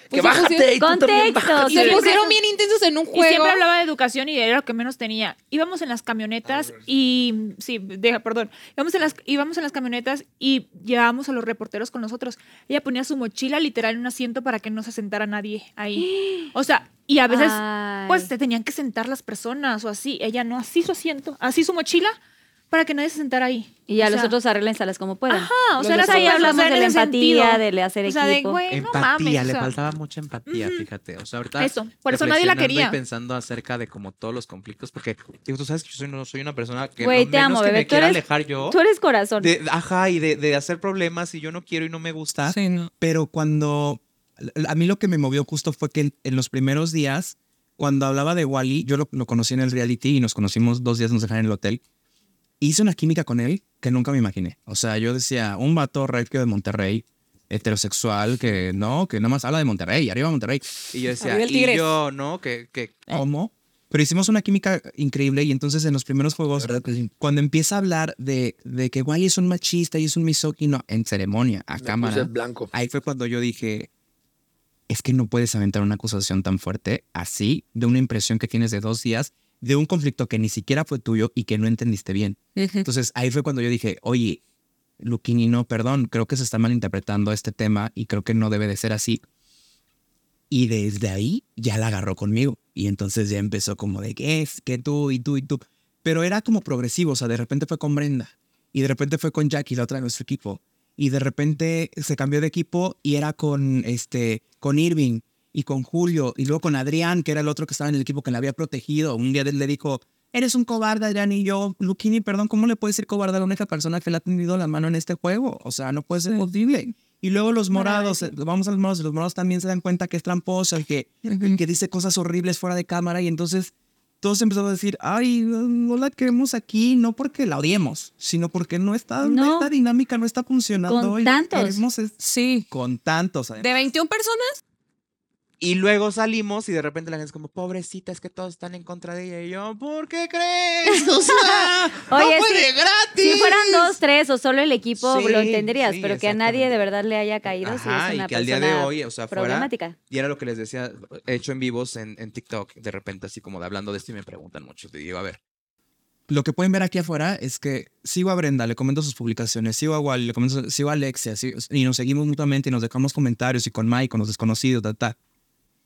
Que Pues sí, bájate, pusieron- y tú también Contexto, bájate. se siempre- pusieron bien intensos en un Y juego. siempre hablaba de educación y era lo que menos tenía. Íbamos en las Ah, camionetas y. Sí, deja, perdón. Íbamos en las, íbamos en las camionetas y llevábamos a los reporteros con nosotros. Ella ponía su mochila literal en un asiento para que no se sentara nadie ahí. O sea, y a veces, Ay. pues se tenían que sentar las personas o así. Ella no, así su asiento, así su mochila para que nadie se sentara ahí. Y a O los sea, otros arréglenselas como puedan. Ajá, o sea, Los era ahí como- o hablamos sea, de en la ese empatía, sentido. de le- hacer O sea, de, equipo. güey, no empatía, mames, o le sea. faltaba mucha empatía, fíjate. O sea, ahorita. Eso, por eso nadie la reflexionando quería. Y pensando acerca de como todos los conflictos, porque digo, tú sabes que yo soy, no, soy una persona que Güey, lo te menos amo, que bebé. me Tú quiera eres- alejar yo. Tú eres corazón. de- ajá, y de, de hacer problemas y yo no quiero y no me gusta. Sí, no. Pero cuando. A mí lo que me movió justo fue que en, en los primeros días, cuando hablaba de Wally, yo lo, lo conocí en el reality y nos conocimos dos días, nos dejaron en el hotel. Hice una química con él que nunca me imaginé. O sea, yo decía, un vato regio de Monterrey, heterosexual, que no, que nada más habla de Monterrey, arriba Monterrey. Y yo decía, Arriba el y Tigres. yo, ¿no? Que, que ¿Cómo? Pero hicimos una química increíble y entonces en los primeros juegos, cuando empieza a hablar de, de que Wally es un machista y es un misógino en ceremonia, a Me cámara. puse blanco. Ahí fue cuando yo dije, es que no puedes aventar una acusación tan fuerte así de una impresión que tienes de dos días, de un conflicto que ni siquiera fue tuyo y que no entendiste bien. Entonces ahí fue cuando yo dije, oye, Luquini, no, perdón, creo que se está malinterpretando este tema y creo que no debe de ser así. Y desde ahí ya la agarró conmigo. Y entonces ya empezó como de que es, que tú y tú y tú. Pero era como progresivo, o sea, de repente fue con Brenda y de repente fue con Jackie, la otra de nuestro equipo. Y de repente se cambió de equipo y era con, este, con Irving y con Julio y luego con Adrián, que era el otro que estaba en el equipo que la había protegido. Un día le dijo, eres un cobarde, Adrián. Y yo, Luquini, perdón, ¿cómo le puedes ser cobarde a la única persona que le ha tenido la mano en este juego? O sea, no puede ser posible. Y luego los morados, eh, vamos a los morados, los morados también se dan cuenta que es tramposo, y que, que dice cosas horribles fuera de cámara y entonces todos empezamos a decir, ay, no la queremos aquí, no porque la odiemos, sino porque no está, No. esta dinámica no está funcionando. Con y tantos. queremos es- Sí. con tantos. además. ¿De 21 personas? Y luego salimos y de repente la gente es como, pobrecita, es que todos están en contra de ella. Y yo, ¿por qué crees? [laughs] O sea, Oye, no fue sí. de gratis. Si fueran dos, tres o solo el equipo, Sí, lo entenderías, sí, pero que a nadie exactamente. de verdad le haya caído si Ajá, es y una que al día de persona hoy, o sea, fuera- problemática. Y era lo que les decía, hecho en vivos en, en TikTok, de repente así como de hablando de esto y me preguntan mucho. Te digo, a ver, lo que pueden ver aquí afuera es que sigo a Brenda, le comento sus publicaciones, sigo a Wally, le comento, sigo a Alexia, sigo- y nos seguimos mutuamente y nos dejamos comentarios y con Mike, con los desconocidos, tal, tal.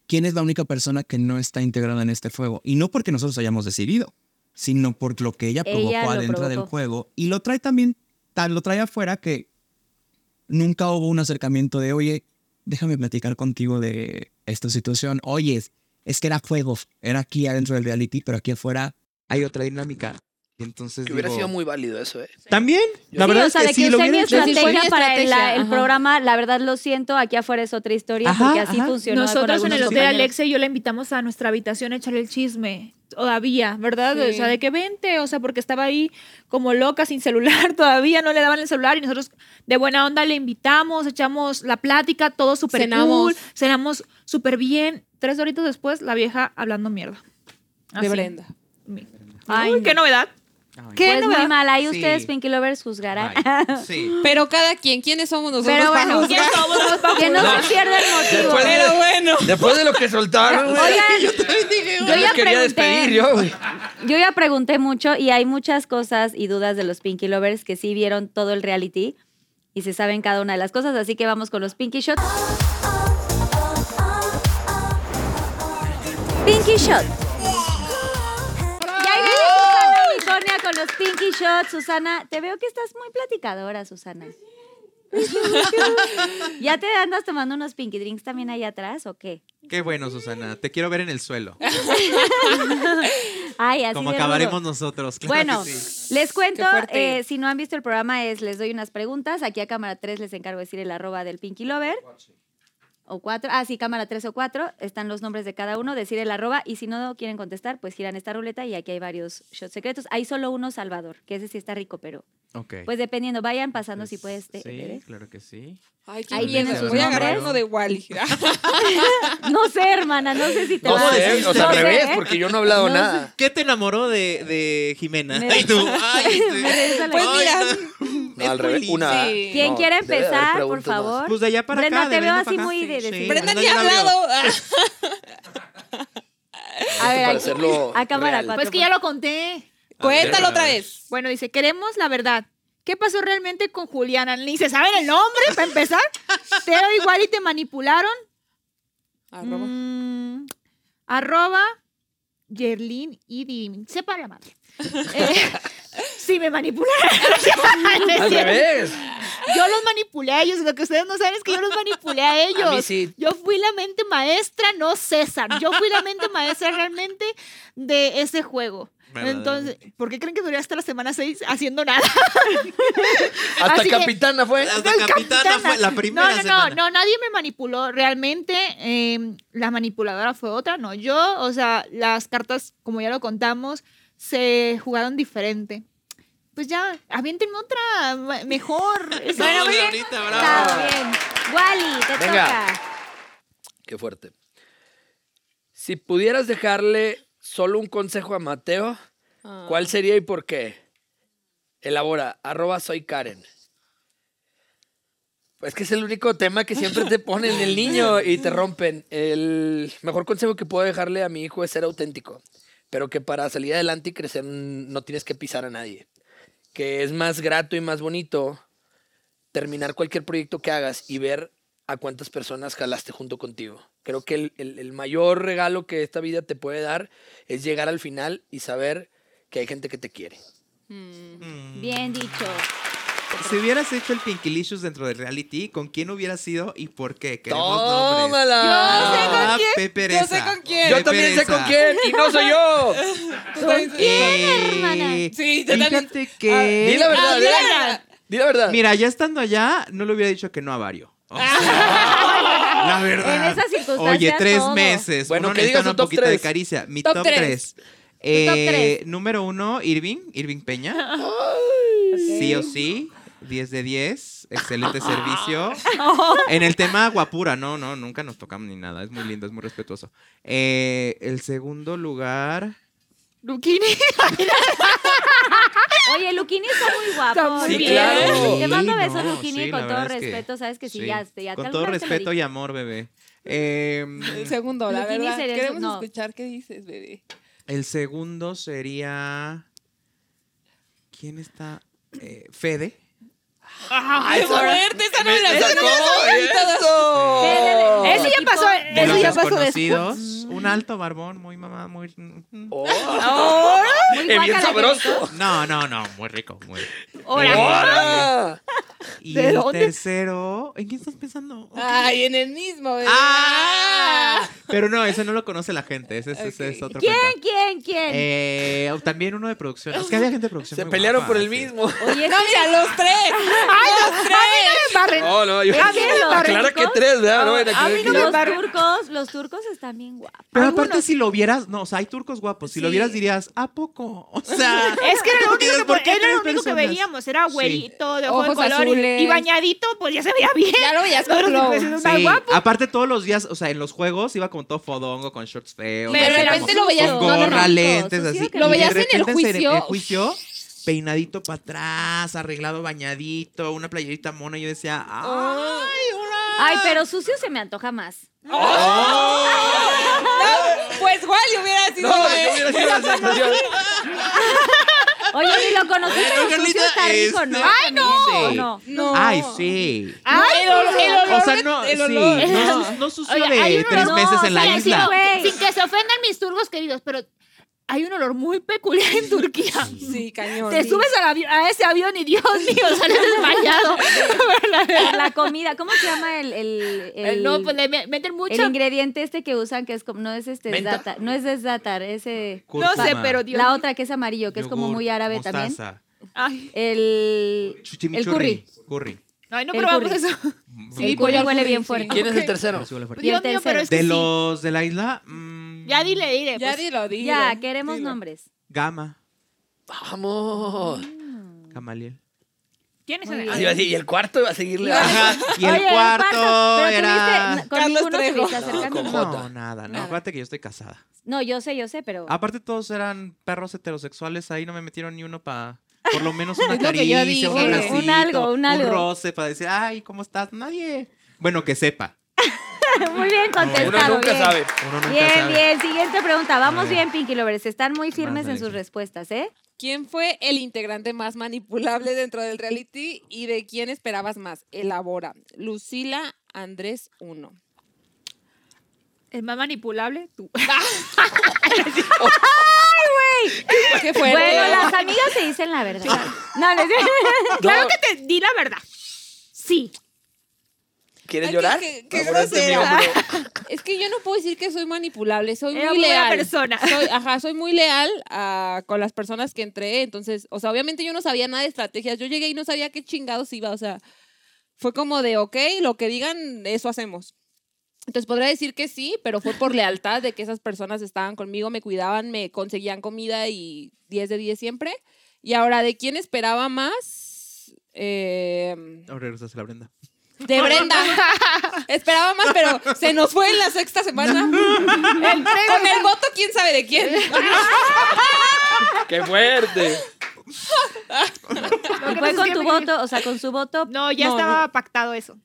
¿Quién es la única persona que no está integrada en este juego? Y no porque nosotros hayamos decidido, sino por lo que ella Ella provocó lo adentro del provocó. juego. Y lo trae también, tal, lo trae afuera que nunca hubo un acercamiento de, oye, déjame platicar contigo de esta situación. Oye, es- es que era juego, era aquí adentro del reality, pero aquí afuera hay otra dinámica. Y entonces Que hubiera digo, sido muy válido eso, ¿eh? También, la sí, verdad o sea, es de que sí, que lo usé mi hubiera hecho. Sí, fue mi estrategia para el, la- estrategia, el ajá. programa, la verdad lo siento, aquí afuera es otra historia Ajá, porque así ajá. funcionó. Nosotros en el hotel, Alex Alexia y yo la invitamos a nuestra habitación a echarle el chisme. Todavía, ¿verdad? Sí. O sea, de que vente, o sea, porque estaba ahí como loca, sin celular, [laughs] todavía no le daban el celular y nosotros de buena onda le invitamos, echamos la plática, todo súper Cenamos. cool, cenamos súper bien. Tres horitos después, la vieja hablando mierda. Así. de Brenda. Mi- Ay, Uy, qué novedad. Ay, ¿Qué Pues muy novedad? mal, ahí Sí. ustedes, Pinky Lovers, juzgarán. [laughs] ay, Sí. Pero cada quien, ¿quiénes somos nosotros? Pero para bueno, [laughs] juzgar? [laughs] que no se pierda el motivo. Después pues de, Pero lo, bueno. después de lo que soltaron, güey. Oigan, [laughs] Yo ya les quería pregunté. despedir, yo, güey. Yo ya pregunté mucho y hay muchas cosas y dudas de los Pinky Lovers que sí vieron todo el reality y se saben cada una de las cosas, así que vamos con los Pinky Shots. Pinky Shot. Ya viene Susana Unicornia con los Pinky Shots. Susana, te veo que estás muy platicadora, Susana. ¿Ya te andas tomando unos Pinky Drinks también ahí atrás o qué? Qué bueno, Susana. Te quiero ver en [laughs] el suelo. Ay, así Como de rudo. acabaremos nosotros. claro Bueno, que sí. les cuento, Qué fuerte. eh, si no han visto el programa, es les doy unas preguntas. Aquí a cámara 3 les encargo de decir el arroba del Pinky Lover. O cuatro, ah, sí, cámara 3 o 4, están los nombres de cada uno, decir el arroba y si no quieren contestar, pues giran esta ruleta y aquí hay varios shots secretos. Hay solo uno Salvador, que ese sí está rico, pero Ok. pues dependiendo, vayan Pues, pasando si puedes. te- Sí, te- claro que sí. Ay, qué Ahí miedo. tienen sus Voy a agarrar nombres. uno de Wally. Ah, No sé, hermana, no sé si te No va sé, o sea, No al sé, revés, ¿eh? porque yo no he hablado No nada. ¿Qué te enamoró de, de Jimena? Me- Y tú, [laughs] ay, este- Me regresa la- Pues Ay, mira. [laughs] no. Es al muy revés, lindo. una- Sí. ¿Quién No, quiere debe de haber empezar, por preguntas más. favor? Pues de allá para Brenda, acá. de te veo Brenda así para acá, muy sí, de- de- sí. Brenda ni ya ha la veo. hablado. Ah, A ver, Para aquí- hacerlo a cámara real. 4. Pues que ya lo conté. Cuéntalo otra vez. Bueno, dice, queremos la verdad. ¿Qué pasó realmente con Juliana? Ni se saben el nombre, para empezar. Pero igual y te manipularon. Arroba. Mm, arroba Yerlin Idi. Sepa [laughs] la madre. Eh, sí, me manipularon. [laughs] No es Al [laughs] cierto. revés. yo los manipulé a ellos. Lo que ustedes no saben es que yo los manipulé a ellos. mí sí. Yo fui la mente maestra, no César. Yo fui la mente maestra realmente de ese juego. Entonces, Verdaderamente. ¿por qué creen que duré hasta la semana 6 haciendo nada? Hasta Así que- capitana fue. Hasta capitana fue la primera no, no, semana. no, no, nadie me manipuló. Realmente eh, la manipuladora fue otra, no yo. O sea, las cartas, como ya lo contamos, se jugaron diferente. Pues ya, aviéntenme otra ma- mejor. Bueno, muy bien. Ahorita, Está bravo. bien. Wally, te ah. Venga. toca. Qué fuerte. Si pudieras dejarle solo un consejo a Mateo, Ah. ¿cuál sería y por qué? Elabora, arroba soy Karen. Pues que es el único tema que siempre te ponen el niño y te rompen. El mejor consejo que puedo dejarle a mi hijo es ser auténtico, pero que para salir adelante y crecer no tienes que pisar a nadie. Que es más grato y más bonito terminar cualquier proyecto que hagas y ver a cuántas personas jalaste junto contigo. Creo que el, el- el mayor regalo que esta vida te puede dar es llegar al final y saber que hay gente que te quiere. Bien dicho. Mm. Si hubieras hecho el Pinkilicious dentro del reality, ¿con quién hubiera sido y por qué? Queremos nombres. ¡Tómala! Ah, quién. Pepe Yo sé Reza. con quién. Yo Pepe también sé con Reza. quién y no soy yo. Eh, hermana? Sí, yo también. Fíjate que... Ah, Di la verdad, di la Adriana. verdad. Di la verdad. Mira, ya estando allá, no le hubiera dicho que no a Vario. O sea, [laughs] la verdad. En esas circunstancias, Oye, tres todo. meses. Bueno, Uno que necesita digas tu una top poquita de tres. caricia. Mi Top top, tres. tres. top Eh, Número uno, Irving. Irving Peña. Sí o sí. 10 de 10. [laughs] Excelente [laughs] servicio. En el tema guapura, no, no, nunca nos tocamos ni nada. Es muy lindo, es muy respetuoso. Eh, el segundo lugar. Luquini. Oye, Luquini está muy guapo. Está muy Sí, bien. claro. Te mando Sí, besos, no, Luquini, sí, con la todo verdad es que- respeto. Sabes que sí, sí. ya, este, ya Con todo respeto y amor, bebé. Em, El segundo, la Luquini verdad. sería el Queremos segundo. escuchar qué dices, bebé. El segundo sería. ¿Quién está? Eh, Fede. ¡Ay, ¡Qué fuerte! ¡Esta no me la eh. ¡Eso! Eso ya pasó. De Eso los ya pasó desconocidos, después. un alto barbón, muy mamá, muy... ¡Oh! eh, Muy ¡Qué bien guácala, sabroso! [laughs] No, no, no, muy rico, muy... Ahora. ¡Ora! Y ¿De el dónde? tercero, ¿en quién estás pensando? Ay, en el mismo. ¿verdad? ¡Ah! Pero no, ese no lo conoce la gente, ese, ese- ese es otro ¿Quién, cuento. quién, quién? Eh, también uno de producción. Es que había gente de producción. Se muy pelearon guapa, por el sí. mismo. Oye, No, mira, los tres. Barren. No, no, yo. A mí no me barren, Aclara que chicos. tres, ¿verdad? No, era a que- mí no me los barren. turcos, los turcos están bien guapos. Pero aparte, Algunos. si lo vieras, no, o sea, hay turcos guapos. Si lo Sí. vieras, dirías, ¿a poco? O sea. Es que era lo único, que, dices, ¿por qué era lo tres único que personas? veíamos. Era güerito, de ojo de Ojos color y- azules. y bañadito, pues ya se veía bien. Ya lo veías Pero con glow. pues, es más Sí, guapo. Aparte, todos los días, o sea, en los juegos iba con todo fodongo, con shorts feos. Pero de así repente como lo veías- Con no, no, no, gorra, no, lentes, sucio así. que Lo y de veías en el repente se- juicio. el juicio, peinadito para atrás, arreglado, bañadito, una playerita mona. Y yo decía, ¡ay, hola! Ay, pero sucio se me antoja más. Pues Wally hubiera sido. No, yo hubiera sido la sensación. Oye, ni lo conocí, pero sucio Carlita, está rico, ¿no? este- ¡Ay, no! Sí. no. No. ¡Ay, sí! Ay, El olor- el olor O sea, de- no, sí, el olor. no, su- no sucio Oye, hay de un tres olor- meses en no, la sí, isla. sí, güey. sin que se ofendan mis turcos queridos, pero hay un olor muy peculiar en Turquía. Sí, cañón. Te Sí. subes al avi- a ese avión y Dios mío, sales desmayado. La comida, ¿cómo se llama el, el, el- no, pues le me- meten mucho. el ingrediente este que usan que es como, no es este ¿Menta? zaatar, no es desdatar, ese No sé, Cúrcuma, pero Dios. la otra que es amarillo, que es como yogur, muy árabe también. mostaza, Ay, El chimichurri, Curry. ay, no El probamos curry. eso. el curry huele bien sí. fuerte. ¿Quién es el tercero? Y el Dios mío, pero tercero. es que De sí. los de la isla, mm, Ya dile, dile. Ya pues. di lo digo. Ya, queremos nombres. Gama, Vamos. Gamaliel. ¿Quién es Muy el- bien. Así va a decir, y el cuarto iba a seguirle. Ajá, y el Oye, cuarto pero era... tuviste- con Carlos ninguno Trejo. tuviste acercamiento. con- No, nada, no, Nada. acuérdate que yo estoy casada. No, yo sé, yo sé, pero Aparte todos eran perros heterosexuales, ahí no me metieron ni uno para... Por lo menos una Es lo que yo caricia, un dije. Un abracito, algo, un algo. roce para decir, ay, ¿cómo estás? Nadie. Bueno, que sepa. [laughs] muy bien Uno contestado. nunca bien. sabe. Uno nunca Bien, sabe. bien, siguiente pregunta. Vamos Muy bien, Pinky Lovers. Están muy firmes en Alexa. sus respuestas, ¿eh? ¿Quién fue el integrante más manipulable dentro del reality y de quién esperabas más? Elabora. Lucila Andrés 1. ¿Es más manipulable? Tú. ¿Qué fue? Bueno, las amigas se dicen la verdad. No, no es Claro que te di la verdad. Sí. ¿Quieres Ay, llorar? qué- qué Acuérdate de mi grosera. hombro. [laughs] Es que yo no puedo decir que soy manipulable, soy Era muy muy buena leal. persona. [laughs] Soy, ajá, soy muy leal a- con las personas que entré, entonces, o sea, obviamente yo no sabía nada de estrategias, yo llegué y no sabía qué chingados iba, o sea, fue como de, ok, lo que digan, eso hacemos. Entonces podría decir que sí, pero fue por lealtad de que esas personas estaban conmigo, me cuidaban, me conseguían comida y 10 de 10 siempre. Y ahora, ¿de quién esperaba más? Eh, Ahora regresas a la Brenda. de Brenda. [laughs] Esperaba más, pero se nos fue en la sexta semana. Con el voto, quién sabe de quién. ¡Qué fuerte! Lo Y que fue no con sé tu qué me- voto, o sea, con su voto. No, ya No, estaba pactado eso.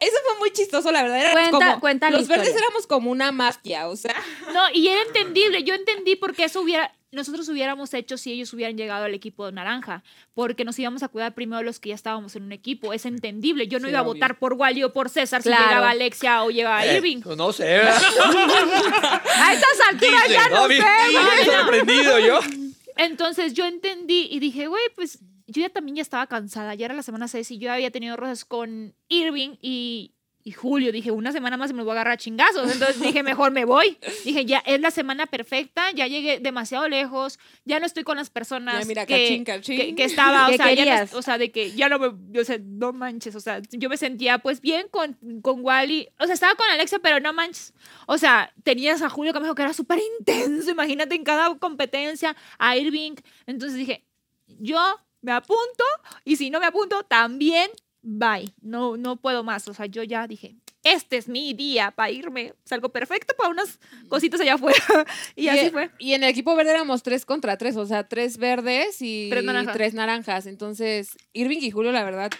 Eso fue muy chistoso, la verdad. Éramos Cuenta- como, cuenta la los verdes historia. éramos como una mafia, o sea. No, y era entendible. Yo entendí por qué eso hubiera, nosotros hubiéramos hecho si ellos hubieran llegado al equipo de naranja, porque nos íbamos a cuidar primero los que ya estábamos en un equipo. Es entendible. Yo no Sí, iba a obvio. votar por Wally o por César si Claro. llegaba Alexia o llegaba Eh, Irving. pues no sé, ¿verdad? A estas alturas ya No, no bien, sé. bien sorprendido yo. Entonces yo entendí y dije, güey, pues yo ya también ya estaba cansada. Ya era la semana 6 y yo había tenido roces con Irving y, y Julio. Dije, una semana más y me los voy a agarrar a chingazos. Entonces dije, mejor me voy. Dije, ya es la semana perfecta. Ya llegué demasiado lejos. Ya no estoy con las personas Ya, mira, que, cachín, cachín. que- que estaba. O Que sea, ya no- querías. o sea, de que ya no me. O sea, no manches. O sea, yo me sentía pues bien con, con Wally. O sea, estaba con Alexia, pero no manches. O sea, tenías a Julio que me dijo que era súper intenso, imagínate en cada competencia, a Irving. Entonces dije, yo me apunto y si no me apunto, también bye. No, no puedo más. O sea, yo ya dije, este es mi día para irme. Salgo perfecto para unas cositas allá afuera. [laughs] y, así e- fue. y en el equipo verde éramos tres contra tres, o sea, tres verdes y Tres naranjas. tres naranjas. Entonces, Irving y Julio, la verdad,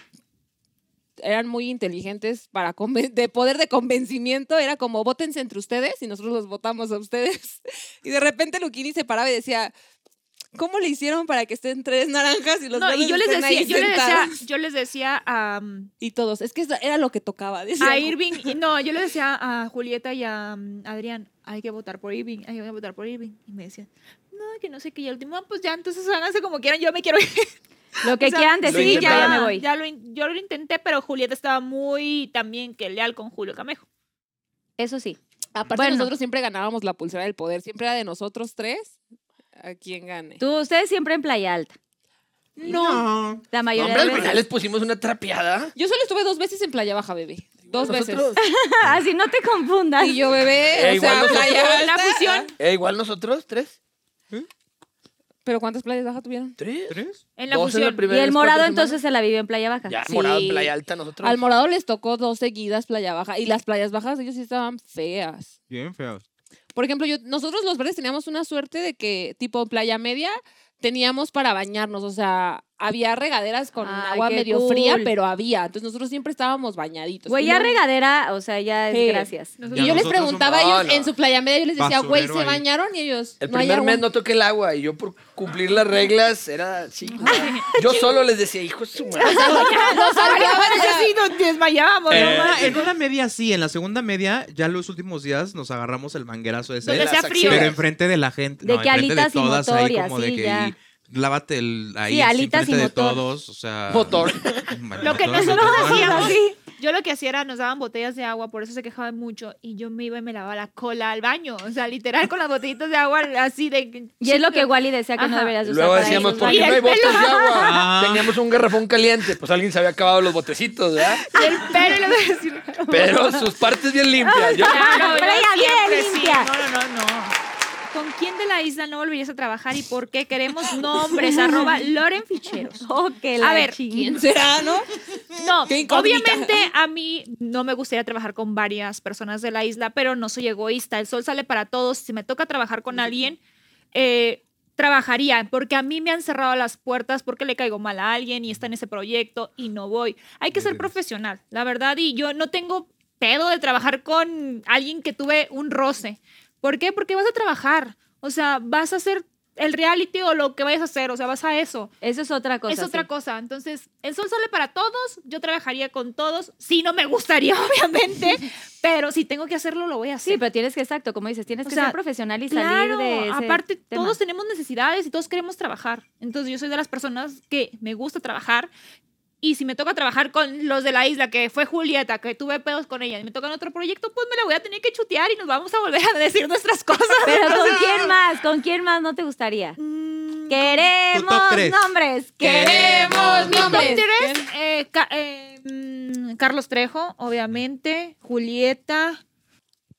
eran muy inteligentes para conven- de poder de convencimiento. Era como, [laughs] votense entre ustedes y nosotros los votamos a ustedes. Y de repente Luquini se paraba y decía, ¿Cómo le hicieron para que estén tres naranjas y los No, verdes y yo les estén decía, ahí yo les decía, sentados? [laughs] yo les decía a, um, Y todos, es que eso era lo que tocaba. [laughs] decía a como- Irving, y no, yo les decía a Julieta y a um, Adrián, hay que votar por Irving, hay que votar por Irving. Y me decían, no, que no sé qué, y al último, "Ah, pues ya, entonces háganse como quieran, yo me quiero ir. [laughs] Lo que O sea, quieran lo decir, sí, yo intenté. ya, ya me voy. ya lo in- yo lo intenté, pero Julieta estaba muy también que leal con Julio Camejo. Eso sí. Aparte, Bueno. nosotros siempre ganábamos la pulsera del poder. Siempre era de nosotros tres a quien gane. Tú, ustedes siempre en playa alta. No. La No, mayoría hombre, al de final veces. les pusimos una trapeada. Yo solo estuve dos veces en Playa Baja, bebé. Dos Nosotros, veces. Así Ah, no te confundas. Y yo, bebé, Eh, o igual sea, nosotros- Playa Alta. La fusión eh, igual nosotros, tres. ¿Pero cuántas playas baja tuvieron? Tres. ¿Tres? en la Dos en fusión. [laughs] Y primera, el las morado cuatro entonces semanas. se la vivió en playa baja. Ya, Sí. morado en playa alta, nosotros. Al morado les tocó dos seguidas Playa Baja. Y las playas bajas, ellos sí estaban feas. Bien feos. Por ejemplo, yo, nosotros los verdes teníamos una suerte de que, tipo playa media, teníamos para bañarnos. O sea, había regaderas con Ay, agua qué medio fría, cool. pero había. Entonces nosotros siempre estábamos bañaditos. Güey, Y ya yo- regadera, o sea, ya es Sí. gracias. Y yo les Nosotros preguntaba a somos- ellos en su playa media, yo les decía, güey, Basurero ¿se ahí. bañaron? Y ellos, El no hay primer agua. mes [laughs] no toqué el agua y yo por cumplir las reglas era chico. Yo solo les decía, hijo de su madre. [laughs] Nos agarrábamos así, nos desmayábamos. En ¿no? una- Eh, en una media sí, en la segunda media, ya los últimos días nos agarramos el manguerazo ese. Donde las sea frío. Pero axilas. enfrente de la gente. De no, que enfrente alitas de y todas, motor y ahí como así, de que ya. y lávate el, ahí. Sí, alitas enfrente y de motor. todos, o sea. [laughs] Motor. Lo que motor, nosotros motor. hacíamos, yo lo que hacía era nos daban botellas de agua, por eso se quejaban mucho, y yo me iba y me lavaba la cola al baño, o sea, literal con las botellitas de agua así de... Y es lo que Wally decía que no Ajá. deberías usar. Luego para decíamos, esos ¿por qué baños". no hay botes de Ah. agua? Teníamos un garrafón caliente. Pues alguien se había acabado los botecitos, ¿verdad? Y [laughs] el pelo y lo [laughs] voy a decir... Pero sus partes bien limpias. Yo- Claro, Pero yo ella bien siempre sí. limpia. No, no, no, no. ¿Con quién de la isla no volverías a trabajar y por qué queremos [laughs] nombres? arroba Loren Ficheros. [laughs] Oh, que la A ver, chingada. ¿Quién será, no? No, Qué incógnita. obviamente a mí no me gustaría trabajar con varias personas de la isla, pero no soy egoísta. El sol sale para todos. Si me toca trabajar con alguien, eh, trabajaría, porque a mí me han cerrado las puertas porque le caigo mal a alguien y está en ese proyecto y no voy. Hay que ser profesional, la verdad, y yo no tengo pedo de trabajar con alguien que tuve un roce. ¿Por qué? Porque vas a trabajar. O sea, vas a hacer el reality o lo que vayas a hacer, o sea, vas a eso Eso es otra cosa. es otra sí. cosa. Entonces, el sol sale para todos, yo trabajaría con todos. Sí, no me gustaría, [laughs] [laughs] obviamente, pero si tengo que hacerlo, lo voy a hacer. Sí, pero tienes que, exacto, como dices, tienes O que sea, ser profesional y salir claro, de ese aparte, tema. todos tenemos necesidades y todos queremos trabajar. Entonces, yo soy de las personas que me gusta trabajar. Y si me toca trabajar con los de la isla, que fue Julieta, que tuve pedos con ella, y me toca en otro proyecto, pues me la voy a tener que chutear y nos vamos a volver a decir nuestras cosas. [laughs] [laughs] Pero ¿con quién más? ¿Con quién más no te gustaría? Mm, Tu top Queremos tres. nombres. ¡Queremos Top nombres! tres, eh, Ca- eh, mm, Carlos Trejo, obviamente. Julieta.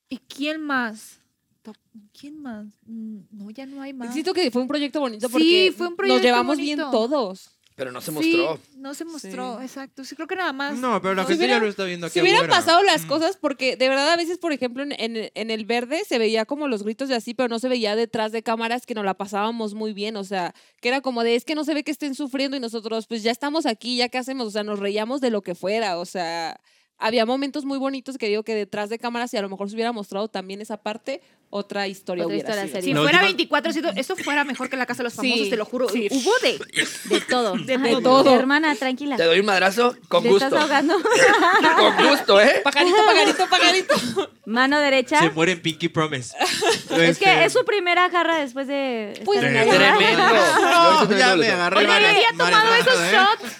¿Y quién más? Top- ¿Quién más? Mm, No, ya no hay más. Siento que fue un proyecto bonito Sí, porque fue un proyecto nos llevamos bien bonito. todos. Pero no se Sí, mostró. no se mostró, exacto. Sí, creo que nada más. No, pero la Dos. gente hubiera- ya lo está viendo aquí. Si hubieran afuera. pasado las Mm. cosas, porque de verdad a veces, por ejemplo, en, en- en el verde se veía como los gritos de así, pero no se veía detrás de cámaras que nos la pasábamos muy bien, o sea, que era como de, es que no se ve que estén sufriendo y nosotros, pues ya estamos aquí, ya qué hacemos, o sea, nos reíamos de lo que fuera, o sea, había momentos muy bonitos que digo que detrás de cámaras, si a lo mejor se hubiera mostrado también esa parte, otra historia Otra hubiera historia sido. sería. Si La fuera última- 24, si esto fuera mejor que la casa de los Sí, famosos, te lo juro. sí. Hubo de. De todo. De todo. Hermana, tranquila. Te doy un madrazo con Te gusto. estás [laughs] ahogando. Con gusto, ¿eh? Pajarito, pajarito, pajarito. [laughs] Mano derecha. Se muere en Pinky Promise. Es Este, que es su primera jarra después de. Pues, [laughs] estar en la- Tremendo. Tremendo. No, ya me agarré. Oye, varias- había varias tomado esos cosas, ¿eh? shots.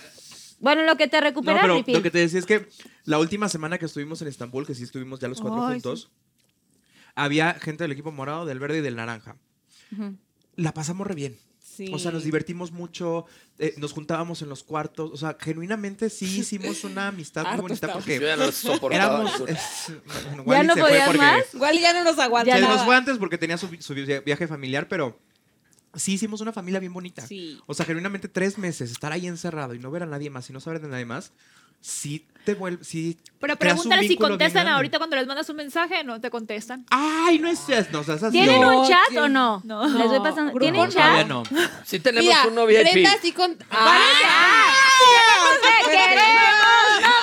Bueno, lo que te No, recuperas, pero Ripi. lo que te decía es que la última semana que estuvimos en Estambul, que sí estuvimos ya los cuatro Ay, juntos, había gente del equipo morado, del verde y del naranja. La pasamos re bien. O sea, nos divertimos mucho, eh, nos juntábamos en los cuartos. O sea, genuinamente sí hicimos una amistad muy Harto bonita estábamos. Yo ya porque no los soportaba. éramos. eh, ¿Ya Arturo. bueno, Wally no se fue podías porque- más? Igual ya no nos Ya aguantaba. se nos fue antes porque tenía su, su viaje familiar, pero sí hicimos una familia bien bonita. Sí. O sea, genuinamente tres meses estar ahí encerrado y no ver a nadie más y no saber de nadie más, sí te vuelve, sí. Pero creas un pregúntale si vínculo bien contestan grande. ahorita cuando les mandas un mensaje, no te contestan. Ay, no es no, o sea, esas- ¿Tienen no. un chat sí. o no? No. Les voy pasando. Grupo ¿Tienen no. chat? Todavía no. Sí tenemos Mira, uno VIP. Brenda sí con... ¡Ah! ¡Queremos! ¡Queremos!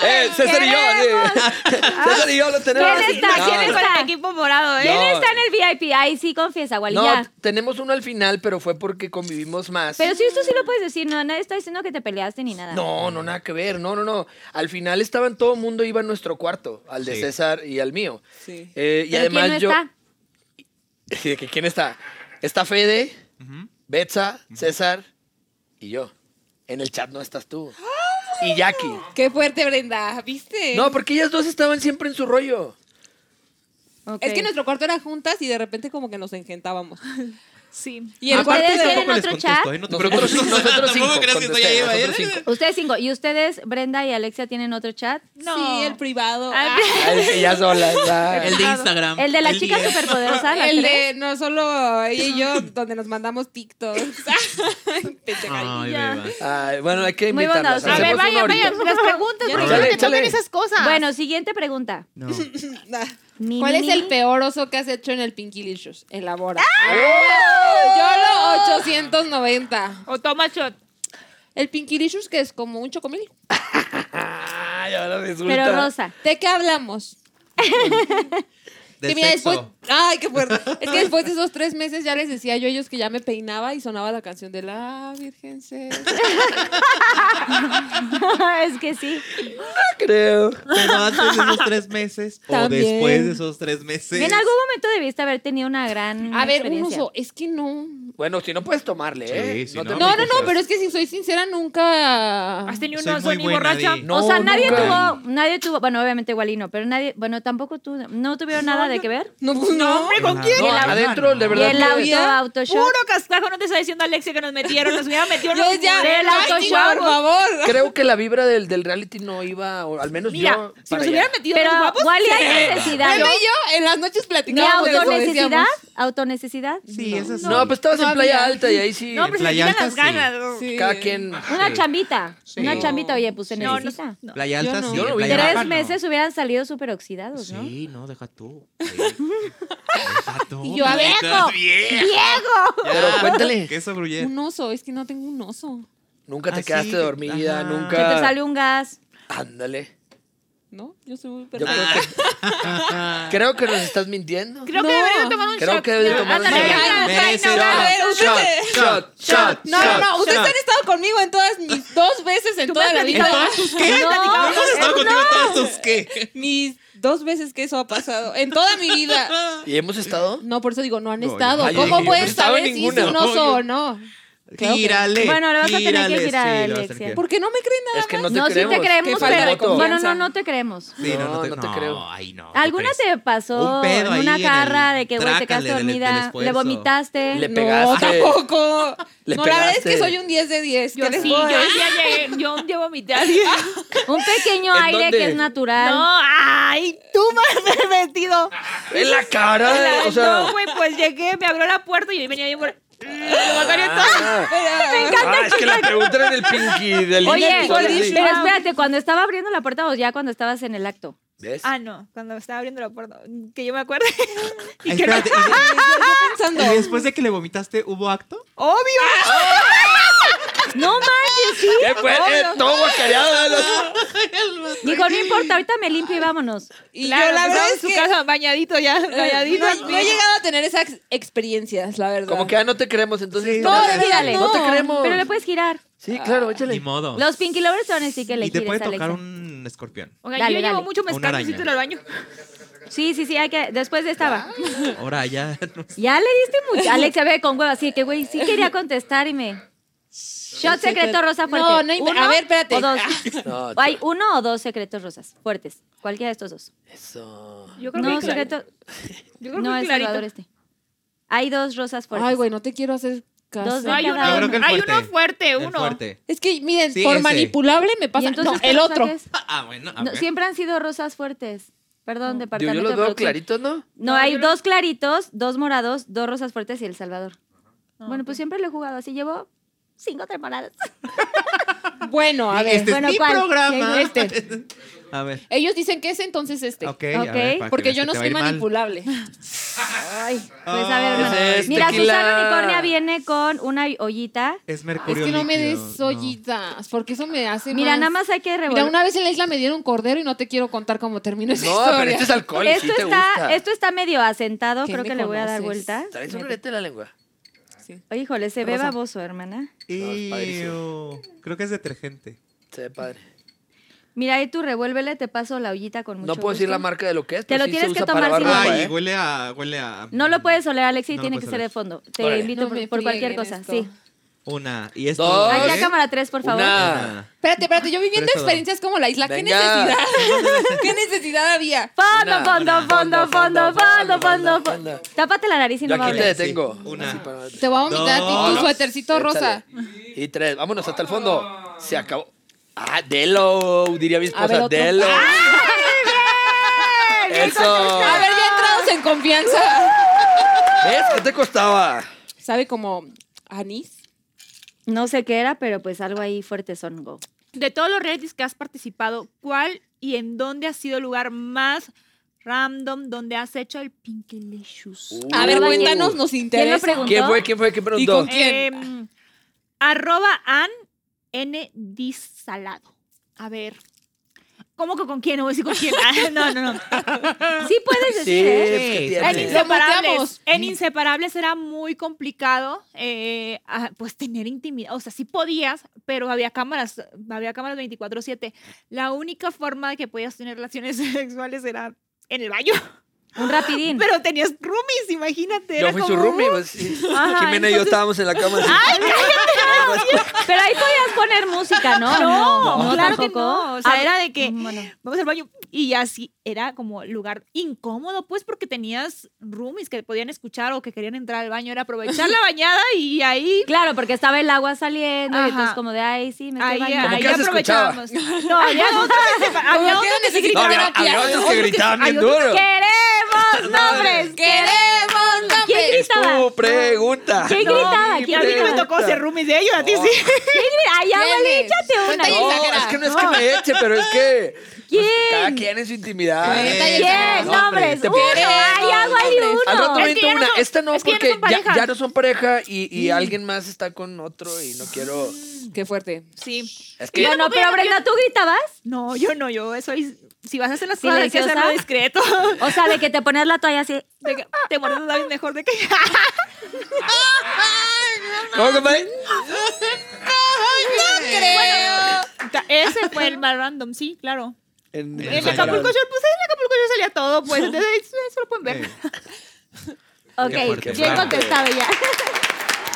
Eh, [laughs] César y yo. sí. César y yo lo tenemos. ¿Quién está? No, ¿Quién no, está? equipo morado, no, está en el VIP, ahí sí confiesa, Wally, No, ya. tenemos uno al final, pero fue porque convivimos más. Pero si esto sí lo puedes decir, no, nadie está diciendo que te peleaste ni nada. No, no, nada que ver. No, no, no. Al final estaban todo el mundo, iba a nuestro cuarto, al de Sí. César y al mío. Sí. Eh, y Pero además ¿quién no yo. [laughs] está? Sí, de que ¿Quién está? Está Fede, Betsa, César y yo. En el chat no estás tú. ¡Ah, Y Jackie. Qué fuerte, Brenda, ¿viste? No, porque ellas dos estaban siempre en su rollo. Ok. Es que nuestro cuarto era juntas y de repente como que nos engentábamos. Sí. Y Ah, el cuarto ¿Ustedes de... tienen otro chat? ¿eh? No te Nosotros, preocupes. nosotros cinco. [laughs] Tampoco creas que estoy ahí, contesté, ¿eh? nosotros cinco. Ustedes cinco. ¿Y ustedes, Brenda y Alexia, tienen otro chat? No. Sí, el privado. Ah, Ah, Ay, es que ya solas, ya. El de [laughs] Instagram. El de la chica DM. superpoderosa, las el tres. de no solo ella y yo, donde nos mandamos TikToks. Peche cariño. Ay, Ya. beba. Ay, bueno, hay que Muy invitarlas. bondadoso. A ver, Hacemos una vayan, ahorita. vayan, las preguntas, Ya porque no. no te Échale, toquen échale. esas cosas. Bueno, siguiente pregunta. [laughs] [laughs] No. Mi, ¿Cuál mi, es mi. el peor oso que has hecho en el Pinky Licious? Elabora. Yo lo 890. O toma shot. El Pinky Licious que es como un chocomil. Ay, ahora resulta. Pero Rosa. ¿De qué hablamos? De que mira, sexo. después. Ay, qué fuerte. Es que después de esos tres meses ya les decía yo a ellos que ya me peinaba y sonaba la canción de la Virgen César. [laughs] es que sí. [laughs] Creo. Pero antes de esos tres meses También. o después de esos tres meses. En algún momento debiste haber tenido una gran A ver, un experiencia. oso. Es que no. Bueno, si no puedes tomarle, ¿eh? Sí, si no. te No, no, preocupes. no, pero es que si soy sincera, nunca. ¿Has tenido Ah, Soy un oso muy ni buena borracha? de- No, o sea, nadie nunca. tuvo, nadie tuvo, bueno, obviamente Wally no, pero nadie, bueno, tampoco tú, no tuvieron nada de que ver. No, pues no. ¿Con quién? No, adentro, de Y verdad. el ¿Verdad? auto, auto shot. Puro cascajo, no te está diciendo Alexia que nos metieron, nos hubiera metido [laughs] Yo unos ya. Del Ay, auto sí, show. por favor. Creo que la vibra del, del reality no iba, o al menos Mira, yo. si para nos allá. hubieran metido Pero unos guapos, Wally hay Brenda necesidad. y yo en las noches Ni platicábamos de eso, autonecesidad, decíamos. autonecesidad. Sí, eso es. No, pues estabas No en Playa había. Alta y ahí sí. no, pero se Playa quitan Alta, las sí. ganas. Sí. cada quien. eh, Una Sí. chambita, una chambita, oye, pues se No, no, necesita. no. Playa alta, Yo no. sí. Yo no en vi. playa Tres baja, no. meses hubieran salido súper oxidados, ¿no? Sí, no, deja tú. Sí. Deja tú. Y yo, a ver, [laughs] Estás bien. Pero cuéntale. Que eso eh. gruyer. un oso, es que no tengo un oso, Nunca te Ah, sí, quedaste que- dormida, ajá. nunca. Que te sale un gas. Ándale. ¿no? Yo soy muy Yo perfecta. Ah, creo, que, creo que nos estás [laughs] mintiendo. Creo No. que deberían tomar un Creo shot. que deben tomar un Ándale, shot. ya, Merece ya, ya, shot. ya. Shot, shot, shot. No, no, no, ustedes han estado conmigo en todas mis dos veces en ¿Tú toda me la has vida. platicado? ¿Qué? ¿Cómo has estado contigo todos tus qué? Mis dos veces que eso ha pasado en toda [laughs] mi vida. ¿Y hemos estado? No, por eso digo, no han No, estado. yo- ¿Cómo yo no pueden estaba saber en si es ninguna. un oso o no? Claro que- Gírale. Bueno, le vas a tener que gírale, girar a sí, le vas a Alexia. tener que- ¿Por qué no me creen nada Es que no más? te No, sí creemos. te creemos, Qué falta de pero... Bueno, confianza. no, no te creemos. Sí, no, no, No, te, no te creo. Ay, no. te ¿Alguna crees. te pasó Un pedo en una ahí en carra el de que güey, te trácale quedaste del- del dormida, esfuerzo? le vomitaste? Le No, pegaste. tampoco. Le no, la verdad es que pegaste. soy un 10 de 10. ¿Qué Yo les sí, puedo yo decir? decía, llegué- yo un día vomité. Un pequeño ¿En aire dónde? que es natural. No, ay, tú me has metido. En la cara. eh, Ay, o sea. no, güey, pues llegué, me abrió la puerta y yo venía bien. por- Ah. Ah, es que la pregunta era en el pinky del Oye, Inter, pero sí. espérate, cuando estaba abriendo la puerta o ya cuando estabas en el acto. ¿Ves? Ah, no, cuando me estaba abriendo la puerta, que yo me acuerdo. Ay, espérate, y- [laughs] pensando. ¿Y después de que le vomitaste, hubo acto? Obvio. No manches, sí. ¡Ah! ¿Qué fue? Eh, todo guacareado, ¿no? Dijo, no importa, ahorita me limpio y vámonos. Y Claro, yo la pues, verdad en es su que Eh, casa bañadito ya, bañadito. no, no he llegado a tener esas experiencias, la verdad. Como que ah, no te creemos, entonces. Sí, no, no, te- de verdad, no te no. creemos. Pero le puedes girar. Sí, claro, échale. Ni modo. Los Pinky Lovers te van a decir que le y te puede gires, tocar Alexa. un escorpión. Oigan, Dale, yo dale. llevo mucho Una mezcal, araña. necesito ir al baño. Sí, sí, sí, hay que... después de estaba. Ahora ya. [laughs] no sé. Ya le diste mucho. [laughs] Alexia ve con huevo así que, güey, sí quería contestar y me. Shot secreto rosa fuerte. No, no inter- ¿Uno a ver, espérate. O dos. No, [laughs] Hay uno o dos secretos rosas fuertes. Cualquiera de estos dos. Eso. Yo creo No, que clarito. secreto. Yo creo No, que es clarito. Salvador este. Hay dos rosas fuertes. Ay, güey, no te quiero hacer caso. Dos No, hay Yo uno, creo que el hay fuerte. uno fuerte, El uno. fuerte. Es que miren, Sí, por ese. manipulable me Y pasa. entonces, no, ¿qué el rosas otro. es? [laughs] Ah, bueno. a No, ver. siempre han sido rosas fuertes. Perdón, Yo, departamento yo los de veo producción. [laughs] claritos, ¿no? No, No, hay yo no- dos claritos, dos morados, dos rosas fuertes y El Salvador. bueno, pues siempre lo he jugado así. Llevo cinco temporadas. Bueno, a ver. Este bueno, es mi ¿cuál? programa. Este. [laughs] A ver. Ellos dicen que es entonces este. Ok, a ver, Ok, para que Porque veas yo que no te va a soy ir mal. manipulable. Pues a ver, hermano. Ah, Ese es Mira, tequila. Susana Unicornia viene con una ollita. Es Es mercurio que no me líquido, des no. ollitas, porque eso me hace Mira, más- nada más hay que pues. Mira, revolver. una vez en la isla me dieron cordero y no te quiero contar cómo terminó esa No, historia. pero este es alcohol, y sí Esto te gusta. está, esto está medio asentado, ¿Qué creo me que le voy a dar conoces? vuelta. Traes un rete en la lengua. Oye, híjole, se ve Rosa. baboso, hermana. es padrísimo. Iu, Creo que es detergente. Se ve padre. Mira, ahí tú revuélvele, te paso la ollita con mucho no puedo decir gusto. la marca de lo que es, Te lo pero sí se tienes que usa para tomar sin barba, Ay, ¿eh? huele a, huele a. No lo puedes oler, Alexi, No lo tiene que puedes ser de oler. fondo. Te Órale. invito No por, me por cualquier frieguen cosa, esto. sí. Una. Y esto. Dos. Aquí a ¿Eh? cámara 3, por favor. Una. Una. Espérate, espérate, yo viviendo Presta, experiencias como la isla, ¿qué Venga. necesidad? [laughs] ¿Qué necesidad había? Fondo, Una, fondo, una. fondo, fondo, Fondo, fondo, fondo, fondo, fondo, fondo. fondo. Tápate la nariz y Yo no va a aquí te hablar. detengo. Una. Así para- Te voy a vomitar a ti tu Dos. suétercito rosa. Échale. Y tres. Vámonos hasta el fondo. Se acabó. Ah, Delo, diría mi ver, esposa. otro. Delo. ¡Ah, Eso. A ver, ya entramos en confianza. ¿Ves? ¿Qué te costaba? ¿Sabe como anís? No sé qué era, pero pues algo ahí fuerte son go. De todos los realities que has participado, ¿cuál y en dónde ha sido el lugar más random donde has hecho el Pinkelicious? A ver, cuéntanos, nos interesa. uh. ¿Quién lo preguntó? ¿Quién fue? ¿Quién fue? ¿Quién ¿Y preguntó? con quién? Em, arroba an n disalado. A ver. ¿Cómo que con quién? No voy a decir con [laughs] quién. Ah, no, no, no. Sí puedes Ah. Sí, decir, ¿eh? pues, ¿qué tiene? En Lo inseparables, Mm. muteamos. en inseparables era muy complicado, eh, ah, pues tener intimidad. O sea, sí podías, pero había cámaras, había cámaras 24/7. La única forma de que podías tener relaciones [laughs] sexuales era en el baño. Un rapidín. Pero tenías roomies, imagínate. Yo era fui su como, "Uh". roomie. Pues, sí. [laughs] Ajá, Jimena y yo entonces- estábamos en la cama. así. Pero ahí podías poner música, ¿no? No, claro que tampoco. no. O sea, Ah, era de que mm. bueno. vamos al baño y ya sí, era como lugar incómodo, pues, porque tenías roomies que podían escuchar o que querían entrar al baño. Era aprovechar [laughs] la bañada y ahí Claro, porque estaba el agua saliendo Ajá. y entonces como de, ay, sí, me estoy Ahí, bañando. ahí que se escuchaba. aprovechábamos. No, había otros que se- había que otros que se No, necesitaban había, gritaban. había otros que gritaban bien Hay otros duro. ¡Queremos nombres! ¡Queremos ¿Quién nombres! Es gritaba? tu pregunta. ¿Quién No, gritaba? mi Y a mí no me pregunta. tocó ser roomies de ellos, a ti No. sí. ¿Quién gritaba? Ay, abuelita, échate una. Cuenta y No, exagera. es que no es que me eche, pero es que pues, cada ¿Quién? quien en su intimidad. Cuenta y exagera. ¿Quién? Nombres. Te- Uno. Ay, abueli, Nombres. Al rato uno. me Es que invento ya no una. son- Esta no, es que ya no porque son ya, pareja. ya no son pareja y, y alguien más está con otro y no quiero. Qué fuerte. Sí. Es que. No, no, pero Brenda, ¿tú gritabas? No, yo no, yo soy. Si vas a hacer las cosas, hay que ¿Silenciosa? hacerlo discreto. O sea, de que te ponías la toalla así. De que te muerdes los labios mejor de que. ¿Cómo, [laughs] compadre? ¡No creo! Ese fue el más random, sí, claro. En, En Acapulco Shore, pues en Acapulco Shore salía [laughs] todo, pues. Entonces, eso, eso lo pueden ver. Ok, fuerte, bien bravo. contestado ya.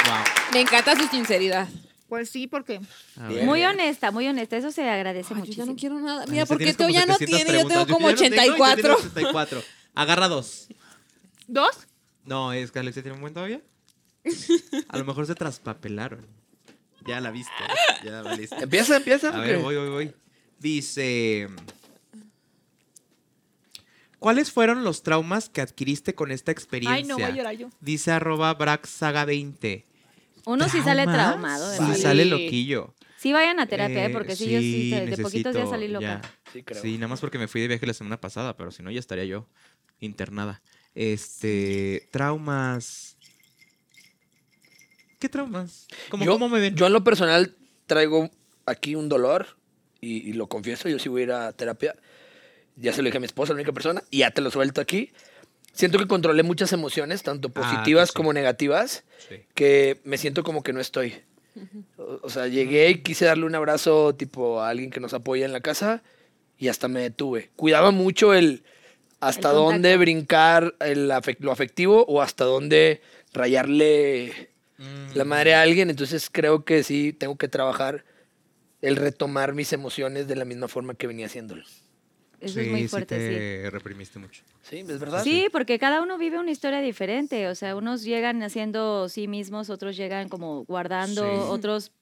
Wow. Me encanta su sinceridad. Pues sí, porque. A ver. Muy honesta, muy honesta. Eso se agradece Ay, yo ya muchísimo. no quiero nada. Ay, Mira, tú porque tienes tú como ya no 700 tienes, yo tengo preguntas. como ya no tengo y tú tienes 84. 84. Agarra dos. ¿Dos? No, es que Alexia tiene un [laughs] buen todavía. A lo mejor se traspapelaron. Ya la viste. Ya la viste. Empieza, empieza. A porque- ver, voy, voy, voy. Dice. ¿Cuáles fueron los traumas que adquiriste con esta experiencia? Ay, no, voy a llorar yo. Dice arroba braxaga20. Uno sí sale ¿Traumas? traumado. de Sí, verdad. sale loquillo. Sí vayan a terapia, ¿eh? Eh, porque sí, yo sí, de de poquitos días necesito, salí loca. ya. Sí, creo. Sí, nada más porque me fui de viaje la semana pasada, pero si no, ya estaría yo internada. Este, traumas. ¿Qué traumas? ¿Cómo, yo, cómo me ven? yo en lo personal traigo aquí un dolor y, y lo confieso, yo sí voy a ir a terapia. Ya se lo dije a mi esposa, la única persona, y ya te lo suelto aquí. Siento que controlé muchas emociones, tanto Ah, positivas sí. como negativas, Sí. que me siento como que no estoy. O, o sea, llegué y quise darle un abrazo tipo a alguien que nos apoya en la casa y hasta me detuve. Cuidaba mucho el hasta El contacto. dónde brincar el afec- lo afectivo o hasta dónde rayarle Mm, la madre a alguien, entonces creo que sí tengo que trabajar el retomar mis emociones de la misma forma que venía haciéndolo. Eso es muy fuerte, sí. sí. te reprimiste mucho. Sí, es verdad. Sí, porque cada uno vive una historia diferente. O sea, unos llegan haciendo sí mismos, otros llegan como guardando, Sí. otros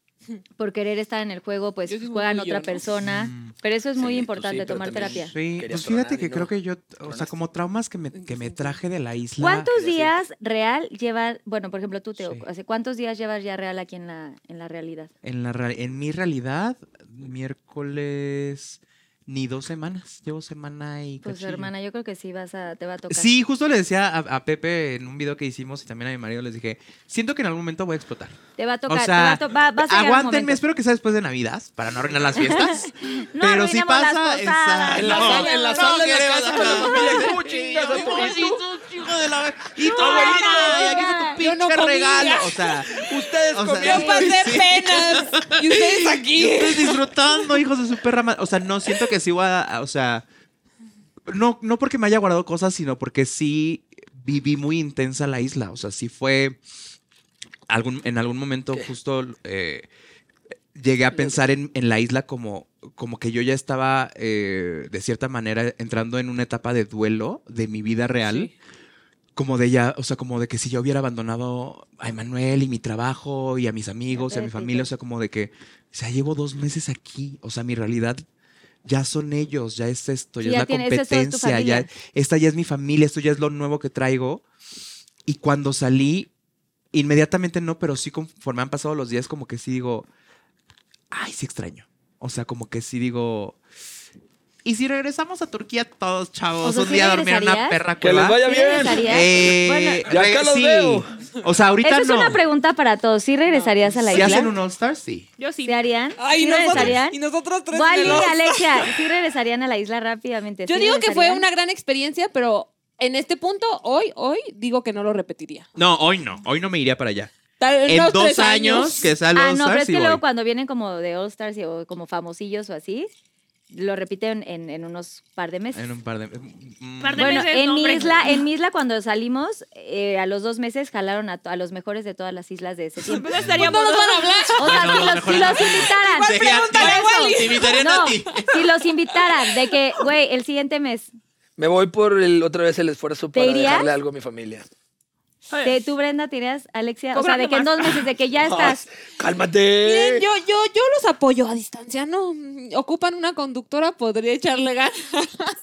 por querer estar en el juego, pues Yo soy muy juegan yo, otra ¿no? persona. Mm. Pero eso es muy Sí, tú importante, sí, pero tomar también- terapia. Sí, Quería pues fíjate tronar y que no. creo que yo, o sea, Tronaste. como traumas que me, que me traje de la isla. ¿Cuántos días real lleva, bueno, por ejemplo, tú, Teo, Sí. hace cuántos días llevas ya real aquí en la, en la realidad? En, la, real- en mi realidad, miércoles. ni dos semanas. Llevo semana y Pues cachillo. hermana, yo creo que sí vas a, te va a tocar. Sí, justo le decía a, a Pepe en un video que hicimos y también a mi marido les dije, siento que en algún momento voy a explotar. Te va a tocar. o sea, te va, a to- va- va Ah, a llegar un aguántenme, momento. espero que sea después de Navidad, para no arruinar [laughs] las [laughs] fiestas. No pero si arruinemos las pasa, posadas, exacto. En la, No, sala, en la sala, en la queremos casa, a con la [laughs] todos. familia. ¡Tú, chingas a tu- y tú, Y tu abuelita, aquí está tu pinche regalo. O sea, Ustedes o sea, comían sí. pasé penas. Y ustedes [laughs] [laughs] y aquí. ustedes disfrutando, hijos de su perra madre. O sea, no siento que sí voy a, a- o sea, no, no porque me haya guardado cosas, sino porque sí viví muy intensa la isla. O sea, sí fue algún, en algún momento justo eh, llegué a pensar en, en la isla como, como que yo ya estaba, eh, de cierta manera, entrando en una etapa de duelo de mi vida real. Como de ya, o sea, como de que si yo hubiera abandonado a Emanuel y mi trabajo y a mis amigos y a mi Pepe, familia, o sea, como de que, o sea, llevo dos meses aquí, o sea, mi realidad ya son ellos, ya es esto, Sí, ya, ya es la tienes- eso es tu competencia, ya, familia. esta ya es mi familia, esto ya es lo nuevo que traigo. Y cuando salí, inmediatamente no, pero sí conforme han pasado los días, como que sí digo, ay, sí extraño. O sea, como que sí digo, ¿y si regresamos a Turquía todos, chavos? O sea, un ¿sí día a dormir en una regresarías? perra Que les cueva. vaya ¿Sí bien. regresarías? Eh, Bueno, Ya acá los sí. veo. O sea, ahorita Esa es no. una pregunta para todos. ¿Sí regresarías a la si isla? hacen un All-Star, sí. Yo sí. ¿Se harían? Ay, ¿Sí nosotros, regresarían? y nosotros tres. Wally, en el oso. Alexia, ¿sí regresarían a la isla rápidamente? Yo ¿Sí digo que fue regresarían? una gran experiencia, pero en este punto, hoy, hoy, digo que no lo repetiría. No, hoy no. Hoy no me iría para allá. Tal- En unos dos tres años que sea el Ah, no, All-Star, pero es sí que voy. luego cuando vienen como de All Stars y- o como famosillos o así, lo repiten en, en unos par de meses. En un par de... mm, Par de- Bueno, meses, en no, mi, hombre. isla, eh, en mi isla cuando salimos, eh, a los dos meses jalaron a, to- a los mejores de todas las islas de ese tiempo. Entonces estaríamos No nos van a hablar. O sea, si Bueno, los los, si mejores los invitaran. Sería- Te invitarían a No, ti. si los invitaran de que, güey, el siguiente [laughs] mes, Me voy por el, otra vez el esfuerzo ¿Te para irías? dejarle algo a mi familia. de tú, Brenda, tiras Alexia, o sea, Cobrando de que en más. dos meses, de que [laughs] ya estás. Ah, cálmate. eh. Miren, yo, yo, yo los apoyo a distancia, no. Ocupan una conductora, podría echarle ganas.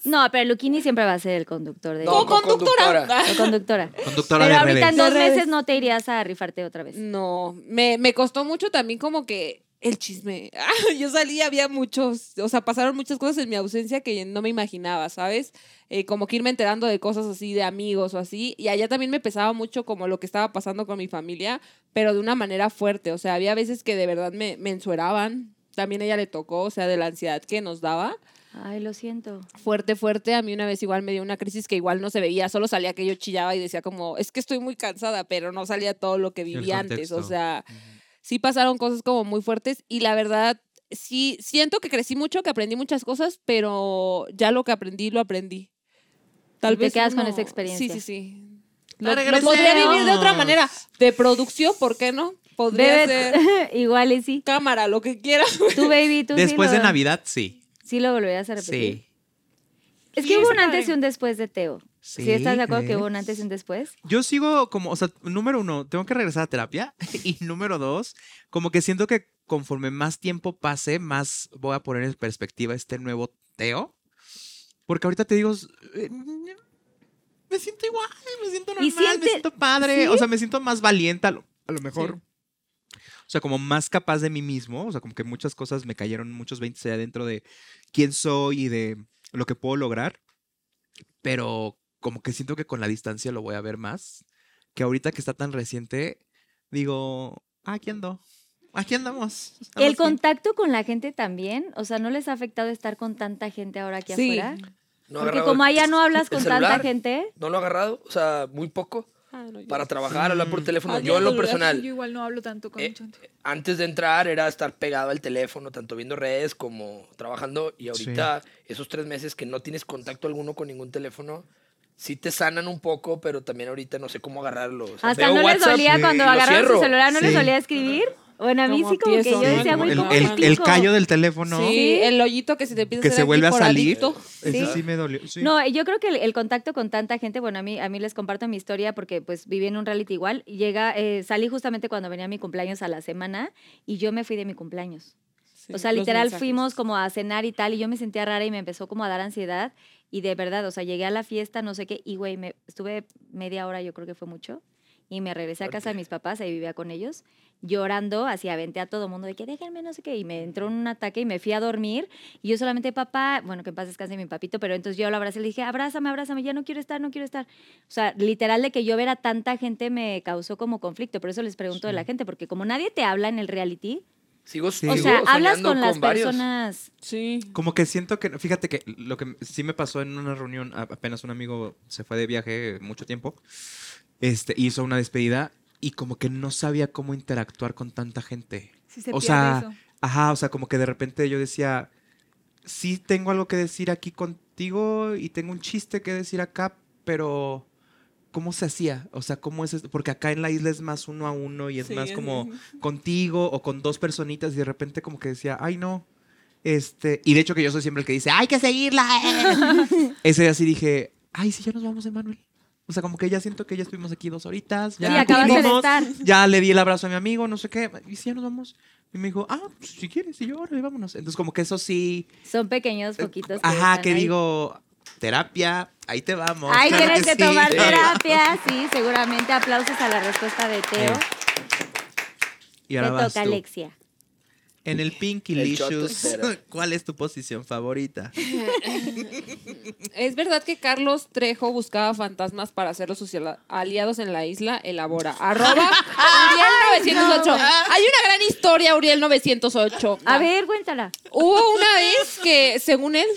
No, pero Luquini siempre va a ser el conductor de No, Como co-conductora. conductora. o conductora. Conductora pero de ahorita redes. en dos De redes. Mm. meses no te irías a rifarte otra vez. No, me, me costó mucho también como que el chisme. [laughs] Ah, Yo salí, había muchos, o sea, pasaron muchas cosas en mi ausencia que no me imaginaba, ¿sabes? Eh, como que irme enterando de cosas así, de amigos o así. Y allá también me pesaba mucho como lo que estaba pasando con mi familia, pero de una manera fuerte. O sea, había veces que de verdad me, me ensueraban. También a ella le tocó, o sea, de la ansiedad que nos daba Ay, lo siento. fuerte, fuerte. A mí una vez igual me dio una crisis que igual no se veía, solo salía que yo chillaba y decía como, es que estoy muy cansada, pero no salía todo lo que Sí, el viví antes. O contexto. sea, sí pasaron cosas como muy fuertes y la verdad, sí, siento que crecí mucho, que aprendí muchas cosas, pero ya lo que aprendí, lo aprendí. Tal Y te vez quedas con uno- esa experiencia. Sí, sí, sí. La Lo, lo regresemos. podría vivir de otra manera. De producción, ¿por qué no? Podría ser Bebe, [laughs] igual y [laughs] sí. cámara, lo que quieras. [laughs] Tú, baby, tú sí Después de lo- Navidad, sí. Sí lo volverías a repetir. pues Sí. Es Sí, que hubo está un antes y padre. un después de Teo. Sí, Sí, estás de acuerdo que ¿crees? hubo un antes y un después? Yo sigo como, o sea, número uno, tengo que regresar a terapia. [laughs] Y número dos, como que siento que conforme más tiempo pase, más voy a poner en perspectiva este nuevo Teo. Porque ahorita te digo, eh, me siento igual, me siento normal, siente- me siento padre. O sea, me siento más valiente a lo, a lo mejor. O sea, como más capaz de mí mismo. O sea, como que muchas cosas me cayeron, muchos 20 allá dentro de quién soy y de lo que puedo lograr. Pero como que siento que con la distancia lo voy a ver más. Que ahorita que está tan reciente, digo, "Ah, aquí ando. Aquí andamos. ¿El Estamos bien". contacto con la gente también? O sea, ¿no les ha afectado estar con tanta gente ahora aquí Sí. afuera? No Porque agarraba como allá no hablas el con celular. tanta gente, No lo he agarrado, o sea, muy poco Ah, no, yo- para trabajar, hablar por teléfono. Ah, yo en no, lo no, personal, Yo igual no hablo tanto con Eh, mucha gente. antes de entrar era estar pegado al teléfono, tanto viendo redes como trabajando. Y ahorita, esos tres meses que no tienes contacto alguno con ningún teléfono, sí te sanan un poco, pero también ahorita no sé cómo agarrarlo. O sea, hasta veo no les WhatsApp, dolía sí. cuando lo agarraron su cierro. celular, ¿no les Sí. dolía escribir? Bueno, a mí Como sí como que tieso, yo ¿no? decía, como güey, el, ¿cómo el- te el explico? callo del teléfono Sí, el hoyito que se te empieza que hacer se aquí vuelve a por salir. adicto. Eso sí me dolió. sí. No, yo creo que el, el contacto con tanta gente, bueno, a mí, a mí les comparto mi historia porque pues viví en un reality igual. Llega, eh, salí justamente cuando venía mi cumpleaños a la semana y yo me fui de mi cumpleaños. Sí, o sea, los literal mensajes. fuimos como a cenar y tal, y yo me sentía rara y me empezó como a dar ansiedad. Y de verdad, o sea, llegué a la fiesta, no sé qué, y güey, me, estuve media hora, yo creo que fue mucho. Y me regresé a casa de mis papás, ahí vivía con ellos, llorando, así aventé a todo mundo de que déjenme, no sé qué. Y me entró un ataque y me fui a dormir. Y yo solamente, papá, bueno, que en paz descanse mi papito, pero entonces yo lo abracé y le dije, abrázame, abrázame, ya no quiero estar, no quiero estar. O sea, literal de que yo ver a tanta gente me causó como conflicto. Por eso les pregunto de la gente, porque como nadie te habla en el reality, Sigo, Sí. sigo o sea, hablas soñando con las varios. personas. Sí. Como que siento que, fíjate que lo que sí me pasó en una reunión, a- apenas un amigo se fue de viaje mucho tiempo, este, hizo una despedida y como que no sabía cómo interactuar con tanta gente. Sí, se o pierde sea, eso. ajá, o sea, como que de repente yo decía, sí tengo algo que decir aquí contigo y tengo un chiste que decir acá, pero ¿cómo se hacía? O sea, ¿cómo es esto? Porque acá en la isla es más uno a uno y es Sí, más es- como [laughs] contigo o con dos personitas y de repente como que decía, ay no. Este, y de hecho que yo soy siempre el que dice, hay que seguirla. [laughs] eh". Ese día sí dije, ay, si ya nos vamos, Emanuel. O sea, como que ya siento que ya estuvimos aquí dos horitas. Ya y acabaste de comimos, estar. ya le di el abrazo a mi amigo, no sé qué. Y si ya nos vamos. Y me dijo, ah, pues, si quieres, y yo, órale, vámonos. Entonces, como que eso sí. Son pequeños poquitos. Eh, Ajá, están que ahí. digo, terapia, ahí te vamos. Ay, claro tienes que, sí. tomar Sí. terapia. Sí, seguramente aplausos a la respuesta de Teo. Sí. Y Te ahora vas toca tú. Alexia. En el Pinky El shot Licious, espera. [laughs] ¿cuál es tu posición favorita? ¿Es verdad que Carlos Trejo buscaba fantasmas para hacerlos sus ala- aliados en la isla? Elabora. [laughs] Arroba Uriel908. Hay una gran historia, Uriel908. A ver, cuéntala. Hubo una vez que, según él,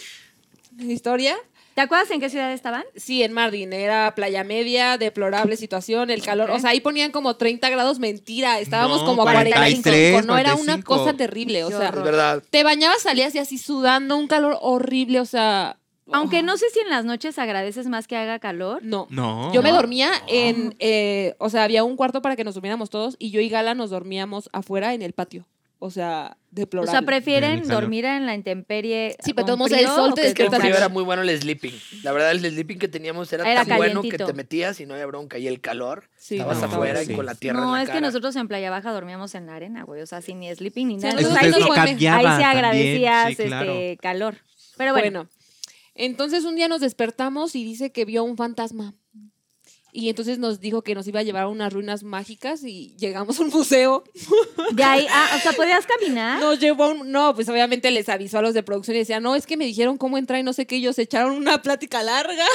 historia, ¿Te acuerdas en qué ciudad estaban? sí, en Mardin, era playa media, deplorable situación, el calor. O sea, ahí ponían como 30 grados, mentira. Estábamos No, como a 45. 43, no era una 45. cosa terrible. O Qué sea, Es verdad. te bañabas, salías y así sudando, un calor horrible. O sea. Aunque no sé si en las noches agradeces más que haga calor. No. No. Yo me dormía en. eh, o sea, había un cuarto para que nos durmiéramos todos y yo y Gala nos dormíamos afuera en el patio. O sea, O deplorable. sea, prefieren Del calor. dormir en la intemperie. Sí, pero con todos el frío sol o te que Que despierta con el frío era calor? muy bueno el sleeping. La verdad, el sleeping que teníamos era, Era tan bueno que calientito. te metías y no había bronca. Y el calor, Sí, estabas no, afuera sí. y con la tierra en No, la es que cara. nosotros en Playa Baja dormíamos en la arena, güey. O sea, sin ni sleeping ni Sí, nada. nosotros Entonces, ahí, no sí- duerme. ahí cambiaba sí también, agradecías sí, claro. este, calor. Pero bueno, Bueno, entonces un día nos despertamos y dice que vio un fantasma. Y entonces nos dijo que nos iba a llevar a unas ruinas mágicas y llegamos a un museo. de ahí, ah, o sea, podías caminar. Nos llevó a un. No, pues obviamente les avisó a los de producción y decía, no, es que me dijeron cómo entrar y no sé qué. Ellos echaron una plática larga.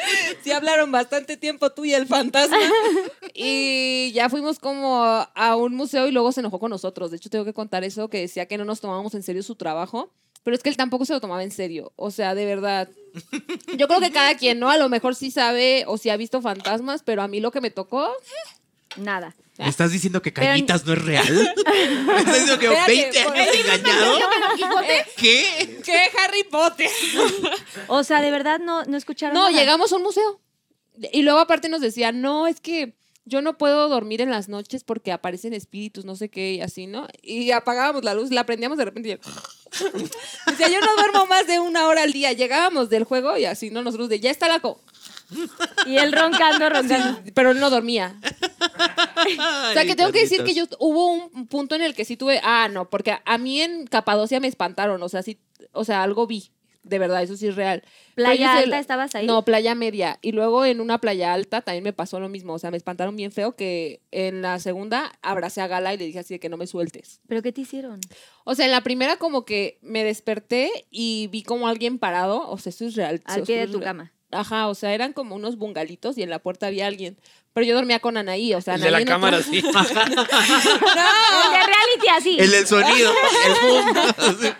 [laughs] sí, hablaron bastante tiempo tú y el fantasma. y ya fuimos como a un museo y luego se enojó con nosotros. De hecho, tengo que contar eso, que decía que no nos tomábamos en serio su trabajo. Pero es que él tampoco se lo tomaba en serio. O sea, de verdad. Yo creo que cada quien, ¿no? A lo mejor sí sabe o sí ha visto fantasmas, pero a mí lo que me tocó. Nada. ¿Me estás diciendo que Pero- pues, Cañitas no es real? [laughs] ¿Me estás diciendo que Espérate, 20 años por- engañado? ¿Qué? ¿Qué Harry Potter? O sea, de verdad no, no escucharon. No, nada. llegamos a un museo. Y luego aparte nos decía, no, es que yo no puedo dormir en las noches porque aparecen espíritus, no sé qué, y así, ¿no? Y apagábamos la luz, la prendíamos de repente y yo- [laughs] Decía, yo no duermo más de una hora al día. Llegábamos del juego y así, ¿no? Nosotros de, ya está la... co-". Y él roncando, roncando. Pero él no dormía. O sea, que tengo que decir que yo Carlitos. hubo un punto en el que sí tuve... Ah, no, porque a- a mí en Capadocia me espantaron. O sea, sí, o sea, algo vi. De verdad, eso sí es real. Pero yo ¿Playa sé- alta estabas ahí? no, playa media. Y luego en una playa alta también me pasó lo mismo. O sea, me espantaron bien feo que en la segunda abracé a Gala y le dije así de que no me sueltes. ¿Pero qué te hicieron? O sea, en la primera como que me desperté y vi como alguien parado. O sea, eso es real. Al eso pie de es tu real. cama. Ajá, o sea, eran como unos bungalitos y en la puerta había alguien. Pero yo dormía con Anaí, o sea, El de la Anaí no cámara, tuvo- sí. El de reality así. El del sonido, [laughs] el [laughs] boom.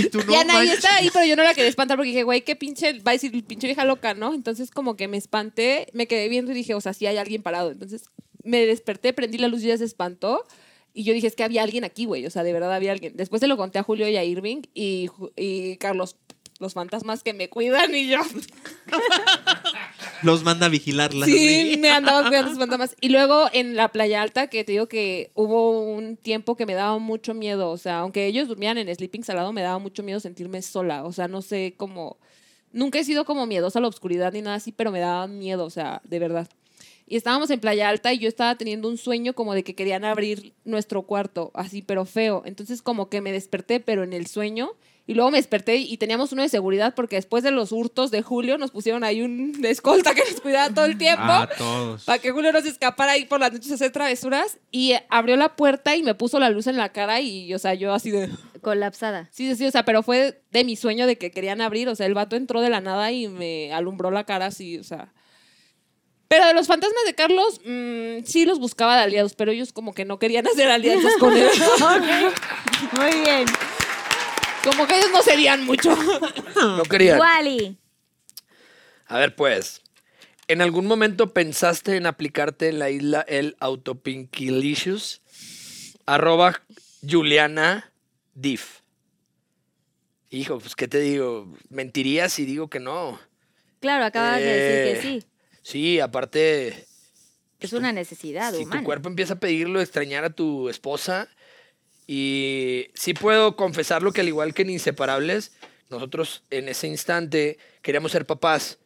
y tú y no Anaí manches. estaba ahí, pero yo no la quería espantar porque dije, güey, qué pinche, va a decir pinche vieja loca, ¿no? Entonces como que me espanté, me quedé viendo y dije, o sea, sí hay alguien parado. Entonces me desperté, prendí la luz y ella se espantó. Y yo dije, es que había alguien aquí, güey. O sea, de verdad había alguien. Después se lo conté a Julio y a Irving y, Ju- y Carlos, los fantasmas que me cuidan y yo. Los manda a vigilarla. Sí, me andaba cuidando los fantasmas. Y luego en la playa alta, que te digo que hubo un tiempo que me daba mucho miedo. O sea, aunque ellos durmían en sleeping salado, me daba mucho miedo sentirme sola. O sea, no sé cómo. Nunca he sido como miedosa a la oscuridad ni nada así, pero me daba miedo, o sea, de verdad. Y estábamos en playa alta y yo estaba teniendo un sueño como de que querían abrir nuestro cuarto, así, pero feo. Entonces, como que me desperté, pero en el sueño. Y luego me desperté y teníamos uno de seguridad porque después de los hurtos de Julio nos pusieron ahí un [laughs] de escolta que nos cuidaba todo el tiempo. A Ah, todos. Para que Julio no se escapara ahí por las noches a hacer travesuras. Y eh, abrió la puerta y me puso la luz en la cara y, o sea, yo así de... Colapsada. Sí, sí, sí, o sea, pero fue de mi sueño de que querían abrir. O sea, el vato entró de la nada y me alumbró la cara así, o sea... Pero de los fantasmas de Carlos, mm, sí los buscaba de aliados, pero ellos como que no querían hacer alianzas con [laughs] él. [laughs] Muy bien. como que ellos no serían [laughs] mucho. [laughs] No quería. Wally. A ver, pues. ¿En algún momento pensaste en aplicarte en la isla el autopinquilicious? Arroba Juliana Diff. Hijo, pues, ¿qué te digo? Mentiría si digo que no. Claro, acabas de Eh, decir que sí. Sí, aparte, Es una necesidad si humana. tu cuerpo empieza a pedirlo, extrañar a tu esposa. Y sí puedo confesarlo que al igual que en Inseparables, nosotros en ese instante queríamos ser papás.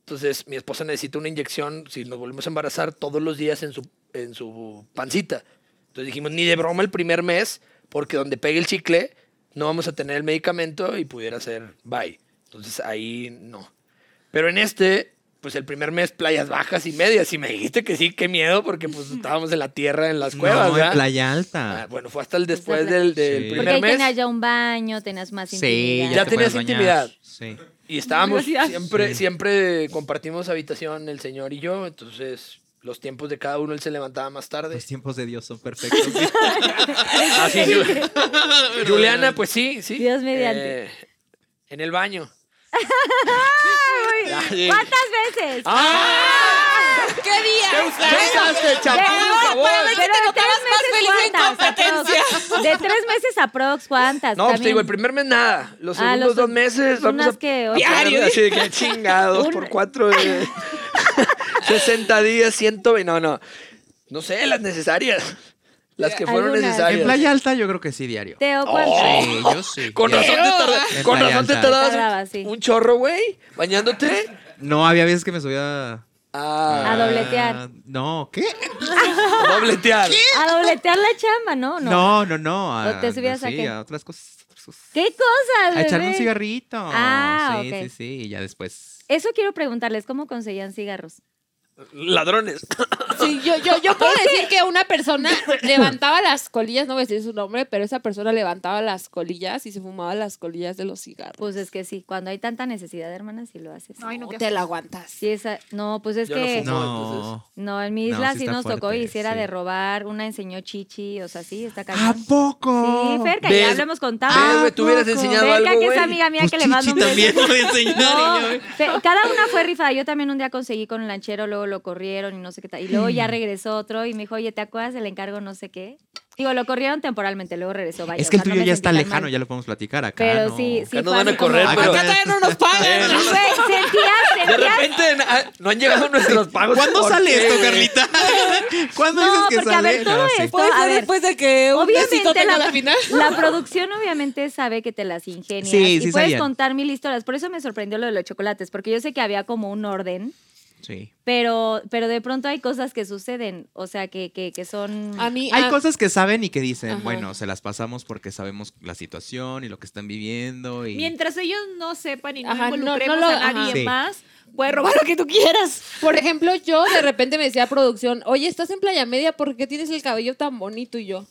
Entonces mi esposa necesita una inyección, si nos volvemos a embarazar, todos los días en su, en su pancita. Entonces dijimos, ni de broma el primer mes, porque donde pegue el chicle no vamos a tener el medicamento y pudiera ser bye. Entonces ahí no. Pero en este, pues el primer mes playas bajas y medias. Y me dijiste que sí, qué miedo, porque [laughs] pues estábamos en la tierra, en las cuevas. no, en ¿verdad? playa Ah, alta. bueno, fue hasta el después del, del Sí. primer Porque ahí mes. tenías ya un baño, tenías más Sí, pues, intimidad. Ya te tenías puedes bañar. intimidad. Sí. Y estábamos, Gracias. siempre, Sí. siempre compartimos habitación el señor y yo, entonces los tiempos de cada uno, él se levantaba más tarde. Los tiempos de Dios son perfectos. [laughs] Así, Ju- Juliana, pues sí, sí. Dios mediante. Eh, en [laughs] el baño. Así. ¿Cuántas veces? ¡Ah! ¿Qué día? ¿Qué usaste, chapín, Pero- sabor? pero de tres meses más feliz en ¿cuántas? Aprox. De tres meses a prox, ¿cuántas? No, pues te También. digo, el primer mes nada. Los Ah, segundos los dos dos- meses vamos unas a... que ocho. Diario. Así de que [laughs] chingados Un- por cuatro... de- 60 días, 120... No, no. No sé, las necesarias. Las que fueron Algunas. en necesarias. playa alta yo creo que sí, diario. Teo, ¿cuántas? Oh. Sí, yo sí. Con Yo- razón te, tarda- En con playa razón te alta. tardabas Tardaba, un- sí. un chorro, güey, bañándote. No, había veces que me subía... A A dobletear. No, ¿qué? dobletear. [laughs] A dobletear la chamba, ¿no? No. No, no, no. a- ¿O te subías a sí, qué? a otras cosas. otras cosas. ¿Qué cosas, A echarme un bebé? cigarrito. Ah, sí, ok. sí, sí. Y ya después. Eso quiero preguntarles, ¿cómo conseguían cigarros? Ladrones. Sí, yo, yo, yo puedo decir que una [laughs] persona levantaba las colillas, no voy a decir su nombre, pero esa persona levantaba las colillas y se fumaba las colillas de los cigarros. Pues es que sí, cuando hay tanta necesidad, hermana, sí lo haces. Ay, no, No qué te la aguantas. Sí, esa, no, pues es Yo no que... fumo. No, No, No. en mi No, isla sí sí está nos tocó fuerte, y si era sí. Ah, de robar, una enseñó chichi, o sea, sí, está ¿A cañón. poco? Sí, Ferca, ¿Ves? ya lo hemos contado. ¿Ves, güey? Tú hubieras enseñado Ferca, algo, que güey. es amiga mía Pues que le mando un Chichi beso. también lo voy a enseñar. eh. y yo- Fe- cada una fue rifada. Yo también un día conseguí con un lanchero, luego lo corrieron y no sé qué tal. Y luego Mm. ya regresó otro y me dijo, oye, ¿te acuerdas del encargo no sé qué? Digo, lo corrieron temporalmente, luego regresó. Vaya, Es que o el sea, no tuyo me ya sentí está tan lejano, mal. ya lo podemos platicar acá. Pero ¿no? Ah, sí, sí. Acá nos fue van a así como- correr, Güey, pero- Acá todavía no [laughs] nos pagan. [laughs] sentías, De sentías. repente na- no han llegado nuestros pagos. ¿Cuándo ¿Por sale qué, esto, güey? Carlita? ¿Cuándo No, dices que porque a sale? ver, todo No, sí. esto- Puede A ser ver. después de que un besito Obviamente tenga la, [laughs] la final. [laughs] la producción obviamente sabe que te las ingenias Sí, y sí puedes sabían. contar mil historias. Por eso me sorprendió lo de los chocolates, porque yo sé que había como un orden, Sí. pero, pero de pronto hay cosas que suceden, o sea, que, que, que son... A mí, Hay a- cosas que saben y que dicen, Ajá. bueno, se las pasamos porque sabemos la situación y lo que están viviendo. Y... Mientras ellos no sepan y no Ajá, no- involucremos no lo- a nadie ajá. Sí. más, puedes robar lo que tú quieras. por ejemplo, yo de repente me decía a producción, oye, estás en Playa Media, ¿por qué tienes el cabello tan bonito? Y yo,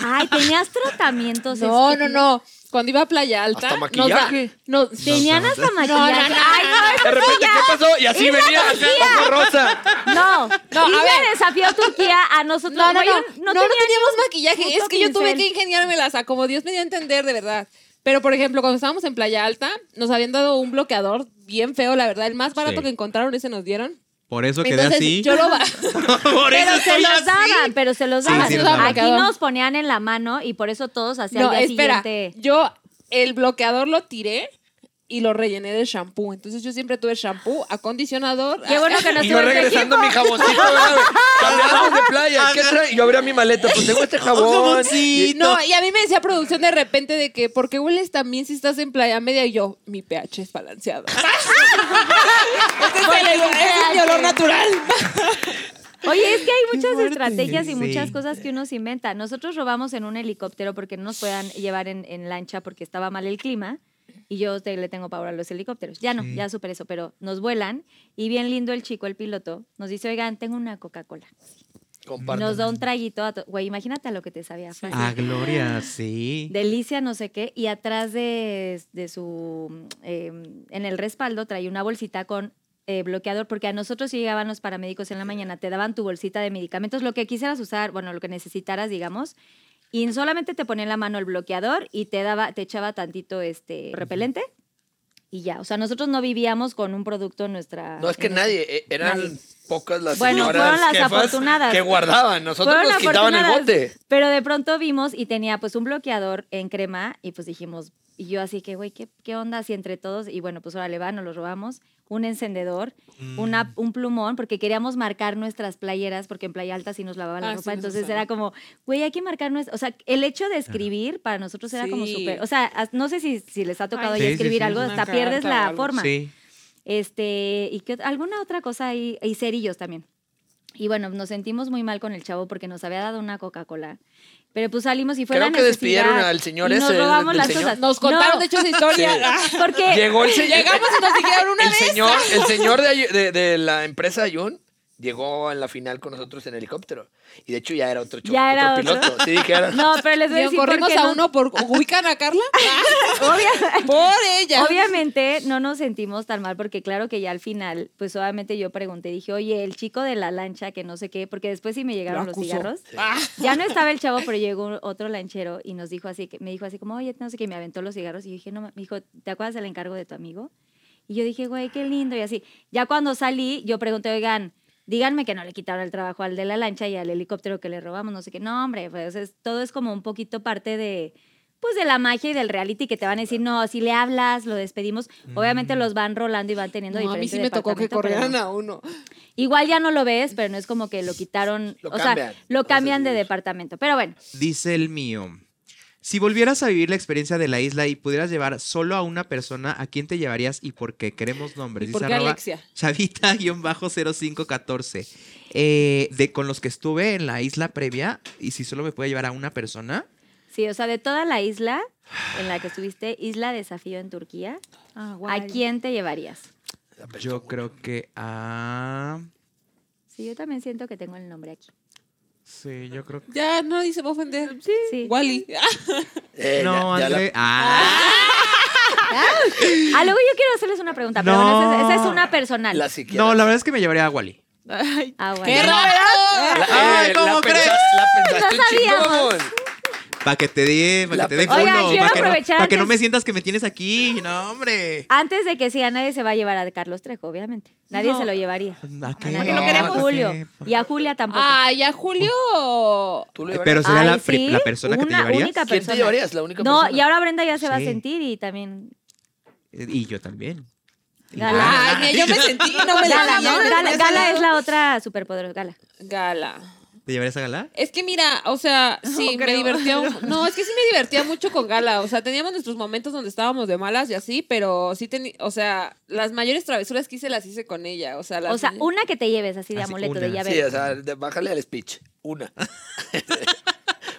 Ay, tenías tratamientos. no, no, estúpidos. no. Cuando iba a Playa Alta, Hasta nos da- maquillaje. nos- Tenían No, hasta no, maquillaje. no, Ay, no, De repente, ¿qué pasó? Y así Y la venía acá, magia. ojo rosa. No, No, no. a Ilia ver. desafió a Turquía a nosotros. No, no, Güey, no. yo No, no tenía- teníamos maquillaje. puto Es que yo tuve pincel. que ingeniármelas a como Dios me dio a entender, de verdad. Pero, por ejemplo, cuando estábamos en Playa Alta, nos habían dado un bloqueador bien feo, la verdad. El más barato Sí. que encontraron, ese nos dieron. Por eso quedé Entonces, así. yo lo... ba- Por eso Pero se estoy los así. daban, pero se los Sí, daban. sí, los daban. Aquí nos ponían en la mano y por eso todos hacían No, el día espera. siguiente. Yo el bloqueador lo tiré y lo rellené de shampoo. Entonces, yo siempre tuve shampoo, acondicionador. Qué bueno que no Y yo estuve en regresando mi México. jaboncito, ¿verdad? Cambiábamos de playa. ¿Qué trae? Yo abría mi maleta, pues tengo este jabón. Y no, y a mí me decía producción de repente de que, ¿por qué hueles también si estás en playa media? Y yo, mi pH es [laughs] Este Este balanceado. Ese es el- ese es mi olor natural. Oye, es que hay muchas fuerte. estrategias y muchas Sí. cosas que uno se inventa. Nosotros robamos en un helicóptero porque no nos puedan llevar en, en lancha porque estaba mal el clima. Y yo te- le tengo pavor a los helicópteros. Ya no, Sí. ya superé eso, pero nos vuelan. Y bien lindo el chico, el piloto, nos dice, oigan, tengo una Coca-Cola. Y Nos Compartan. da un traguito. a to- Güey, imagínate a lo que te sabía. Fran. Ah, Gloria, sí. Delicia, no sé qué. Y atrás de, de su, mm, eh, en el respaldo, traía una bolsita con eh, bloqueador, porque a nosotros sí llegaban los paramédicos en la mañana, te daban tu bolsita de medicamentos, lo que quisieras usar, bueno, lo que necesitaras, digamos. Y solamente te ponía en la mano el bloqueador y te daba, te echaba tantito este repelente y ya. O sea, nosotros no vivíamos con un producto en nuestra. No, es que en nuestra- nadie, eh, eran Nadie. pocas las Bueno, señoras fueron las jefas afortunadas. que guardaban. Nosotros Fueron nos quitaban el afortunadas, bote. Pero de pronto vimos y tenía pues un bloqueador en crema y pues dijimos, y yo así que, güey, ¿qué, ¿qué onda? Así entre todos, y bueno, pues órale, va, nos lo robamos, un encendedor, Mm. una, un plumón, porque queríamos marcar nuestras playeras, porque en Playa Alta sí nos lavaban la Ah, sí ropa, nos entonces usaban. era como, güey, hay que marcar nuestra, o sea, el hecho de escribir para nosotros era como Sí. súper, o sea, as- no sé si, si les ha tocado Ay, ya sí, sí, escribir sí, algo, sí. hasta Una pierdes carta o la algo. forma. Sí. Este, y que ot- alguna otra cosa ahí, y cerillos también. Y bueno, nos sentimos muy mal con el chavo porque nos había dado una Coca-Cola. Pero pues salimos y fue Creo la que necesidad, despidieron al señor y ese, Nos del- robamos del las señor. cosas. Nos contaron, de hecho, esa historia. Ah. [laughs] Sí. Porque Llegó el señor. Llegamos y nos dijeron una [laughs] el vez. señor, el señor de, Ayu- de- de la empresa Ayun llegó en la final con nosotros en helicóptero. Y de hecho ya era otro, cho- Ya era otro. piloto. Sí, dijeron. No, pero les voy a Le decir por corrimos qué a no- uno por ubican a Carla. [laughs] Obvia- por ella. Obviamente no nos sentimos tan mal porque claro que ya al final, pues obviamente yo pregunté, dije, oye, el chico de la lancha que no sé qué, porque después sí me llegaron los acusó. cigarros. Ah. Ya no estaba el chavo, pero llegó otro lanchero y nos dijo así, que me dijo así como, oye, no sé qué, me aventó los cigarros y yo dije, no, ma-". me dijo, ¿te acuerdas del encargo de tu amigo? Y yo dije, güey, qué lindo y así. Ya cuando salí, yo pregunté, oigan, díganme que no le quitaron el trabajo al de la lancha y al helicóptero que le robamos, no sé qué. No, hombre, pues es- todo es como un poquito parte de, pues de la magia y del reality que te van a decir, no, si le hablas, lo despedimos. Obviamente los van rolando y van teniendo No, a mí diferentes sí me tocó que corrieran a uno. Pues Igual ya no lo ves, pero no es como que lo quitaron, Lo o sea, cambian. lo O sea, cambian de sí. departamento. Pero bueno, Dice el mío. Si volvieras a vivir la experiencia de la isla y pudieras llevar solo a una persona, ¿a quién te llevarías y por qué? Queremos ¿Y nombres. Dice por qué arroba Alexia? Chavita-0514. Eh, de con los que estuve en la isla previa, y si solo me puede llevar a una persona, sí, o sea, de toda la isla en la que estuviste, Isla Desafío en Turquía, Ah, ¿a quién te llevarías? yo creo que a. Sí, yo también siento que tengo el nombre aquí. Sí, yo creo que. Ya no dice va a ofender. Sí. Wally. [laughs] Eh, No, ya- ya la- André. Ah, Ah, luego yo quiero hacerles una pregunta, pero No. bueno, esa, es, esa es una personal. la psiquiatra. no, la verdad es que me llevaría a Wally. Ay, Ah, bueno. ¡Qué raro! La- Ay, eh, ¿cómo la crees? pensas- la pensaste No un sabíamos. chingón. Para que te dé, para La que te dé pe- fondo, Oigan, para quiero que, no, aprovechar pa' que no antes- me sientas que me tienes aquí. No, hombre. Antes de que sea, nadie se va a llevar a Carlos Trejo, obviamente. Nadie No. se lo llevaría. Ah, ¿A qué? Nadie. no queremos. A Julio. Sí, pa- Y a Julia tampoco. Ay, a Julio. Tú le Eh, llevarías- Pero será Ay, la, pri- sí, la persona que te una llevarías. única ¿Quién te persona. llevarías? La única No, persona. y ahora Brenda ya se va a Sí. sentir y también. Eh, Y yo también. Gala. Ay, mira, yo me sentí. No me Gala, la ¿no? Gala, Gala es la otra superpoderosa. Gala. Gala. ¿Te llevarías a Galá? Es que mira, [laughs] o sea, sí, me creo. divertía. un- No, es que sí me divertía mucho con Gala. O sea, teníamos nuestros momentos donde estábamos de malas y así, pero sí tenía. O sea, las mayores travesuras que hice las hice con ella. O sea, las. O sea, una que te lleves así de Así, amuleto, una. de llave. Sí, o sea, de- bájale al speech. [laughs] Una.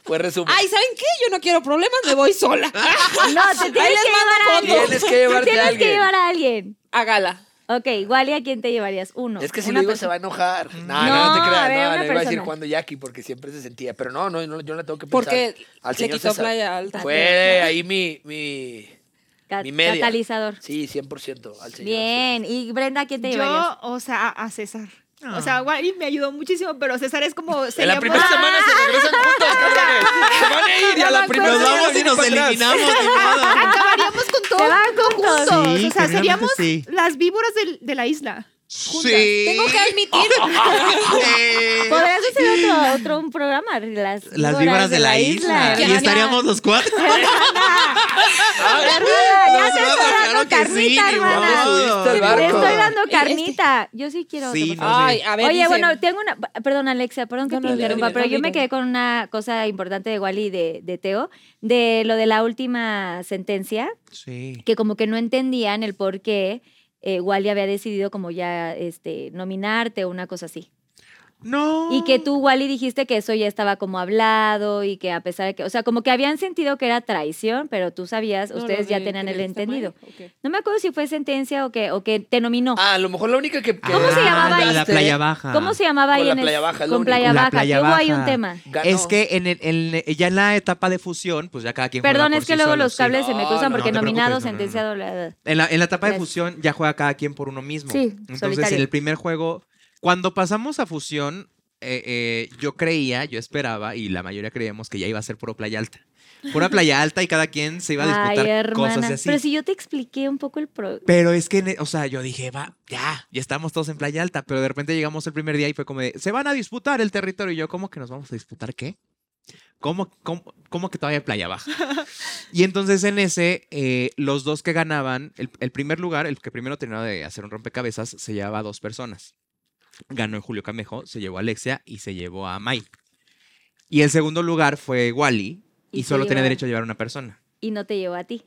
Fue resumen. Ay, ¿saben qué? Yo no quiero problemas, me voy sola. [laughs] No, te Ahí tienes les que mando llevar a fotos. alguien. Tienes que llevarte Tienes a que alguien. llevar a alguien. A Gala. Ok, Wally, ¿a quién te llevarías? Uno. Es que si una lo digo persona. se va a enojar. Mm. No, No, no, no te a creas. ver, no, una no iba a decir persona. cuando Jackie porque siempre se sentía. Pero no, no, no, yo no la tengo que pensar. Porque Al le señor quitó César. playa alta. Fue ahí mi, mi, Ca- mi media. Catalizador. Sí, 100% al señor. Bien. ¿Y Brenda, a quién te llevarías? Yo, o sea, a- a César. O sea, Wally me ayudó muchísimo, pero César es como. Ah. En la seríamos- ¡Ah! primera semana se regresan [laughs] juntos, cabrones. Se van a ir y a la primera Nos semana vamos y vienen nos para atrás. eliminamos. ni modo. Acabaríamos con van todo el mundo juntos. juntos. Sí, o sea, generalmente seríamos sí. las víboras del- de, la isla. Sí. Tengo que admitir. Sí. Podrías hacer otro, otro un programa. Las, Las víboras de la isla. isla. Y estaríamos los cuatro. Hermana, ya Nos te estoy dando vamos, claro que sí, carnita, ni hermana. modo. Subiste al Te barco. estoy dando Este- carnita. Yo sí quiero otro, Sí, por favor. no sé. Ay, a ver. Oye, dicen- bueno, tengo una. Perdón, Alexia, perdón que No, te no, dale, interrumpa, dale, pero dale, yo me dale. quedé con una cosa importante de Wally y de, de Teo, de lo de la última sentencia, Sí. que como que no entendían el por qué eh, Wally había decidido como ya este, nominarte o una cosa así. No. Y que tú, Wally, dijiste que eso ya estaba como hablado y que a pesar de que, o sea, como que habían sentido que era traición, pero tú sabías, No, pues. lo ustedes ya de tenían el tener esta entendido. madre, ¿o qué? No me acuerdo si fue sentencia o que, o que te nominó. Ah, a lo mejor la única que. que ¿Cómo se llamaba este? mandaste- ahí? La playa Ah. baja. ¿Cómo se llamaba Con ahí la en el- Playa Baja, es lo Con único. Playa La Baja, playa que hubo ahí un baja. tema. Ganó. Es que en el- en- ya en la etapa de fusión, pues ya cada quien. Perdón, juega por es que sí luego solo, los sí. cables se No, me cruzan no, porque no te nominado, preocupes, no, no, no. sentenciado, bla, bla, bla. En la, en la etapa de Gracias. fusión ya juega cada quien por uno mismo. Sí, Entonces, solitario. en el primer juego, cuando pasamos a fusión, eh, eh, yo creía, yo esperaba, y la mayoría creíamos que ya iba a ser puro playa alta. Pura playa alta y cada quien se iba a disputar Ay, cosas hermana. y así. Pero si yo te expliqué un poco el pro. Pero es que, ne- o sea, yo dije, va, ya, ya estamos todos en Playa Alta, pero de repente llegamos el primer día y fue como de, se van a disputar el territorio. Y yo, ¿cómo que nos vamos a disputar qué? ¿Cómo, cómo, cómo que todavía hay Playa Baja? y entonces en ese, eh, los dos que ganaban, el, el primer lugar, el que primero terminó de hacer un rompecabezas, se llevaba a dos personas. Ganó Julio Camejo, se llevó a Alexia y se llevó a Mai. Y el segundo lugar fue Wally y, Y se solo tenía llevaba- derecho a llevar a una persona. Y no te llevó a ti.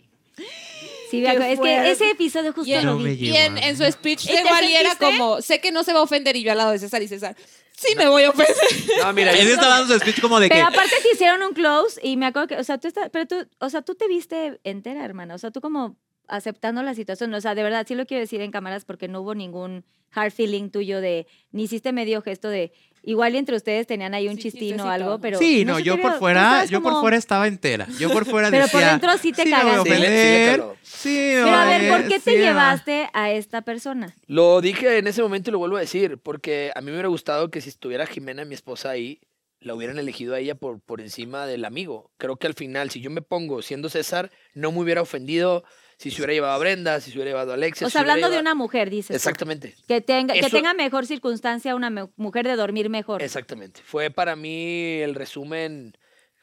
Sí, Qué me acuerdo. Es que fuerte. ese episodio justo Yeah. lo No me vi. Y llevó en, a- en su speech ¿Y de te Wally era sentiste? como, sé que no se va a ofender y yo al lado de César y César, sí me voy a ofender. No, mira, Él estaba dando su speech como de que... Pero aparte te hicieron un close y me acuerdo que, o sea, tú estás, pero tú, o sea, tú te viste entera, hermana, o sea, tú como aceptando la situación, o sea, de verdad sí lo quiero decir en cámaras porque no hubo ningún hard feeling tuyo de, ni hiciste medio gesto de, igual y entre ustedes tenían ahí un Sí, chistín o chistecito. algo, pero Sí, no, se te yo vio. por Tú fuera, estabas yo por como- fuera estaba entera. Yo por fuera Pero por decía, dentro sí te me voy a cagaste". Sí, le- sí le ofender, caló. sí, Pero a ver, oye, ¿por qué sí, te ah". llevaste a esta persona? Lo dije en ese momento y lo vuelvo a decir, porque a mí me hubiera gustado que si estuviera Jimena, mi esposa, ahí, la hubieran elegido a ella por, por encima del amigo. Creo que al final, si yo me pongo siendo César, no me hubiera ofendido si se hubiera llevado a Brenda, si se hubiera llevado a Alexia. O si sea, se hubiera hablando de llevado- una mujer, dices. Exactamente, Que tenga, que Eso- tenga mejor circunstancia una me- mujer de dormir mejor. exactamente. Fue para mí el resumen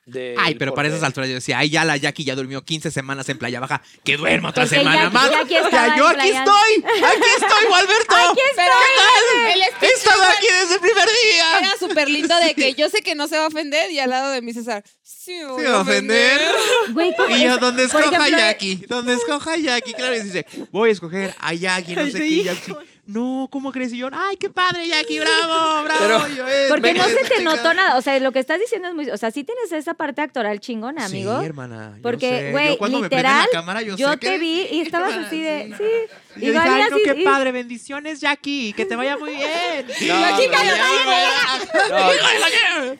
de... Ay, pero para esas salto. alturas yo decía, ay, ya la Jackie ya durmió 15 semanas en Playa Baja, que duerma otra Es que semana Jackie- más. Jackie O sea, estaba yo en aquí Playa- estoy, aquí estoy, Gualberto. Aquí Pero el ¿Qué tal? speech He estado era- aquí desde el primer día. Era súper lindo de que yo sé que no se va a ofender y al lado de mí César, sí me voy Se va a a ofender. ofender. Güey, ¿cómo Y yo, es? donde Pues, Por escoja ejemplo, eh, Jackie, donde escoja Jackie, claro, y dice, voy a escoger a Jackie, no sé qué, y Jackie, no, ¿cómo crees? Y yo, ay, qué padre, Jackie, bravo, bravo. Pero- y yo, "Eh, Porque no venga, se te chica". notó nada. O sea, lo que estás diciendo es muy. O sea, sí tienes esa parte actoral chingona, amigo. Sí, hermana. yo Porque, sé. güey, Yo cuando me prenden literal, la cámara, yo, sé te que- vi y estabas hermana, así de. sí, Sí. Y yo dije, igual y ay, no, así- qué y- padre, bendiciones, Jackie, que te vaya [laughs] muy bien. No, Aquí no, cayó no, nadie no,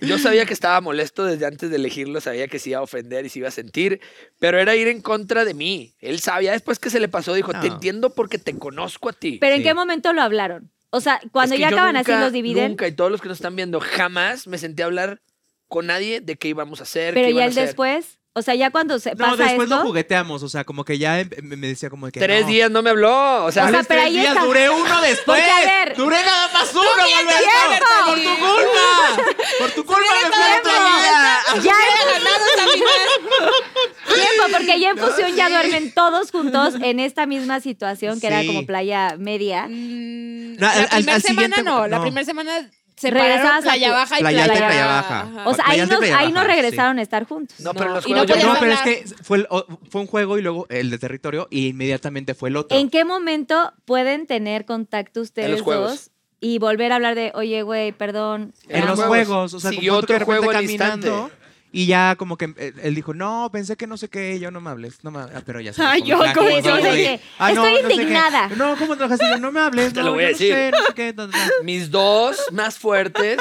Yo sabía que estaba molesto desde antes de elegirlo, sabía que se iba a ofender y se iba a sentir, pero era ir en contra de mí. Él sabía después que se le pasó, dijo, te No. entiendo porque te conozco a ti. Pero en Sí. qué momento lo hablaron. O sea, cuando Es que ya yo acaban así nunca- los dividen. Nunca, y todos los que nos están viendo, jamás me senté a hablar con nadie de qué íbamos a hacer. pero qué iban ya a el hacer. después. O sea, ya cuando se No, pasa después esto. lo jugueteamos, o sea, como que ya em- me me decía como que Tres no. días no me habló. O sea, O sea, Tres pero ahí días, está. duré uno después. Porque, a ver, duré nada más uno, ¡Tiempo! Alberto. Por tu culpa. Por tu culpa me fui a ¡Tiempo! Playa. Ya Ganado esa final. Tiempo, porque ya en fusión ya duermen todos juntos en esta misma situación que era Sí. como playa media. Mm, No, al- La al- primera semana al siguiente- no, la no. primera semana Regresabas separaron a Playa tu- Baja y Playa, Playa Alta y Playa Baja. Ajá. O sea, Playa ahí alta y nos, playa ahí baja, nos sí. regresaron a estar juntos. no, pero los y no juegos yo podías No, no- pero es hablar. que fue, el o- fue un juego y luego el de territorio y inmediatamente fue el otro. ¿En qué momento pueden tener contacto En los ustedes juegos. dos y volver a hablar de, oye, güey, perdón? En en los los juegos. O sea, Siguió como que de otro repente juego al caminando. instante. Y ya como que eh, él dijo, no, pensé que no sé qué, y yo no me hables, no me hables. Ah, pero ya Ay, yo, como ¿cómo como yo? de, Dije, estoy sé qué. indignada. "Ah, no, ¿cómo trabajaste? Yo, No me hables, Te no, lo voy a yo decir. No sé, no sé qué, ta, ta, ta". Mis dos más fuertes.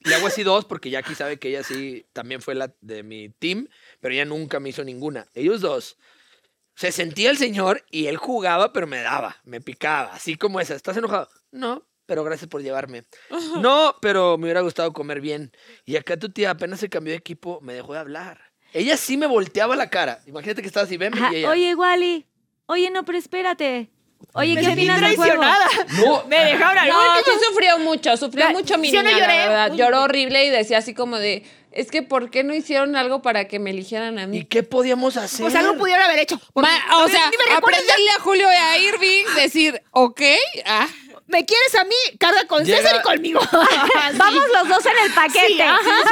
Le hago así dos porque Jackie sabe que ella sí también fue la de mi team, pero ella nunca me hizo ninguna. Ellos dos. Se sentía el señor y él jugaba, pero me daba, me picaba. Así como esa. ¿Estás enojado? No, pero gracias por llevarme. No, pero me hubiera gustado comer bien. Y acá tu tía apenas se cambió de equipo, me dejó de hablar. Ella sí me volteaba la cara. Imagínate que estaba así, ven, Ajá, y ella. oye, Wally, oye, no, pero espérate. Oye, ¿qué opinas del juego? traicionada. no, [laughs] Me dejaron al No, sí último. sufrió mucho, sufrió Ya, mucho mi yo no niña, la lloré. verdad. Uy. Lloró horrible y decía así como de, es que ¿por qué no hicieron algo para que me eligieran a ¿y mí? qué podíamos hacer? Pues algo pudieron haber hecho. porque Ma- no o me- sea, ni me recuerdas. aprenderle a Julio y a Irving, decir, ok, ah, me quieres a mí, carga con Llega- César y [laughs] conmigo. Vamos los dos en el paquete. Sí, ajá.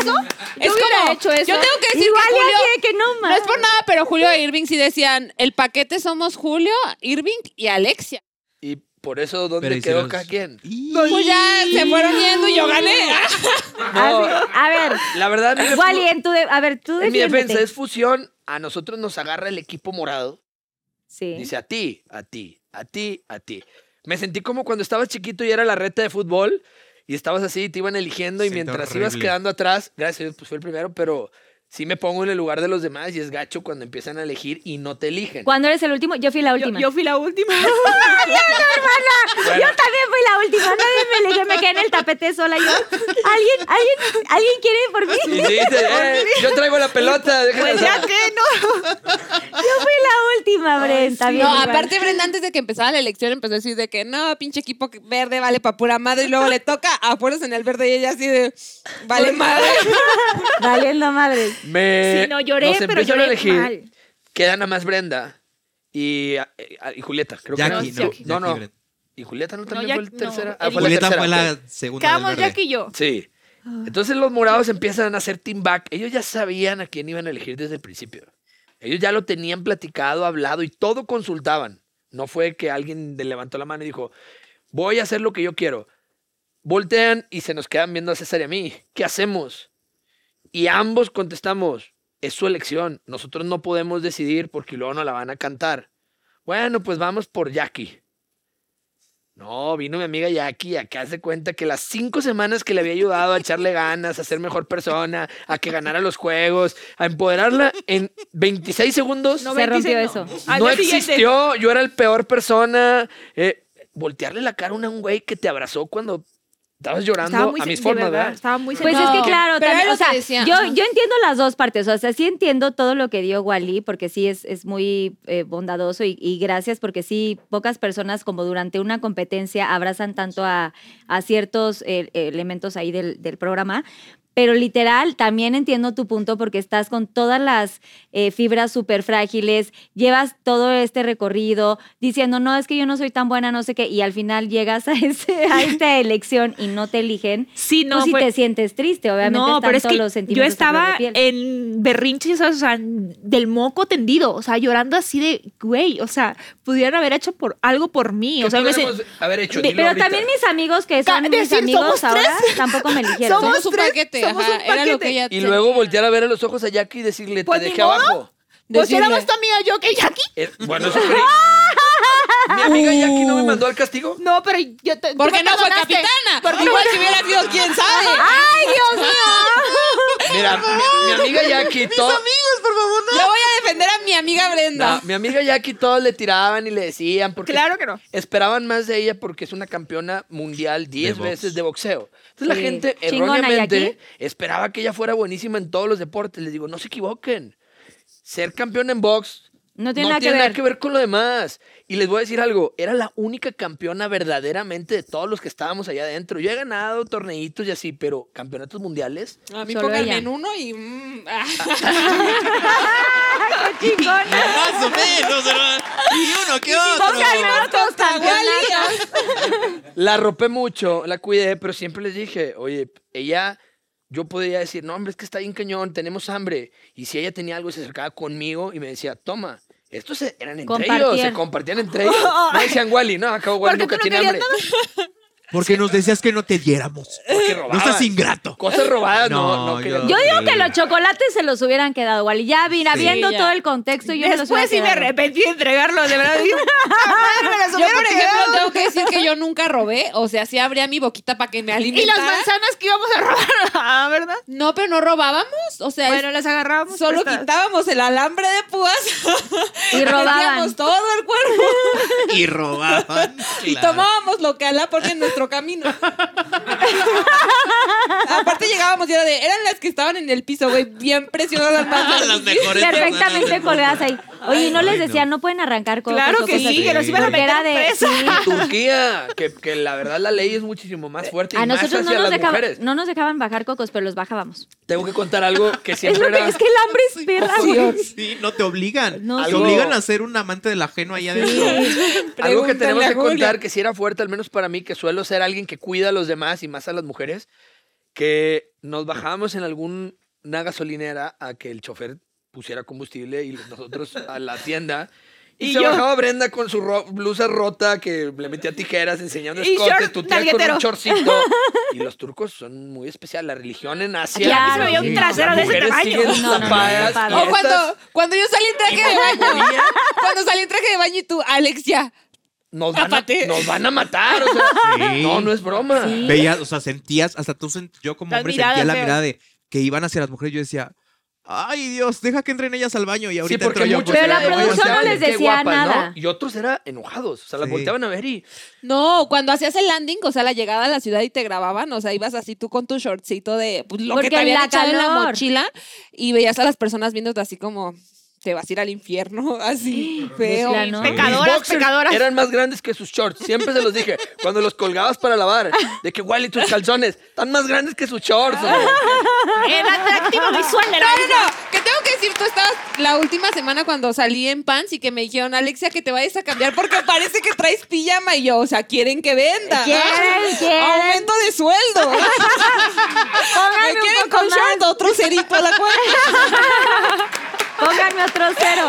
eso. Yo es hubiera como, hecho eso. yo tengo que decir Igual que Julio, así de que no, no es por mames. nada, pero Julio e Irving sí decían, el paquete somos Julio, Irving y Alexia. Y Por eso, Pero ¿dónde ¿y si quedó los- cada quien? Pues ya se fueron yendo y yo gané. No, Ah, A ver, la verdad, mi def- Wally, en tu de- a ver, tú en mi defensa defiéndete. es fusión. A nosotros nos agarra el equipo morado. Sí. Dice a ti, a ti, a ti, a ti. Me sentí como cuando estabas chiquito y era la reta de fútbol y estabas así, te iban eligiendo y Siento mientras ibas horrible. quedando atrás, gracias a Dios, pues fui el primero, pero sí me pongo en el lugar de los demás y es gacho cuando empiezan a elegir y no te eligen. Cuando eres el último, yo fui la Yo, última. yo fui la última. Bueno, Yo también fui la última, nadie me eligió, me quedé en el tapete sola yo. ¿Alguien, alguien, alguien quiere ir por mí? y sí, dices, "Eh, yo traigo la pelota, déjala Pues ya pasar". que no. Yo fui la última, Brenda. bien No, igual. aparte Brenda antes de que empezara la elección empezó a decir de que no, pinche equipo verde vale pa' pura madre y luego le toca a fuerzas en el verde y ella así de vale madre. Valiendo madre. Me, Sí, no, lloré, nos pero empiezan a lloré elegir. mal. Queda nada más Brenda y, eh, y Julieta, creo Jackie, que era. no, no, no. Jackie, ¿Y Julieta no también Jack- fue no, la tercera? Julieta la Julieta tercera, fue la ok. segunda. del Quedamos verde. Jack y yo. Sí. Entonces los morados empiezan a hacer team back. Ellos ya sabían a quién iban a elegir desde el principio. Ellos ya lo tenían platicado, hablado y todo consultaban. No fue que alguien le levantó la mano y dijo, voy a hacer lo que yo quiero. Voltean y se nos quedan viendo a César y a mí. ¿Qué hacemos? Y ambos contestamos, es su elección. Nosotros no podemos decidir porque luego nos la van a cantar. Bueno, pues vamos por Jackie. No, vino mi amiga Jackie, acá hace cuenta que las cinco semanas que le había ayudado a echarle ganas, a ser mejor persona, a que ganara los juegos, a empoderarla en 26 segundos, No, Se rompió 26 eso. Al no día siguiente. existió, yo era el peor persona. Eh, voltearle la cara a un güey que te abrazó cuando estabas Estaba llorando muy a mis sen- de formas, verdad, ¿verdad? Ah, Estaba muy Pues sentida. es que No, claro, pero también, era lo o sea, que decía. yo, Ajá. yo entiendo las dos partes, o sea, sí entiendo todo lo que dio Wally, porque sí es, es muy eh, bondadoso y, y gracias, porque sí, pocas personas como durante una competencia abrazan tanto a, a ciertos eh, elementos ahí del, del programa. Pero literal, también entiendo tu punto porque estás con todas las eh, fibras súper frágiles, llevas todo este recorrido diciendo, no, es que yo no soy tan buena, no sé qué, y al final llegas a, ese, a esta elección y no te eligen. Sí, no, Tú sí fue- te sientes triste, obviamente. no, están pero es todos que los yo sentimientos a flor estaba de piel. en berrinches, o sea, del moco tendido, o sea, llorando así de, güey, o sea, pudieran haber hecho por algo por mí, ¿Qué o sea, me pudiéramos haber hecho? Ve- Dilo Pero ahorita. también mis amigos que Ca- son mis decir, amigos somos ahora tampoco me eligieron. Somos, Somos un tres, paquete, somos ajá, un era lo paquete. que ella Y luego voltear a ver a los ojos a Jackie y decirle, Pues, te ¿ni dejé modo? abajo. pues Decirle- era más tu amiga yo que Jackie. Eh, bueno, eso [laughs] fue... ¿Mi amiga Jackie no me mandó al castigo? No, pero yo te, tú Porque me no fue perdonaste. capitana. Porque Ah, Igual si hubiera sido quién sabe. ¡Ay, Dios mío! Mira, mi, mi amiga Jackie... todo- Yo voy a defender a mi amiga No, Brenda. mi amiga Jackie todos le tiraban y le decían porque Claro que no. esperaban más de ella porque es una campeona mundial 10 box. veces de boxeo. Entonces la Sí. gente Chingona, erróneamente Jackie. esperaba que ella fuera buenísima en todos los deportes. Les digo, no se equivoquen. Ser campeona en box No tiene nada que ver. con lo demás. Y les voy a decir algo, era la única campeona verdaderamente de todos los que estábamos allá adentro. Yo he ganado torneitos y así, pero campeonatos mundiales A mí Solo pónganme ella. en uno y... mm, [laughs] ah. Más o menos, ¿verdad? Y uno que Pónganme otros campeonatos. La ropé mucho, la cuidé, pero siempre les dije, oye, ella, yo podía decir, no, hombre, es que está bien cañón, tenemos hambre. Y si ella tenía algo, se acercaba conmigo y me decía, toma. Estos se- eran entre ellos, se Compartían. compartían [laughs] entre ellos. No decían Wally, no, acabo Wally Porque nunca tú no tiene hambre. querías Porque nos decías que no te diéramos. Porque No robaban. estás ingrato. Cosas robadas, no, no, No, querían. Yo digo que los chocolates se los hubieran quedado, Wally. Ya mira, Sí. viendo Sí, ya. todo el contexto, yo me los hubiera Después sí me quedado. arrepentí de entregarlo, de verdad. dije, "Puta madre, me las Yo, hubiera por ejemplo, quedado". tengo que decir que yo nunca robé. O sea, sí abría mi boquita para que me [laughs] Y las alimentara. manzanas que íbamos a robar, [laughs] ah, ¿verdad? No, pero no robábamos. O sea, Bueno, las agarrábamos. solo estas. quitábamos el alambre de púas. [laughs] Y robaban. Metíamos todo el cuerpo. [laughs] Y robaban. Y claro. tomábamos lo que Alá ponía en nuestro camino. [laughs] Aparte llegábamos y era de... Eran las que estaban en el piso, güey. Bien presionadas las manzanas. [laughs] Las mejores Perfectamente personas. colgadas ahí. Oye, ¿y no Ay, les no. decía, no pueden arrancar cosas. Claro o que cosas sí, así"? que nos iban a Porque era meter de. presa. sí. [laughs] Turquía, que, que la verdad la ley es muchísimo más fuerte. A y más nosotros hacia no nos, las dejaban, mujeres. no nos dejaban bajar cocos, pero los bajábamos. Tengo que contar algo [laughs] que Es, siempre lo que, era. es que el hambre es perra, güey. Sí, no te obligan. No, te sí. obligan a ser un amante del ajeno allá adentro. Algo que Pregúntale tenemos a que Julia. contar que si era fuerte, al menos para mí, que suelo ser alguien que cuida a los demás y más a las mujeres, que nos bajábamos en alguna [laughs] gasolinera a que el chofer pusiera combustible y nosotros a la tienda Y, Y se yo- bajaba Brenda con su ro- blusa rota que le metía tijeras, enseñando Y escote, short tu tía con un nalguetero. chorcito. [laughs] Y los turcos son muy especiales. La religión en Asia. Ya, se veía un Sí, trasero las de ese mujeres tamaño. siguen No, no, no, tapadas, no, no, O quietas. cuando, cuando yo salí en traje de baño. [laughs] Cuando salí en traje de baño y tú, Alexia. nos van, a, Tápate. nos van a matar. o sea, Sí. No, no es broma. Veías, o sea, sentías, hasta tú, sent- yo como Las hombre miradas, sentía la veo. mirada de que iban hacia las mujeres. Yo decía, ay Dios, deja que entren ellas al baño y ahorita sí, porque entro yo. muchos Pero la eran producción no volteaban, les qué decía guapas, ¿no? nada. Y otros eran enojados. O sea, las Sí. volteaban a ver y. No, cuando hacías el landing, o sea, la llegada a la ciudad y te grababan, o sea, ibas así tú con tu shortcito de pues, lo Porque que te habían la echado en la calor. mochila y veías a las personas viéndote así como, te vas a ir al infierno, [laughs] así feo. plano. Sí. Pecadoras, Mis boxers pecadoras. Eran más grandes que sus shorts. Siempre se [laughs] los dije. Cuando los colgabas para lavar, de que Wally, tus calzones están más grandes que sus [laughs] shorts. hombre". Era atractivo visual, era No, no, no, que tengo que decir, tú estabas la última semana cuando salí en pants y que me dijeron, Alexia, que te vayas a cambiar porque parece que traes pijama y yo, o sea, quieren que venda. Quieren, quieren. Aumento [laughs] de sueldo. me Pónganme quieren un poco con más. short, otro cerito a la [laughs] cuenta. Pónganme otro cero.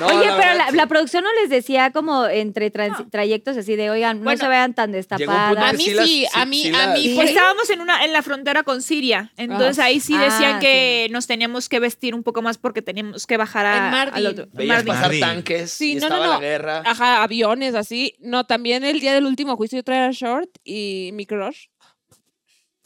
No, Oye, pero la verdad, la, sí. la producción no les decía como entre trans- trayectos así de, oigan, Bueno, no se vean tan Llegó un punto destapadas. que A mí las- sí, a mí- a las- mí Y pues, por- estábamos en una en la frontera con Siria, entonces Ajá. ahí sí decían Ah, que nos teníamos que vestir un poco más porque teníamos que bajar a, En Mardin. al otro. Veías Mardin. pasar Mardin. tanques. Sí, y no, estaba no, no. la guerra. Ajá, aviones, así. No, también el día del último juicio yo traía short y mi crush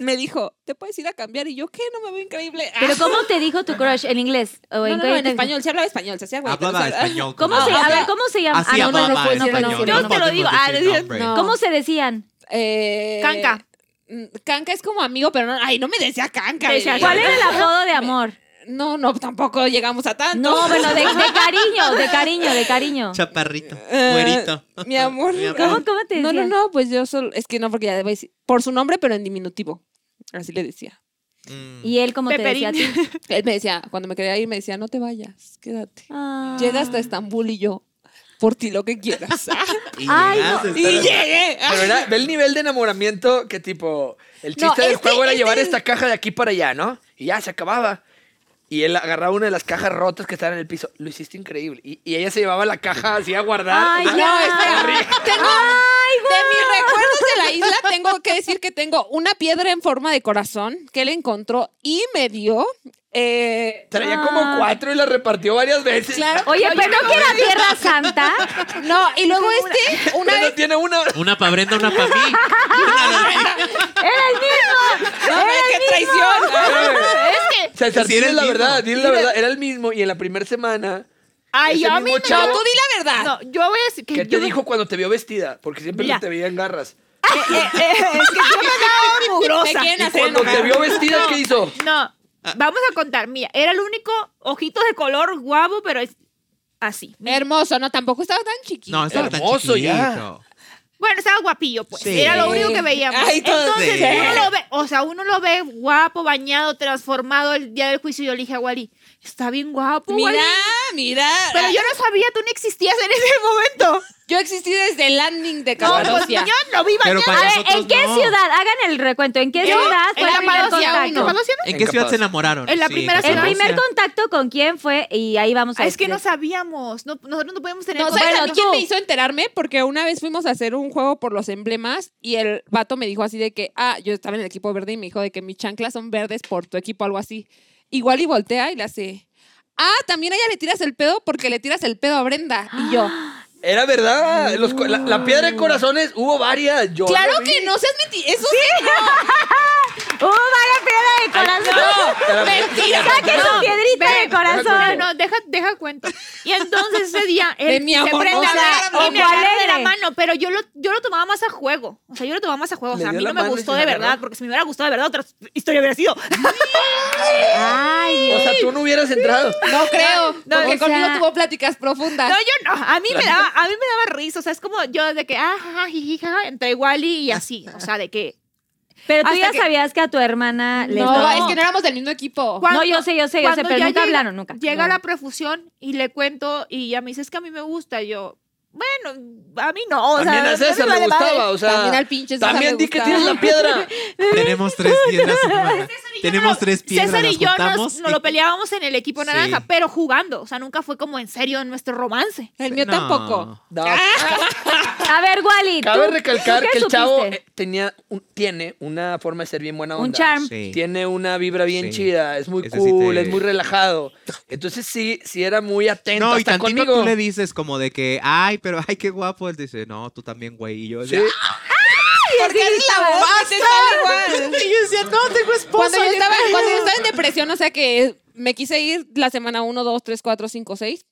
me dijo, ¿te puedes ir a cambiar? Y yo, ¿qué? No me veo increíble. Pero Ah. ¿cómo te dijo tu crush? ¿En inglés? ¿O No, en, no, qué no, en te- español, se hablaba español, se hacía güey. Hablaba pero, o sea, [laughs] español. ¿Cómo como- se, Ah, a ok. ver, ¿cómo se llama? Así Ah, no, no, hablaba no, no, español. no, Yo no. te lo podemos digo, ah, decir decían- nombre. no. ¿Cómo se decían? Eh, Canca. mm, Canca es como amigo, pero no, ay, no me decía canca. Te decía, bebé. ¿Cuál era el apodo de amor? No, no, tampoco llegamos a tanto. No, bueno, [laughs] de, de cariño, de cariño, de cariño. Chaparrito, Eh, [laughs] güerito. Mi amor. Mi amor. ¿Cómo, cómo te No, decían? no, no, pues yo solo, es que no, porque ya debo decir, por su nombre, pero en diminutivo. Así le decía. Mm. Y él, ¿cómo Peperín. te decía a ti? Él me decía, cuando me quería ir, me decía, no te vayas, quédate. Ah. Llega hasta Estambul y yo, por ti lo que [laughs] quieras. Y Ay, llegaste, y estabas- llegué. Pero era, ve el nivel de enamoramiento que tipo, el chiste No, del este- juego era este llevar es- esta caja de aquí para allá, ¿no? Y ya se acababa. Y él agarraba una de las cajas rotas que estaban en el piso. Lo hiciste increíble. Y, y ella se llevaba la caja así a guardar. Ay, O sea, No, ya. espera. Tengo, Ah. de mis recuerdos de la isla, tengo que decir que tengo una piedra en forma de corazón que él encontró y me dio. eh, Traía como cuatro y la repartió varias veces. claro. Oye, pero no que era Tierra [laughs] Santa. No, y luego este, una Pero vez. no tiene una. Una para Brenda, una para mí. Era el mismo. No, qué traición. [laughs] César, Sí, era dile el la mismo. verdad, dile la verdad. Era el mismo y en la primera semana. [laughs] Ay, Ese yo a mí mismo no. chavo- Tú di la verdad. No, yo voy a decir que ¿Qué te yo- dijo cuando te vio vestida? Porque siempre Mira. te veía en garras. es que yo me daba mugrosa. Me quieren hacer Cuando te enojar. vio vestida, ¿qué hizo? No, vamos a contar. Mira, era el único ojito de color guapo, pero es así. Hermoso, no, tampoco estaba tan chiquito. No, estaba tan Hermoso ya. chiquito. Bueno, estaba guapito, pues. Sí. Era lo único que veíamos. Ay, todo- Entonces, Sí. uno lo ve, o sea, uno lo ve guapo, bañado, transformado el día del juicio. Yo le dije a Wally, está bien guapo, Wally. Mira, mira. Pero yo no sabía, tú no existías en ese [laughs] momento. Yo existí desde el landing de No, pues Capadocia. yo no vi Pero bañado. para A ver, nosotros ¿en qué no. ciudad? Hagan el recuento. ¿En qué ¿Yo? ciudad En fue el primer Capadocia uno. contacto? ¿Capadocia no? ¿En qué ciudad Incapaz. se enamoraron? En la primera El ciudad. primer Capadocia. contacto con quién fue y ahí vamos a este, Ah, es que no descubrir. sabíamos. No, nosotros no podíamos tener No, contacto. ¿sabes a mí Bueno, quién tú. me hizo enterarme? Porque una vez fuimos a hacer un juego por los emblemas y el vato me dijo así de que, ah, yo estaba en el equipo verde y me dijo de que mis chanclas son verdes por tu equipo, algo así. Igual y voltea y le hace, ah, también a ella le tiras el pedo porque le tiras el pedo a Brenda. Y yo, ¡Uh, Era verdad. Los cu- la, la piedra de corazones hubo varias. Yo claro lo vi. que no seas mentira. Eso sí, ¡Uh, vaya piedra de corazón! Era- mentira. ¡Saque su piedrita de No, corazón! no, deja, deja cuento. Y entonces ese día él De mi amor, se no prende a se hablar habla. y me Ojo agarra de la alegre. mano, pero yo lo, yo lo tomaba más a juego. O sea, yo lo tomaba más a juego. O Le sea, a dio mí la no me mano y se gustó la de agarró. verdad, porque si me hubiera gustado de verdad, otra historia hubiera sido. ¡Ay, O Dios! sea, tú no hubieras entrado. No creo, No, porque o sea- conmigo tuvo pláticas profundas. Ah. No, yo no. A mí me daba, a mí me daba risa. O sea, es como yo de que, ah, jaja, jiji, jaja, entre Wally y así. O sea, de que. Pero tú hasta ya que- sabías que a tu hermana le No, estaba- es que no éramos del mismo equipo. No, yo sé, yo sé, yo sé, cuando pero ya nunca llega- hablaron, nunca. Llega No. la profusión y le cuento y ya me dice, es que a mí me gusta. Y yo, bueno, a mí no. O sea, También a a mí me César le vale madre. gustaba, o sea. También al pinche César También le di que gustaba. tienes la piedra. Tenemos tres piedras. hermana. Tenemos tres piedras. César y las yo juntamos nos, nos lo peleábamos en el equipo Sí. naranja, pero jugando. O sea, nunca fue como en serio en nuestro romance. El mío No. tampoco. No, A ver, Wally. Cabe ¿tú- recalcar tú qué que el chavo supiste? eh, tenía un- tiene una forma de ser bien buena onda. Un charm. Sí. Tiene una vibra bien Sí. chida, es muy Ese sí cool, te- es muy relajado. Entonces sí, sí era muy atento No, y hasta tantito conmigo. tú le dices como de que, ay, pero ay, qué guapo. Él dice, no, tú también, güey. Y yo, Sí. de, "Ah, Porque eres la voz que te sale igual. Y yo decía, no, tengo esposa. Cuando yo, estaba, cuando yo estaba en depresión, o sea que me quise ir la semana 1, 2, 3, 4, 5, 6.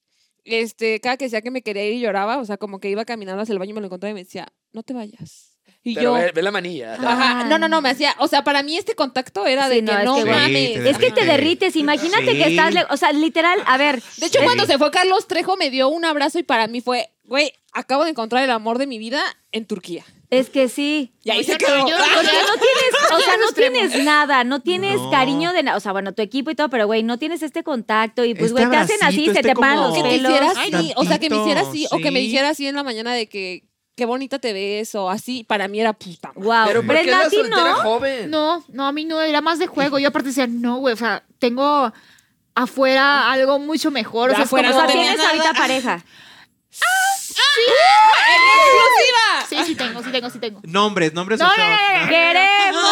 Este, cada que decía que me quería ir lloraba, o sea, como que iba caminando hacia el baño y me lo encontraba y me decía, no te vayas. Y Pero yo, Ah, ve, ve la manilla. ajá, no, no, no, me hacía, o sea, para mí este contacto era Sí, de no, que es no que- mames. Sí, Es que te derrites, imagínate Sí. que estás, le- o sea, literal, a ver, De hecho, cuando se fue Carlos Trejo, me dio un abrazo y para mí fue, güey, acabo de encontrar el amor de mi vida en Turquía. es que sí. Y ahí se quedó. Porque no tienes, o sea, no tienes nada, no tienes No. cariño de nada, o sea, bueno, tu equipo y todo, pero güey, no tienes este contacto y pues Este güey, te hacen así, abracito, se este te paran como- los que te pelos. hiciera Ay, así, o sea, que me hiciera así, tantito, o que me sí. dijera así en la mañana de que qué bonita te ves, o así, para mí era puta. madre. Wow, Pero pero, porque es era Nati, soltera ¿no? joven. No, no, a mí no, era más de juego. Yo aparte decía, no, güey, o sea, tengo afuera algo mucho mejor. O sea, es Afuera O como- no sea, tenía tienes nada. ahorita pareja. ¡En Sí, sí tengo, sí tengo, sí tengo. Nombres, nombres No, o no, shots? [laughs] no, no, Queremos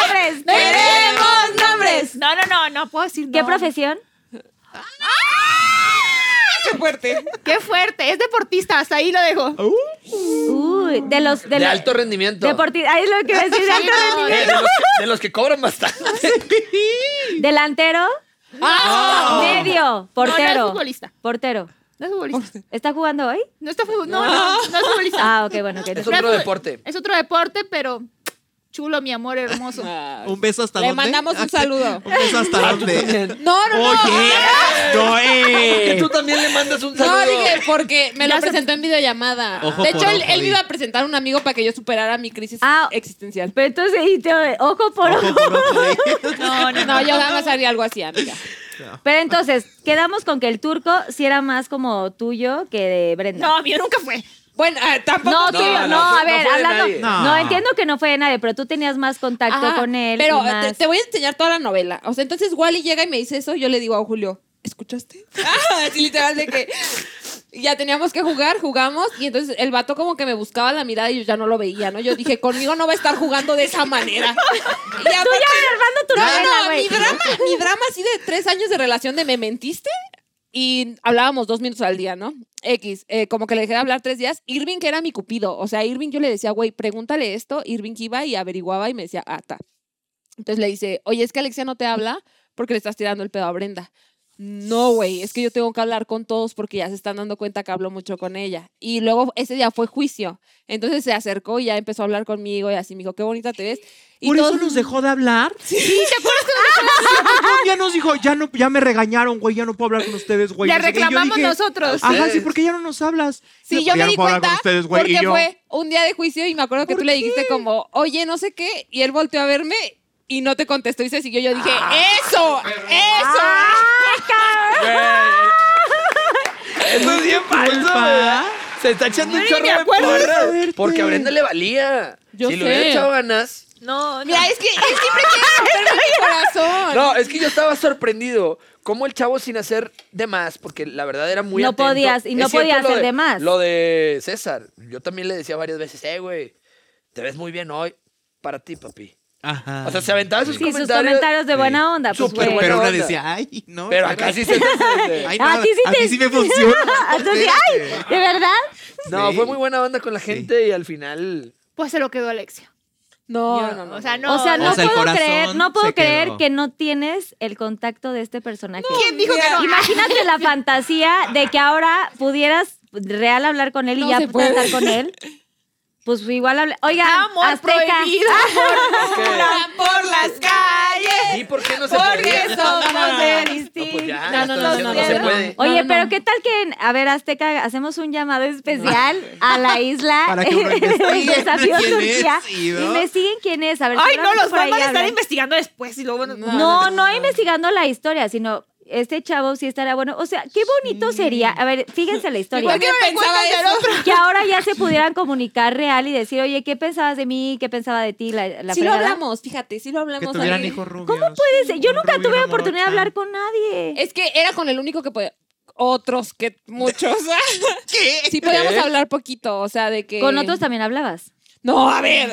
nombres. ¡Queremos nombres! No, no, no, no puedo decir ¿Qué no. profesión? ¡Qué fuerte! Qué fuerte, es deportista, hasta ahí lo dejo. Uy, de los De, de, los- alto rendimiento. deporti- ahí es lo que iba a decir, de alto Eh, rendimiento. de, los, de los que cobran bastante. Delantero, medio, portero. No, no es futbolista. Portero. No es futbolista. ¿Está jugando hoy? No está fu- no, no, no es futbolista. Ah, ok, bueno, ok. Es No es otro fu- deporte. Es otro deporte, pero chulo, mi amor hermoso. Un beso hasta Le dónde. mandamos un saludo. [laughs] Un beso hasta Ah, tú [laughs] dónde. también. No, no, no. [laughs] Oye, esto, Que eh. [laughs] tú también le mandas un No, saludo. dije, porque me Ya lo se- presentó en videollamada. Ojo de por hecho, él, ojo, él me di. iba a presentar a un amigo para que yo superara mi crisis Ah. existencial. Pero entonces, y te- ojo por ojo. Ojo por ojo, eh. No, no, no, yo nada más haría algo así, amiga. Pero entonces, quedamos con que el turco sí era más como tuyo que de Brenda. No, mío nunca fue. Bueno, ah, tampoco. No, No, tuyo, no, no fue- a no ver, fue de hablando. nadie. No. No. entiendo que no fue de nadie, pero tú tenías más contacto Ajá, con él. Pero y más. te, te voy a enseñar toda la novela. O sea, entonces Wally llega y me dice eso. Yo le digo a Julio, ¿escuchaste? [laughs] Así literal de que ya teníamos que jugar, jugamos. Y entonces el vato como que me buscaba la mirada y yo ya no lo veía, ¿no? Yo dije, conmigo no va a estar jugando de [laughs] esa manera. Y Tú aparte- ya armando tu novela, no, no, güey. mi drama, mi drama así de tres años de relación de me mentiste y hablábamos dos minutos al día, ¿no? X, eh, como que le dejé de hablar tres días. Irving, que era mi cupido. O sea, Irving yo le decía, güey, pregúntale esto. Irving que iba y averiguaba y me decía, ah, ta. Entonces le dice, oye, es que Alexia no te habla porque le estás tirando el pedo a Brenda. No, güey, es que yo tengo que hablar con todos porque ya se están dando cuenta que hablo mucho con ella. Y luego ese día fue juicio. Entonces se acercó y ya empezó a hablar conmigo y así me dijo, qué bonita te ves. Y Por eso todos- nos dejó de hablar. Sí, ¿te acuerdas que un día nos dijo, ya [laughs] no, ya me regañaron, güey, ya no puedo hablar con ustedes, güey. Le No sé qué. Y yo reclamamos dije, nosotros. Ah, Ajá, Ustedes. sí, porque ya no nos hablas. Sí, Y yo me ya no di puedo hablar cuenta con ustedes, güey. porque Y yo, fue un día de juicio y me acuerdo que tú le dijiste como, oye, no sé qué, y él volteó a verme y no te contestó y se siguió. Yo dije, Ah. ¡eso! ¡Eso! Eso es bien falso. Culpa. güey. Se está echando un Yo ni chorro me de acuerdo de porra. saberte. Porque a Brenda le valía. Yo si le hubiera sé. echado ganas. No, no. Mira, es que él siempre [laughs] quiere romperme mi corazón. No, es que yo estaba sorprendido. Cómo el chavo sin hacer de más, porque la verdad era muy No atento. podías, y no Es cierto podía lo hacer de más. Lo de César. Yo también le decía varias veces, eh, güey, te ves muy bien hoy. Para ti, papi. Ajá. O sea, se aventaba esos Sí, sus comentarios. comentarios de buena onda. Pues, Súper güey. buena pero una onda. decía, ay, no. Pero espera". acá sí se se- [laughs] Ay, A ti sí a te- Ah, mí sí me [laughs] funciona. Este, Entonces, ay, ¿de verdad? No, Sí. fue muy buena onda con la gente y al final. Pues se lo quedó Alexia. No, no, no. O sea, no. o sea, no O sea, el puedo corazón creer, no puedo se quedó. creer que no tienes el contacto de este personaje. ¿Quién dijo que no? Imagínate la fantasía de que ahora pudieras real hablar con él y No ya se puede. tratar con él. Pues igual habla. Oiga, Amor Azteca. prohibido. Es que- por las calles. ¿Y por qué no se podía? Porque somos de No, pues ya, No, ya no, están diciendo no, no, se no. puede. Oye, No, no. pero ¿qué tal que, a ver, Azteca, hacemos un llamado especial a la isla Para que [laughs] uno el investigue desafío quién es, Turquía? y, ¿no? Investiguen quién es. A ver, Ay, no, seguramente los por van ahí a estar hablan. investigando después y luego... No. No, no investigando la historia, sino este chavo sí estará bueno. O sea, qué bonito sería. A ver, fíjense la historia. ¿Por qué pensaba eso? Que ahora ya se pudieran comunicar real y decir, oye, ¿qué pensabas de mí? ¿Qué pensaba de ti? La, la Si lo fregada. hablamos, fíjate, si lo Que hablamos. tuvieran Ariel. hijos rubios. ¿Cómo puedes? Yo Un nunca rubio, tuve una oportunidad de morocha. hablar con nadie. Es que era con el único que podía. Otros que [laughs] muchos. ¿Qué? Sí, podíamos hablar poquito, o sea, de que. Con otros también hablabas. No, a [laughs] ver.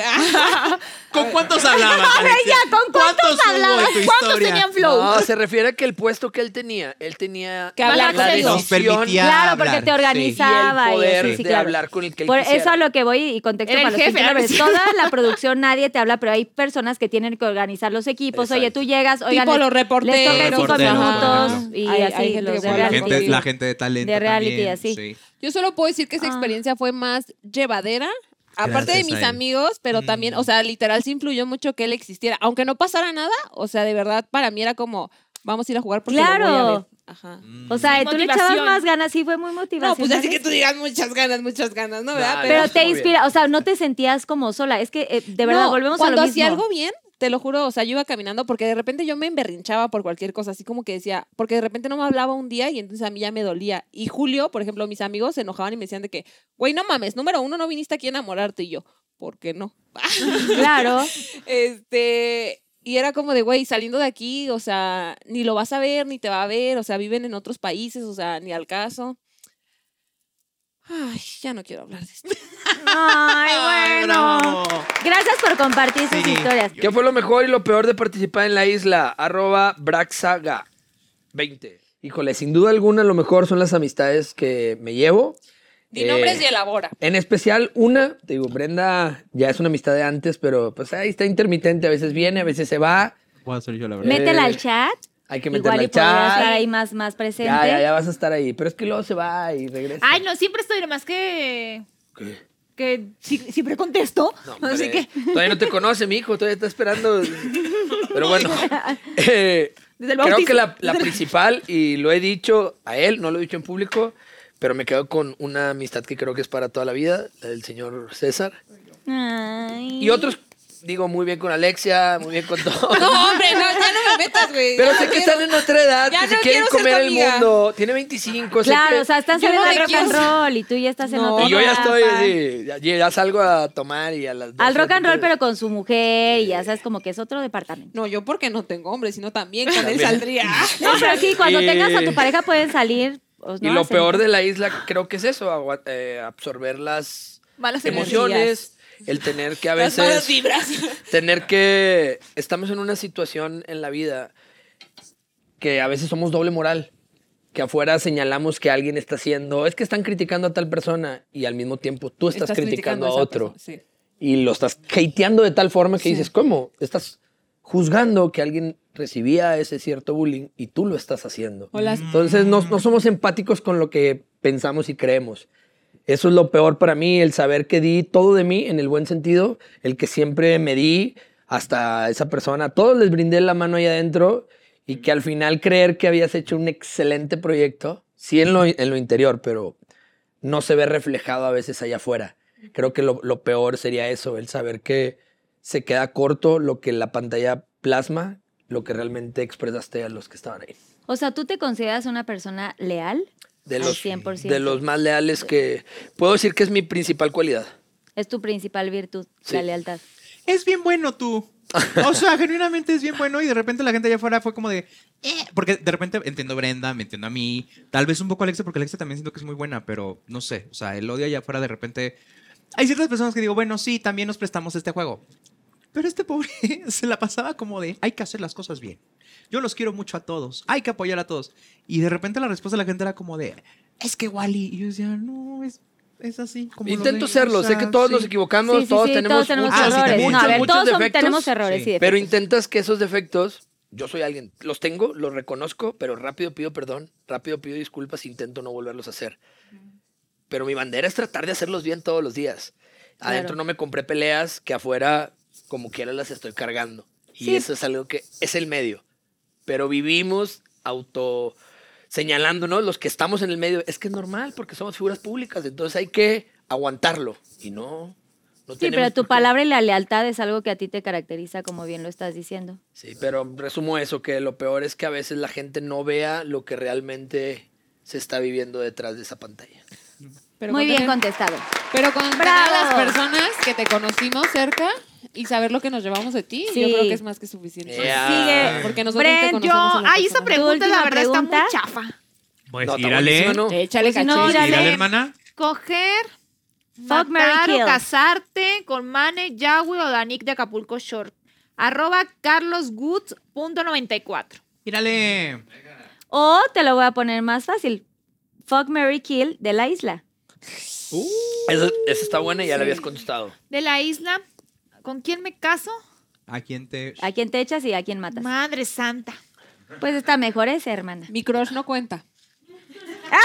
¿Con [laughs] cuántos hablabas? Alexia? ¿con ¿Cuántos hablabas? ¿Cuántos tenían flow? No, se refiere a que el puesto que él tenía, él tenía Que hablar la con ellos. Nos decisión permitía claro, porque hablar, te y organiza- Estaba el y poder eso, sí, de claro. hablar con el que él Por quisiera. eso a lo que voy y contexto Era el para los jefe, Pinky ¿no? Lovers. Toda la producción nadie te habla, pero hay personas que tienen que organizar los equipos. Oye, Exacto. tú llegas, oigan, tipo les, los reporteros. les tocan cinco Reporteros, por minutos ejemplo. y Hay- así hay gente que los de puede La hablar reality. gente, contigo. la gente de talento. De reality, también, así. sí. Yo solo puedo decir que esa Ah. experiencia fue más llevadera. Aparte de Gracias Mm. mis a él. amigos, pero también, o sea, literal, sí influyó mucho que él existiera. Aunque no pasara nada, o sea, de verdad, para mí era como, vamos a ir a jugar porque Claro. lo voy a ver. Ajá. O sea, tú le echabas Motivación. más ganas, sí, fue muy motivación. No, pues así que tú digas muchas ganas, muchas ganas, ¿no? ¿Verdad? Nah, Pero Ah, Estuvo te bien. inspira, o sea, no te sentías como sola. Es que, eh, de verdad, No, volvemos a lo cuando mismo. hacía algo [laughs] bien, te lo juro, o sea, yo iba caminando porque de repente yo me emberrinchaba por cualquier cosa, así como que decía, porque de repente no me hablaba un día y entonces a mí ya me dolía. Y Julio, por ejemplo, mis amigos se enojaban y me decían de que, güey, no mames, número uno, no viniste aquí a enamorarte y yo, ¿por qué no? Claro. Este, y era como de, güey, saliendo de aquí, o sea, ni lo vas a ver, ni te va a ver, o sea, viven en otros países, o sea, ni al caso. Ay, ya no quiero hablar de esto. Ay, bueno. Gracias por compartir sus Sí. historias. ¿Qué fue lo mejor y lo peor de participar en la isla? Arroba Braxaga 20. Híjole, sin duda alguna lo mejor son las amistades que me llevo. Di Eh, nombres y elabora. En especial una, te digo, Brenda ya es una amistad de antes, pero pues ahí está intermitente, a veces viene, a veces se va. Voy a hacer yo la verdad. Métela Eh, al chat. Hay que meterla Igual y al podría estar chat. ahí más, más presente. Ya, ya, ya vas a estar ahí, pero es que luego se va y regresa. Ay, no, siempre estoy, nomás que. ¿Qué? que si- siempre contesto. No, hombre, así que, Todavía no te conoce, mi hijo, todavía está esperando. Pero bueno, eh, Desde el creo bautizo, que la, la desde el- principal, y lo he dicho a él, no lo he dicho en público, pero me quedo con una amistad que creo que es para toda la vida, la del señor César. Ay. Y otros, digo, muy bien con Alexia, muy bien con todos. [laughs] No, hombre, no, ya no me metas, güey. Pero Ya sé no que quiero. están en otra edad, Ya que se no quieren quiero ser comer tu el amiga. mundo. Tiene 25, sé que- Claro, o sea, están Yo no saliendo de le rock and quiero- roll y tú ya estás en No. otra Y yo ya etapa. estoy así, ya, ya salgo a tomar y a las Al 12, rock and roll, entonces- pero con su mujer y ya sabes como que es otro [laughs] departamento. No, yo porque no tengo hombre, sino también con él [laughs] saldría. No, pero sí, cuando Y- tengas a tu pareja pueden salir. pues, Eh, Y ¿no? lo Hacer- peor de la isla creo que es eso, agua- eh, absorber las malas emociones, el tener que a Las malas veces, vibras. tener que, estamos en una situación en la vida que a veces somos doble moral, que afuera señalamos que alguien está haciendo, es que están criticando a tal persona y al mismo tiempo tú estás, criticando, a esa otro persona, sí. y lo estás hateando de tal forma que dices, ¿cómo? Estás juzgando que alguien recibía ese cierto bullying y tú lo estás haciendo. O las- Mm. Entonces no, no somos empáticos con lo que pensamos y creemos. Eso es lo peor para mí, el saber que di todo de mí en el buen sentido, el que siempre me di hasta esa persona. A todos les brindé la mano ahí adentro y que al final creer que habías hecho un excelente proyecto, sí en lo, en lo interior, pero no se ve reflejado a veces allá afuera. Creo que lo, lo peor sería eso, el saber que se queda corto lo que la pantalla plasma, lo que realmente expresaste a los que estaban ahí. O sea, ¿tú te consideras una persona leal? De Al los, 100%. de los más leales que puedo decir que es mi principal cualidad. Es tu principal virtud, Sí. la lealtad. Es bien bueno tú. O sea, [laughs] genuinamente es bien bueno y de repente la gente allá afuera fue como de... "Eh", Porque de repente entiendo a Brenda, me entiendo a mí, tal vez un poco a Alexia, porque Alexia también siento que es muy buena, pero no sé, o sea, el odio allá afuera de repente... Hay ciertas personas que digo, bueno, sí, también nos prestamos este juego. Pero este pobre [laughs] se la pasaba como de, hay que hacer las cosas bien. Yo los quiero mucho a todos, hay que apoyar a todos. Y de repente la respuesta de la gente era como de, es que Wally. Y yo decía, no, es, es así. Como lo Intento ven, serlo, o sé sea, que todos sí". nos equivocamos, sí, sí, todos, sí, tenemos todos tenemos muchos, errores. muchos, no, a ver, muchos todos son- defectos, tenemos errores sí. y defectos. pero intentas que esos defectos, yo soy alguien, los tengo, los reconozco, pero rápido pido perdón, rápido pido disculpas, intento no volverlos a hacer. Pero mi bandera es tratar de hacerlos bien todos los días. Adentro no me compré peleas que afuera, como quiera, las estoy cargando. Y eso es algo que es el medio. Pero vivimos auto señalándonos los que estamos en el medio. Es que es normal porque somos figuras públicas, entonces hay que aguantarlo. Y no, No Sí, pero tenemos tu por qué. palabra y la lealtad es algo que a ti te caracteriza, como bien lo estás diciendo. Sí, pero resumo eso, que lo peor es que a veces la gente no vea lo que realmente se está viviendo detrás de esa pantalla. Pero Muy bien contener- contestado. Pero con ¡Bravo! las personas que te conocimos cerca y saber lo que nos llevamos de ti, yo Sí. creo que es más que suficiente. Eh, Yeah. ah, Sigue. Porque nosotros te Bren, yo, conocemos. en la ay, esa persona. pregunta la última verdad pregunta? está muy chafa. Pues No, está tírale. buenísima, ¿no? Eh, Échale Pues cachete. no, Tírale, Tírale. hermana. Eh, Coger, Fuck, marry, matar kill. o casarte con Mane, Yahweh o Danik de Acapulco Short. Arroba carloswoods.94. Tírale. O te lo voy a poner más fácil. Fuck Mary Kill de la isla. Esa, esa está buena y ya la habías contestado. De la isla, ¿con quién me caso? ¿A quién te...? ¿A quién te echas y a quién matas? Madre santa. Pues está mejor esa, hermana. Mi crush no cuenta.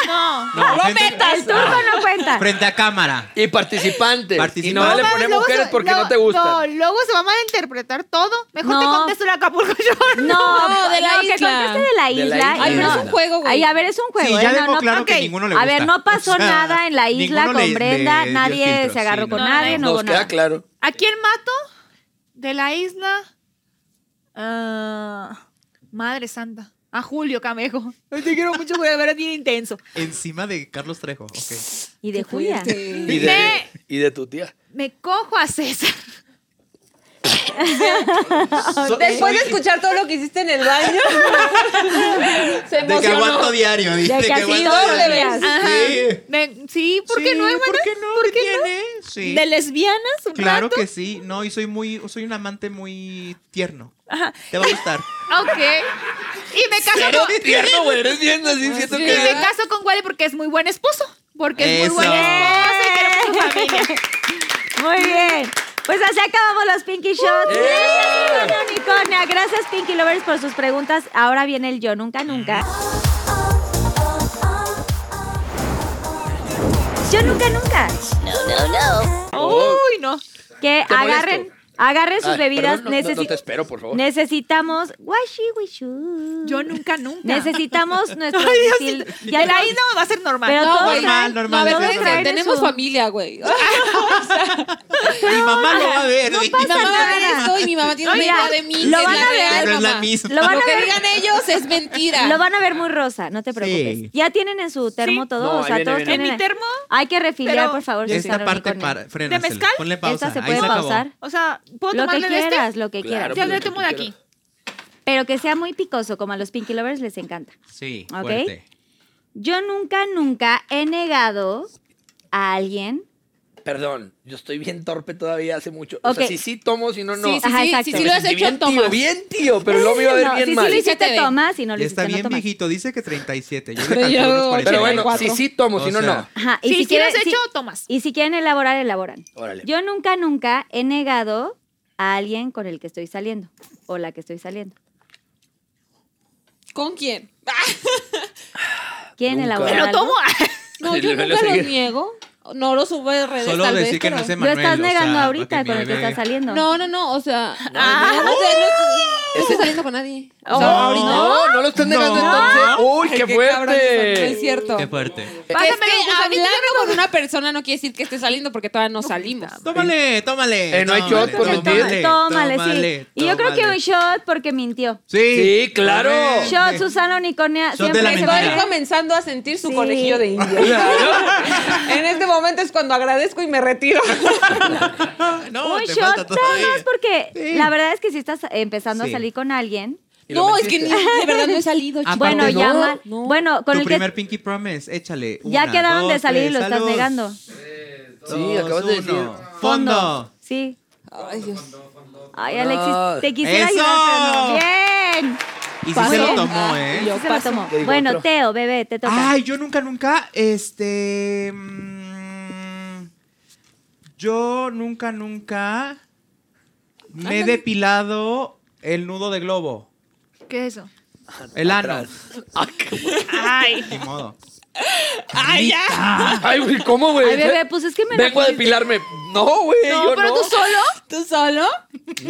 No. No, frente- El turco no cuenta. Frente a cámara. Y participantes. Y no Participantes. vale mames, poner luego mujeres se- porque no, luego- te gustan. No, luego se va a malinterpretar todo. Mejor te No. contesto el Acapulco Short. No, [laughs] No, de la no, que isla. conteste de la De la isla. isla. Ay, pero no. es un juego, güey. Ay, a ver, es un juego. Sí, ¿eh? ya No, dejó no, claro ok. que ninguno le gusta. A ver, no pasó O sea, nada en la isla ninguno con le- Brenda. le dio nadie filtro, se sí, agarró no. con No, nadie, no no, Nos hubo queda nada. claro. ¿A quién mato? De la isla. Ah, madre santa. A Julio Camejo. Te quiero mucho, güey. De verdad, bien intenso. Encima de Carlos Trejo. ok. Y Este, de Julia. Y de, y de tu tía. Me cojo a César. Después de escuchar todo lo que hiciste en el [laughs] baño, se De que emocionó. aguanto diario. dice, De que así aguanto todos le diario. veas. Ajá. Sí. Me- sí, ¿por qué Sí, no, hermana? ¿Por qué no? ¿Qué tiene? Sí. ¿De lesbianas? un Claro rato? que sí. No, y soy muy, soy un amante muy tierno. Te va a gustar. Ok. Y me caso con... Eres tierno, güey. Eres bien así, siento Y que... me caso con Wally porque es muy buen esposo. Porque es Eso. muy buen esposo y queremos su familia. Muy bien. Pues así acabamos los Pinky Shots. Gracias, Ivana Unicornia. Gracias, Pinky Lovers, por sus preguntas. Ahora viene el yo nunca nunca. Yo nunca nunca. Uy, no. Que Te molesto. agarren, agarren sus Oh. Ay, bebidas. perdón, no- no, necesi- no te espero, por favor. necesitamos. Washi wishu. Yo nunca, nunca. Necesitamos nuestro [laughs] Ay, Dios, misil- sí. Ya De la todos- isla va a ser normal. Pero No, todos güey. traen- Normal, no, a normal, ver, todos normal. espérate, traen tenemos su- familia, güey. Mi mamá lo va a ver. Mi dije. mamá ve esto y mi mamá tiene una Mira, idea de mí. lo que van es la a ver. real, Pero es la mamá. misma. Lo van Lo a que ver. digan ellos es mentira. Lo van a ver muy rosa, no te preocupes. Sí. Ya tienen en su termo Sí. todo, No, o ahí sea, viene, todos viene. en tienen. mi termo, Hay que refiliar, Pero- por favor, Esta Susana parte Unicornio. para frenas. ¿De mezcal? Ponle pausa. Esta se Ahí puede se acabó. pausar. o sea, ¿puedo Lo que tomarle de quieras, este? lo que Claro, quieras. Ya pues, le lo que tomo tú de quieras. aquí. Pero que sea muy picoso, como a los Pinky Lovers les encanta. Sí, Ok. fuerte. Yo nunca, nunca he negado a alguien. Perdón, yo estoy bien torpe todavía hace mucho. O sea, Ok. si sí tomo, si no, no. Sí, sí, Ajá, sí, exacto. sí, Me sí lo has sentí hecho, bien tío, Tomás. bien tío, pero luego me iba a ver No, bien si mal. sí lo Sí se hiciste, te ve. tomas. Si no lo Ya está hiciste, no bien tomas. viejito. Dice que 37. Yo le Pero calculo unos yo- 40. pero bueno, si 44. sí tomo, O si no, sea, no. Ajá, y Sí, si, sí lo has quieren- si- hecho, tomas. y si quieren elaborar, elaboran. Órale. Yo nunca, nunca he negado a alguien con el que estoy saliendo o la que estoy saliendo. ¿Con quién? ¿Quieren Nunca. elaborar? Pero algo? tomo. No, Sí, yo le- le nunca sigue. los niego. No los subo de redes, Solo tal vez, decir que no pero- es Lo Emanuel. estás o sea, negando ahorita para que con me el que vea. estás saliendo. No, no, no, o sea, no, no, sé, no, estoy saliendo con nadie. O sea, No, ahorita- no, no lo están negando entonces. Uy, qué Cabrón, no es fuerte. cierto. Qué fuerte. Es que hablando con una persona no quiere decir que esté saliendo porque todavía no salimos. Tómale, tómale. Eh, no hay tómale, shot por Tómale, mentir. tómale, sí. Y yo creo que un tómale. shot porque mintió. Sí, Sí, claro. tómale. Shot, Susana Unicornia. Shot de siempre la se mentira. Estoy pone- comenzando a sentir su Sí. conejillo de indio. [laughs] en este momento es cuando agradezco y me retiro. No, un te shot falta nada todavía. más porque Sí. la verdad es que si estás empezando Sí. a salir con alguien. [laughs] Y lo No, es que ni- metiste. de verdad no he salido. Aparte, chicos. bueno, Ah, no, ya mal. no. Bueno, con tu el primer que Pinky Promise, échale. ya Una, quedaron dos, de salir y tres, lo estás salud. negando. Sí, acabas de Dos, decir. uno. Fondo. Sí. Ay, Dios. Ay, No. Alexis, te quisiera ¡Eso! ayudar, pero no. Bien. Y sí Pasó. se lo tomó, Ah, ¿eh? yo Sí se la paso. tomó. Yo digo Bueno, otro. Teo, bebé, te toca. Ay, yo nunca, nunca, este... mm, Yo nunca, nunca me he depilado el nudo de globo. ¿Qué es eso? El ano. Ah, qué bueno. Ay. Ni modo. [laughs] Ay, güey, ¿cómo, güey? Ay, bebé, pues es que me lo Vengo a pusiste. depilarme. No, güey, yo No, pero no. tú solo. ¿Tú solo?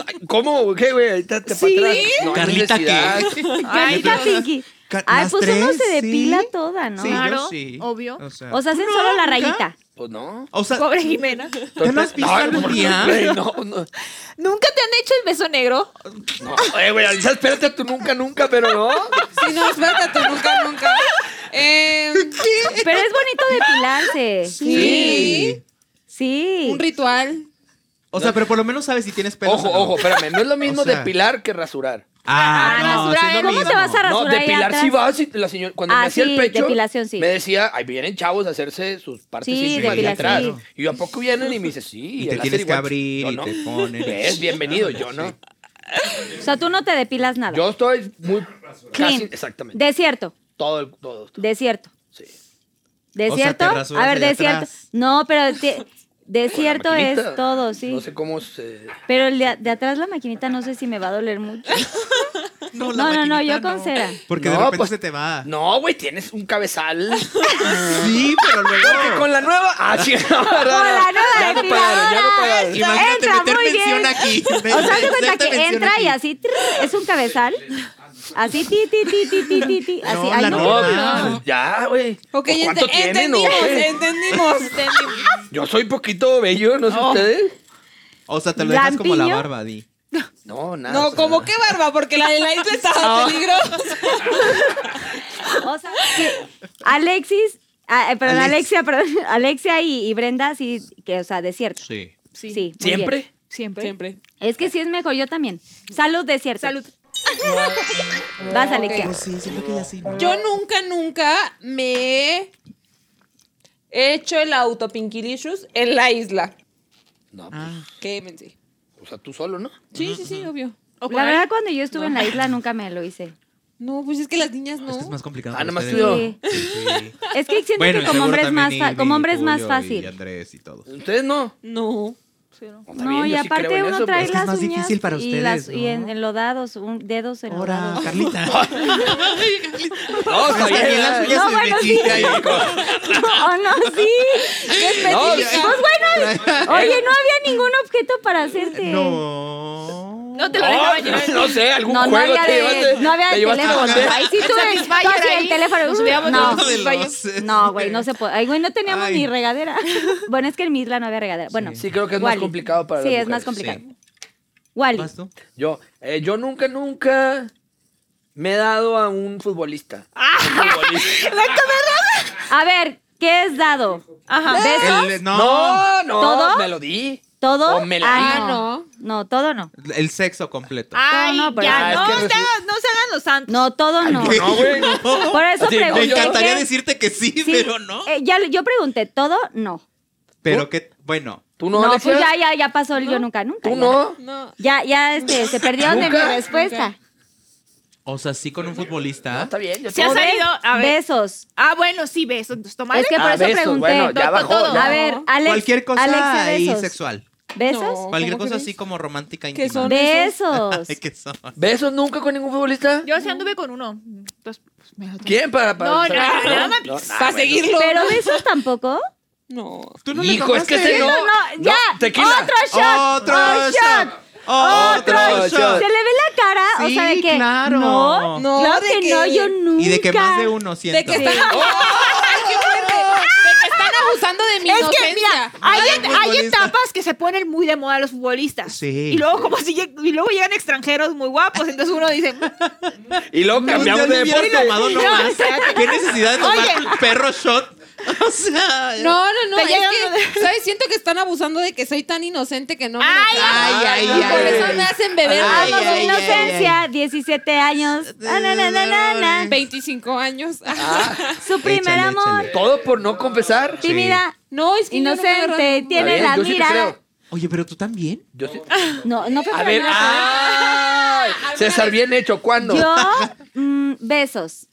Ay, ¿Cómo? ¿Qué, güey? Ahorita te para atrás. No hay Carlita, necesidad. [laughs] ¿qué? Ay, Carita Pinky. Ca- Ay, ¿las pues uno tres? se depila Sí. toda, ¿no? Sí, yo Claro, sí. obvio. O sea, hacen ¿tú no, solo la nunca? rayita. Pues no. O sea, Pobre Jimena. ¿ya lo has visto No, algún no, día? No, no, ¿Nunca te han hecho el beso negro? no. Eh, güey, Alicia, espérate tú nunca, nunca, pero no. Sí, no, espérate, tú nunca, nunca. Eh, Pero es bonito depilarse. sí. Sí. Un ritual. O sea, pero por lo menos sabes si tienes pelos. Ojo, o no. ojo, espérame. No es lo mismo O sea- depilar que rasurar. Ah, Ah, no, basura, sí es lo ¿Cómo te mismo. vas a No, rasurar ahí depilar atrás? sí va. sí, la señora, cuando Ah, me hacía sí, el pecho, depilación sí. me decía, ay, vienen chavos a hacerse sus partes Sí, íntimas de depilación, atrás. sí. Y yo, ¿a poco vienen? Y me dice, sí. [laughs] Y el te láser tienes que igual". abrir Yo, y "No". te ponen. Ves, bienvenido, yo no. O sea, tú no te depilas nada. Yo estoy muy Clean. casi, exactamente. Desierto, Todo, el- todo. desierto. Sí. ¿Desierto? te rasuras a ver, allá desierto. atrás. No, pero te- desierto La es maquinita, todo, sí. No sé cómo se. Pero el de, de atrás la maquinita no sé si me va a doler mucho. No, la No, no, no, maquinita yo con cera. Porque de No, repente pues- se te va. No, güey, tienes un [laughs] cabezal. Sí, pero luego. Con la nueva. Ah, [laughs] sí, [laughs] no, no, la no. nueva Ya no pagaron, ya no pagaron. Imagínate Entra, meter muy bien. mención aquí. O sea, haz de cuenta Meter que mención entra y aquí. así trrr, es un cabezal. Así ti ti ti ti ti ti ti, así No, ay la no. No, nueva. pues, pues, ya, güey. ok, ¿O ente- Pues, ¿Cuánto tienen o entendimos, [laughs] qué? entendimos, entendimos. Yo soy poquito bello, no sé ustedes. O sea, te lo dejas como la Lampiño. barba, Di. No, nada. o No, sea, como qué barba, porque la de la isla estaba peligrosa. O sea, que Alexis, ah, eh, perdón, Alex. Alexia, perdón, [laughs] Alexia y, y Brenda sí que o sea, desierto. Sí. Sí. muy bien. ¿Siempre? Siempre. Siempre. Es que sí es mejor yo también. Salud desierto. Salud. Vas Alexia. sí, siento que ya sí. ¿no? Yo nunca, nunca me he hecho el autopinquilicious en la isla. No, Ah. Quémense. pues, o sea, tú solo, ¿no? Sí, sí, sí, obvio. O La con- verdad cuando yo estuve en la isla nunca me lo hice. No, pues es que las niñas no. Es que es más complicado. Ah, para nomás ustedes. tú. Sí. Sí. Es que siento Bueno, que como hombre es más fa- como hombre es más Y fácil. Andrés y todos. Ustedes no. No. Está No, bien, y yo sí creo aparte en uno eso, trae pues. Es que es las más ustedes difícil para y, las, ustedes, y en, ¿no? enlodados, un, dedos Ahora, enlodados. [laughs] Carlita. [laughs] No, está bien. No, bueno, sí. [laughs] No, no, sí. No, Pues bueno, oye, no había ningún objeto para hacerte. No. No te lo dejaba llevar. Oh, no, no sé, algún No, no juego había, te llevaste. de, no había te de llevaste la teléfono. bandera. bandera. Ahí sí tú, El tú Satisfyer hacías el ahí, teléfono. nos hubiéramos no, llevado de no, güey, no se puede. Ay, güey, no teníamos Ay. ni regadera. [laughs] Bueno, es que en mi isla no había regadera. Bueno. Sí, creo que es más Wally. complicado para Sí, las es más mujeres, complicado. Wally. ¿Vas tú? Yo, eh, yo nunca, nunca me he dado a un futbolista. Ah, Un futbolista. A ver, ¿qué es dado? Ajá. ¿Besos? El- no. No, no, ¿Todo? me lo di. ¿Todo? O me Ah, la di. no. No, todo no. El sexo completo. Ay, No, no, pero- ya, Ah, es no, que se hagan- no se hagan los santos. No, todo no. No, güey. Por eso Así, no, pregunté. Me yo- encantaría ¿qué? decirte que sí, Sí, pero no. eh, ya, yo pregunté, ¿todo? No. Pero que, bueno. ¿Tú no, No, Alexia? pues ya, ya, ya pasó el yo nunca, nunca. ¿Tú ya. no? No. Ya, ya, este, se perdieron de mi ¿Nunca? respuesta. O sea, sí con un futbolista. Está bien, yo Se ha todo. salido. A ver. Besos. Ah, bueno, sí, besos. Entonces, tómale. Es que por Ah, eso besos, pregunté. bueno, ya To- bajó, todo. ya. A ver, Alex. Cualquier cosa Alex, ahí besos. sexual. ¿Besos? Cualquier ¿cómo cosa crees? así como romántica ¿Qué íntima. son? Besos. [laughs] Ay, qué son. ¿Besos nunca con ningún futbolista? Yo sí anduve con uno. Entonces, pues, me la- ¿Quién? Para, para, No, no, no, no, no, nah, Para güey, seguirlo. Pero besos tampoco. No. ¿Tú no. le Hijo, es que tomaste? ese no. No, no, ya. No, tequila. Otro shot. Otro Otro shot. shot. Otro Otro Se shot. shot. le ve la cara, o Oh. Sí, sea, de que. claro. No, No, claro de que, que- no, yo nunca. Y de que más de uno siento. Pues, De que están ¡Oh! abusando. ¡Ay, qué fuerte! De que están abusando de mi Es que, mira, inocencia. hay, Ay, et- futbolista. hay etapas que se ponen muy de moda los futbolistas. Sí. Y luego, como si, lleg- y luego llegan extranjeros muy guapos. Entonces uno dice, Y luego cambiamos Cambiamos de de deporte. tomado nomás. ¿Qué necesidad de tomar Oye. un perro shot? O sea. No, no, no. Te Es llegan que, ¿sabes? Siento que están abusando de que soy tan inocente que no me. Ay, Ay, ay, Y por ay. eso me hacen beber. Amo Ay, Vamos, su ay, ay, inocencia, 17 años. Ah, na, na, na, na, na. 25 años. Ah, Su primer Échale, amor. échale. Todo por no confesar. Sí. Tímida, No, es que yo no me inocente, agarro- tiene Está bien, la yo sí te mirada. creo. Oye, pero tú también. Yo sí. No, no fue A para ver, nada. ah, ¡ay! César, bien hecho. ¿Cuándo? Yo, mm, besos.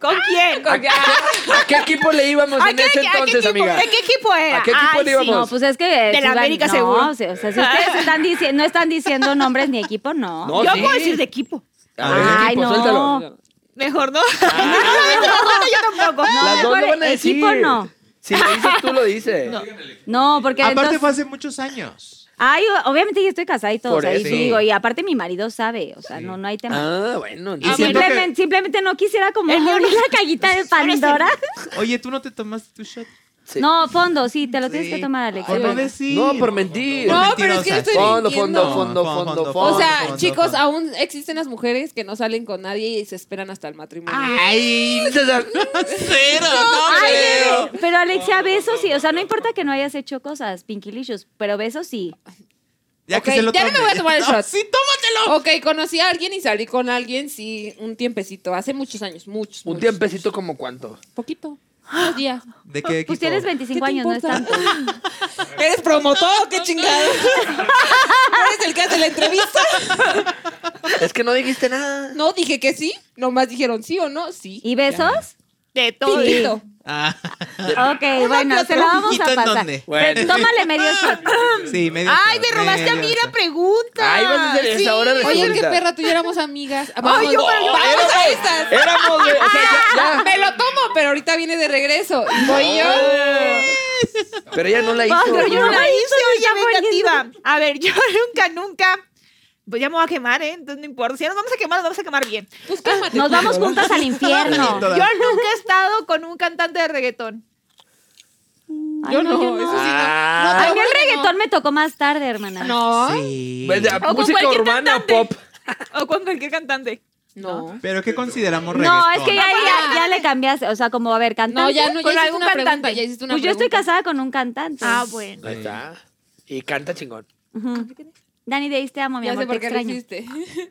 ¿con quién? ¿A qué, a qué equipo le íbamos ¿A en qué- ese a qué entonces, equipo? amiga? ¿De qué equipo era? ¿A qué equipo Ay, le sí. íbamos? No, pues es que. la si van- América no, seguro. O sea, o sea, si ustedes están dici- no están diciendo nombres ni equipo, no. No, Yo sí. puedo decir de equipo. A ver, Ay, equipo, no. suéltalo. Mejor [laughs] no. Ah. No, yo tampoco. Las dos mejor lo van a decir. equipo no. Si lo dices tú, lo dices. No, porque. Aparte entonces- fue hace muchos años. Ay, o- obviamente yo estoy casada y todo. Por O sea, ahí eso. sí digo, y aparte mi marido sabe, o sea, no, no hay tema. Ah, bueno. Y entonces- siento que- simplemente, simplemente no quisiera como abrir la cajita de Pandora. Oye, tú no te tomaste tu shot. Sí. No, fondo, sí, te lo tienes Sí. que tomar, Alex. Por de no verdad. decir. No, por mentir. No, pero es que yo estoy Fondo, mintiendo. fondo, fondo, Fondo, fondo, fondo, fondo. O sea, fondo, chicos, fondo. aún existen las mujeres que no salen con nadie y se esperan hasta el matrimonio. Ay, César. Cero, no, Ay, creo. Pero, Alexia, besos sí. O sea, no importa que no hayas hecho cosas, pinkilicious, pero besos sí. Ya Ok, que se lo ya no me tome. voy a tomar el No, shot. Sí, tómatelo. Ok, conocí a alguien y salí con alguien, sí, un tiempecito, hace muchos años, muchos. Un muchos, tiempecito como cuánto. muchos. Poquito, unos días. ¿De qué equipo? Pues tienes 25 ¿Qué te años, no es importa? tanto. [laughs] ¿Eres promotor? ¿Qué chingado? ¿Eres el que hace la entrevista? Es que no dijiste nada. No, dije que sí, nomás dijeron sí o no, sí. ¿Y besos? De todo. Poquito. Ah, Ok, bueno, se la vamos ¿Poquito a en pasar. dónde? Pero Tómale medio shot. sí, medio Ay, shot, me robaste a medio mí la shot. pregunta. Ay, vas a hacer eso ahora Oye, qué resulta. perra, tú y yo éramos amigas. Vamos, vamos a estas. Éramos de- o sea, ya- [laughs] ya. [laughs] Me lo tomo, pero ahorita viene de regreso. Y voy yo. Oh. [laughs] Pero ella no la hizo. Ah, pero yo Yo no la la hice, oye, ya fue vengativa. A ver, yo [laughs] nunca, nunca. Pues ya me voy a quemar, ¿eh? Entonces no importa. Si ya nos vamos a quemar, nos vamos a quemar bien. Pues cálmate. Nos vamos juntas al infierno. Yo nunca he estado con un cantante de reggaetón. Yo no, eso sí Ah. no. No, A te mí juro el que reggaetón me tocó más tarde, hermana. No. No. Sí. Ves, ya, O con Pues, Música cualquier urbana o cantante. pop. O con cualquier cantante. No. Pero ¿qué consideramos reggaetón? No, es que ya, ya, ya le cambiaste. O sea, como, a ver, cantante. No, ya no, ya Con hiciste algún una pregunta, cantante. ya hiciste una Pues yo estoy pregunta. Ah, casada con un cantante. Ah. Ah, bueno. Ahí está. Y canta chingón. Ujú. Dani Days, te amo, mi Ya amor, sé te por qué lo extraño. hiciste.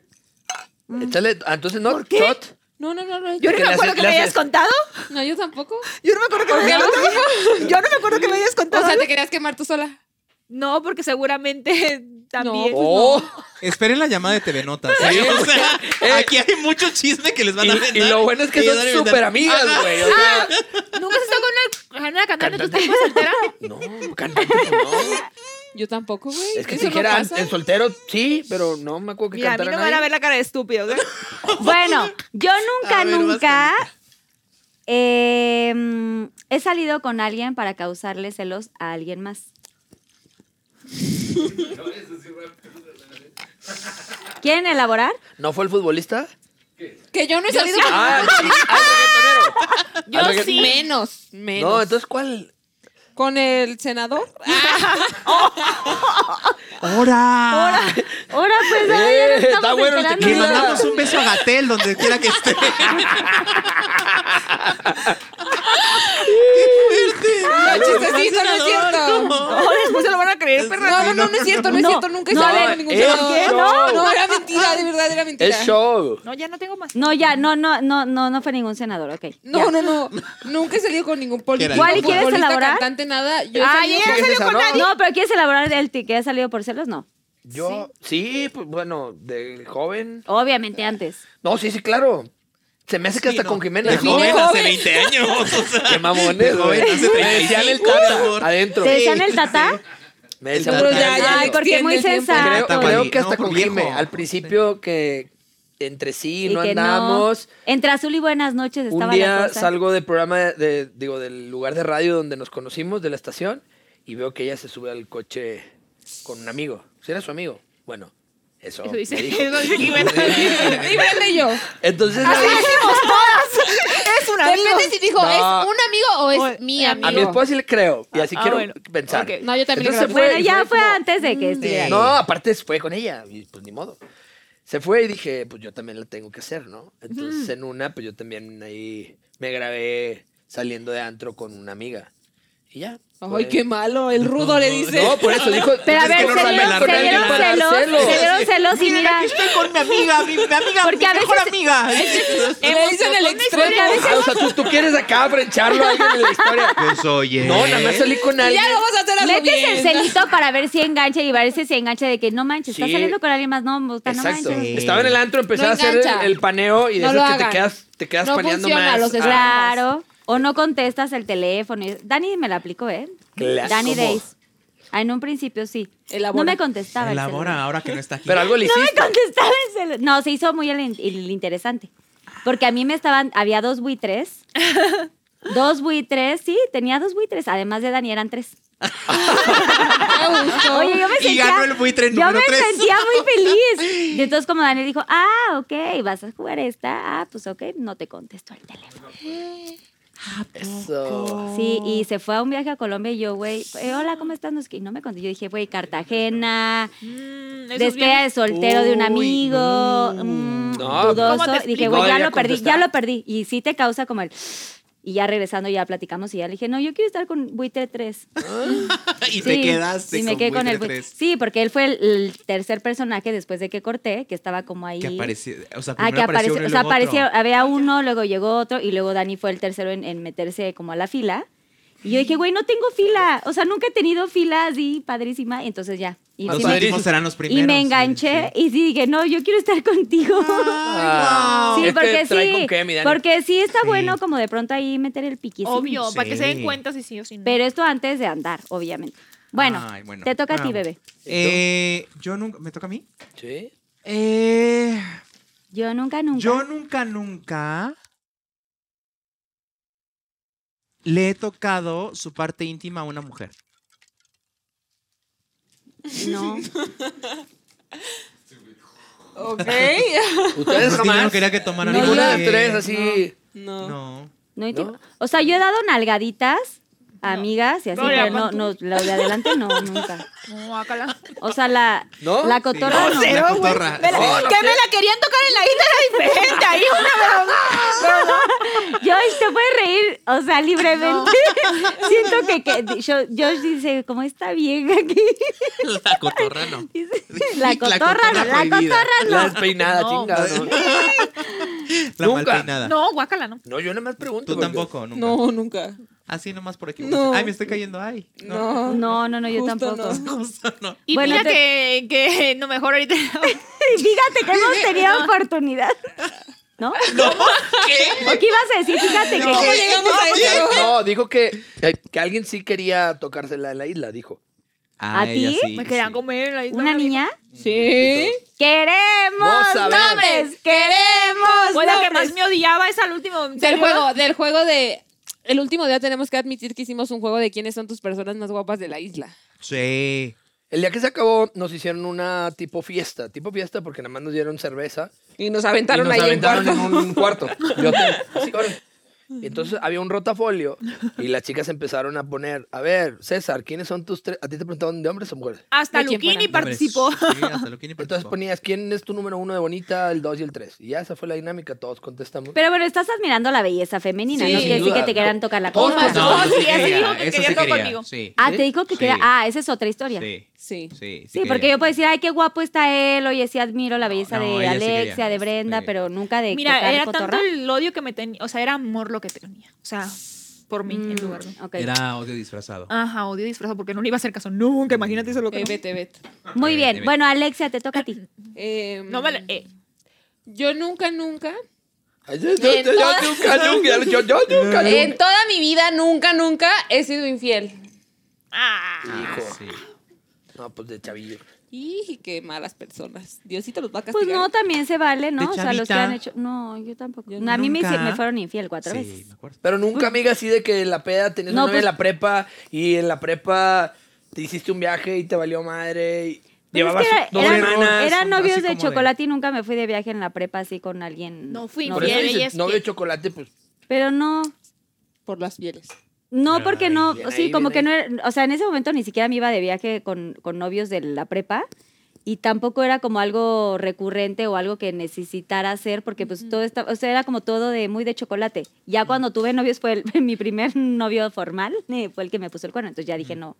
Échale, ah, entonces no, shot. No, no, no, no. Mm. Yo no Que le me hace- acuerdo que le me hace- hayas contado. No, yo tampoco. Yo no me acuerdo que me hayas contado. Yo no me acuerdo que me hayas O contado. sea, te querías quemar tú sola. No, porque seguramente [laughs] también. pues Oh, Esperen la llamada de TV Notas. Sí, ¿eh? O sea, eh. aquí hay mucho chisme que les van a Y- aventar. y lo bueno es que Y son van a aventar- súper amigas, Ajá. güey. o sea, ¿Nunca has estado con una, una cantante? ¿Tú Cantante. estás soltera? [laughs] [laughs] No, cantante, pues, no. Yo tampoco, güey. Es que Eso si no dijera pasa. en soltero, sí, pero no me acuerdo que Mira, a mí cantara no me van a nadie. ver la cara de estúpido. ¿eh? [laughs] Bueno, yo nunca, A ver, vas, nunca eh, mm, he salido con alguien para causarle celos a alguien más. ¿Quieren elaborar? ¿No fue el futbolista? [laughs] Que yo no he salido con Ah, sí, [laughs] ah, el reggaetonero. Al regga- Menos, menos. No, entonces, Ah, ¿cuál? ¿Con el senador? ¡Hora! Ahora pues, Eh, ay, ahora está estamos bueno el esperando. Le tequila. mandamos un beso a Gatel donde quiera que esté. Ah, No, chistecito, no es cierto. No, No, después se lo van a creer, perra. no, no, no es cierto, no es No, cierto. Nunca he no, salido a con ver, ningún ¿es senador. show? No, no, era mentira, de verdad, era mentira. ¿eh? Es show. No, ya no tengo más. No, ya, no, no, no, no, no fue ningún senador, ok. No, no, no. Nunca he salido con ningún político. ¿Cuál? ¿Y quieres futbolista, elaborar? cantante, nada. Yo Ah, Ay, he salido ella ¿Qué es salió esa, con no? nadie. No, pero ¿quieres elaborar el ti- que ha salido por celos? No. Yo, sí, pues, bueno, de joven. Obviamente antes. No, sí, sí, claro. Se me hace que Sí, hasta no. con Jimena. De ¿no? joven joven. hace 20 años. O sea, Qué de mamones, güey. joven hace Me decían el 35, amor. tata adentro. ¿Te decían el Pues tata? Me El decían Tata. el Pero ya, tata. ya, Ay, le porque muy extiende el tiempo. sensato. Creo, Tata, creo Mari. que hasta No, por con viejo. Jime. Al principio que entre sí Y no que no. andamos. Entre azul y buenas noches estaba Un la día cosa. salgo del programa, de, de- digo, del lugar de radio donde nos conocimos, de la estación, y veo que ella se sube al coche con un amigo. Si era su amigo? Bueno, eso. Eso me dice, dijo. eso dice Jimena. Diferente yo. [laughs] Entonces, Ah, la- Es un amigo. Depende si dijo, No. ¿es un amigo o es O- mi eh, amigo? a mi esposa sí le creo, y así Ah, quiero bueno, pensar. ok. No, yo Entonces también. creo. se Bueno, fue, y ya fue fue como- eh, antes de que estuviera. No, aparte fue con ella, y pues ni modo. Se fue y dije, pues yo también la tengo que hacer, ¿no? Entonces en una, pues yo también ahí me grabé saliendo de antro con una amiga. Y ya. Ay, fue- qué malo. El rudo le dice. No, por eso dijo. Este. Pero a "Es que ver, no se sale dieron, la se regla dieron para celos, celos". se dieron celos y mira, con mi amiga, mi, mi amiga, Porque a veces- amiga. Le dicen el extremo. Ah, o sea, tú, tú quieres acá frencharlo a alguien en la historia. Pues oye. No, nada más salí con alguien. Ya lo vas a hacer a lo metes el bien. celito para ver si engancha y ver si se engancha de que no manches, estás Sí. saliendo con alguien más, no, puta, no Exacto. manches. Sí. Estaba en el antro, empecé No a hacer el, engancha. el paneo y de No esos lo que te hagan. quedas, te quedas No paneando funciona, más. los Ah, Claro. O no contestas el teléfono. Dani me la aplicó, ¿eh? Claro. Dani ¿Cómo? Days. Ah, En un principio sí. Elabora. No me contestaba. el Elabora celular. ahora que no está aquí. Pero algo le No me hiciste. contestaba el celular. No, se hizo muy el, el interesante. Porque a mí me estaban, había dos buitres. Dos buitres, sí, tenía dos buitres. Además de Dani eran tres. Oye, yo me Y sentía. ganó el buitre Yo número me tres. sentía muy feliz. Y entonces, como Dani dijo, ah, ok, vas a jugar esta. Ah, pues ok, no te contesto el teléfono. Eso. Sí, Oh. y se fue a un viaje a Colombia y yo, güey, eh, hola, ¿cómo estás? No sé qué, Y no me contó. Yo dije, güey, Cartagena, Mm, esos despedida de viajes- soltero de un Uy, amigo, no. pues, mm, No, dudoso. ¿Cómo te Dije, explico? güey, No ya debería lo perdí, ya contestar. lo perdí. Y sí te causa como el... Y ya regresando, ya platicamos y ya le dije, no, yo quiero estar con Buitre 3. [laughs] [laughs] y Sí, te quedaste sí, me con quedé con Buitre el bu- tres. Sí, porque él fue el, el tercer personaje después de que corté, que estaba como ahí. Que apareció, o sea, Ah, primero que apareció, apareció, uno y o sea, luego otro. apareció, Ah, había uno, luego llegó otro y luego Dani fue el tercero en, en meterse como a la fila. Y yo dije, güey, no tengo fila, o sea, nunca he tenido fila así padrísima, y entonces ya. Y, Los sí padrísimo. me, últimos serán los y primeros. me enganché y sí dije, no, yo quiero estar [laughs] contigo. [laughs] Ah, Sí, es que porque trae con sí, qué, mi Dani. porque sí está Sí. bueno como de pronto ahí meter el piquísimo. Obvio, para que se den Sí. cuenta si sí o si no. Pero esto antes de andar, obviamente. Bueno, Ay, bueno. te toca a ti, Ah. bebé. Eh, yo nunca, ¿me toca a mí? Sí. Eh, Yo nunca, nunca. yo nunca, nunca le he tocado su parte íntima a una mujer. No. Ok. [laughs] Ustedes Porque yo jamás. no quería que tomaran Ninguna de leche. las tres, así. No. No. No, hay ¿No? tipo- O sea, yo he dado nalgaditas, a amigas y así, No, ya, pero no, pon no, lo de adelante no, nunca. No, guácala. O sea, la, ¿No? la cotorra No, no. la cotorra, No, sí. no Que sé. me la querían tocar en la guitarra diferente. Ahí Yo te puedes reír, o sea, libremente. [laughs] Siento que, que yo, Josh dice, como está vieja aquí. La cotorra no. [laughs] Dice, La cotorra, no, la prohibida. cotorra no. La despeinada, No. chingada. No. La Nunca. mal peinada. No, guácala, no. No, yo nada más pregunto. Tú porque- tampoco, nunca. No, nunca. Así nomás por aquí. No. Ay, me estoy cayendo. Ay. No. No, no, no, yo Justo tampoco. [laughs] no. [laughs] Justo no. Y Bueno, mira te- que, que no mejor ahorita. [laughs] Fíjate que hemos tenido oportunidad. ¿No? ¿No? ¿Qué? ¿O qué ibas a decir? Fíjate que. ¿Cómo llegamos a eso? No, dijo que, eh, que alguien sí quería tocársela en la isla, dijo. ¿A ella ti? sí, Me querían sí. comer en la isla. Pues ¿Una niña? Sí. Vos ¡Queremos sabés. nombres! ¡Queremos Pues la que nombres! más me odiaba es al último. ¿en Del serio? juego, del juego de. El último día tenemos que admitir que hicimos un juego de quiénes son tus personas más guapas de la isla. Sí. El día que se acabó, nos hicieron una tipo fiesta. Tipo fiesta porque nada más nos dieron cerveza. Y nos Y nos aventaron ahí en aventaron cuarto. en [laughs] un cuarto. de hotel. Así, órale. Y entonces había un rotafolio y las chicas empezaron a poner, a ver, César, ¿quiénes son tus tres? A ti te preguntaban de hombres o mujeres. Hasta ¿De quién Luquini fuera? participó. [laughs] Sí, hasta lo que ni Entonces participó. ponías, ¿quién es tu número uno de bonita, el dos y el tres? Y ya esa fue la dinámica, todos contestamos. Pero bueno, estás admirando la belleza femenina, Sí, no sin quiere decir que duda. te quieran tocar la Todos cola. pasamos. No, No, eso sí Pues, sí, ella dijo quería. que Eso quería sí todo quería. contigo. Sí. Ah, te dijo que Sí. quería. Ah, esa es otra historia. Sí, Sí. Sí. Sí. porque yo puedo decir, ay, qué guapo está él, oye, sí admiro la belleza no, de ella sí quería. Alexia, de Brenda, Sí. pero nunca de Mira, tocar era cotorra. tanto el odio que me tenía. O sea, era amor lo que tenía. O sea, por mí en lugar de. Mm, Ok. Era odio disfrazado. Ajá, odio disfrazado porque no le iba a hacer caso nunca. Imagínate eso lo que. Eh, no. vete, vete. Muy Eh, bien, dime. bueno, Alexia, te toca a ti. Eh, No me la- eh, Yo nunca, nunca. Ay, Yo, yo- yo- yo todas- nunca, nunca, yo- yo nunca, En nunca. toda mi vida, nunca, nunca he sido infiel. ah, Hijo. Sí. No, pues de chavillo. Y qué malas personas. Diosito los va a Pues castigar. no, también se vale, ¿no? De O sea, los que chavita. han hecho. No, yo tampoco. No, a mí me, hice- nunca. me fueron infiel cuatro Sí, veces. me acuerdo. Pero nunca, amiga, así de que en la peda tenías No, una novia en pues- la prepa y en la prepa te hiciste un viaje y te valió madre y Pero llevabas Pues es que era- dos eran, semanas. eran novios así de como de- chocolate y nunca me fui de viaje en la prepa así con alguien. No fui Por y eso novio. infiel. ella dices, es novio que- de chocolate, pues. Pero no, Por las pieles. No, Ay, porque no, bien sí, ahí, como que bien no, era- o sea, en ese momento ni siquiera me iba de viaje con, con novios de la prepa y tampoco era como algo recurrente o algo que necesitara hacer porque pues todo estaba, o sea, era como todo de muy de chocolate. Ya cuando tuve novios fue el- [laughs] mi primer novio formal, eh, fue el que me puso el cuerno, entonces ya dije no.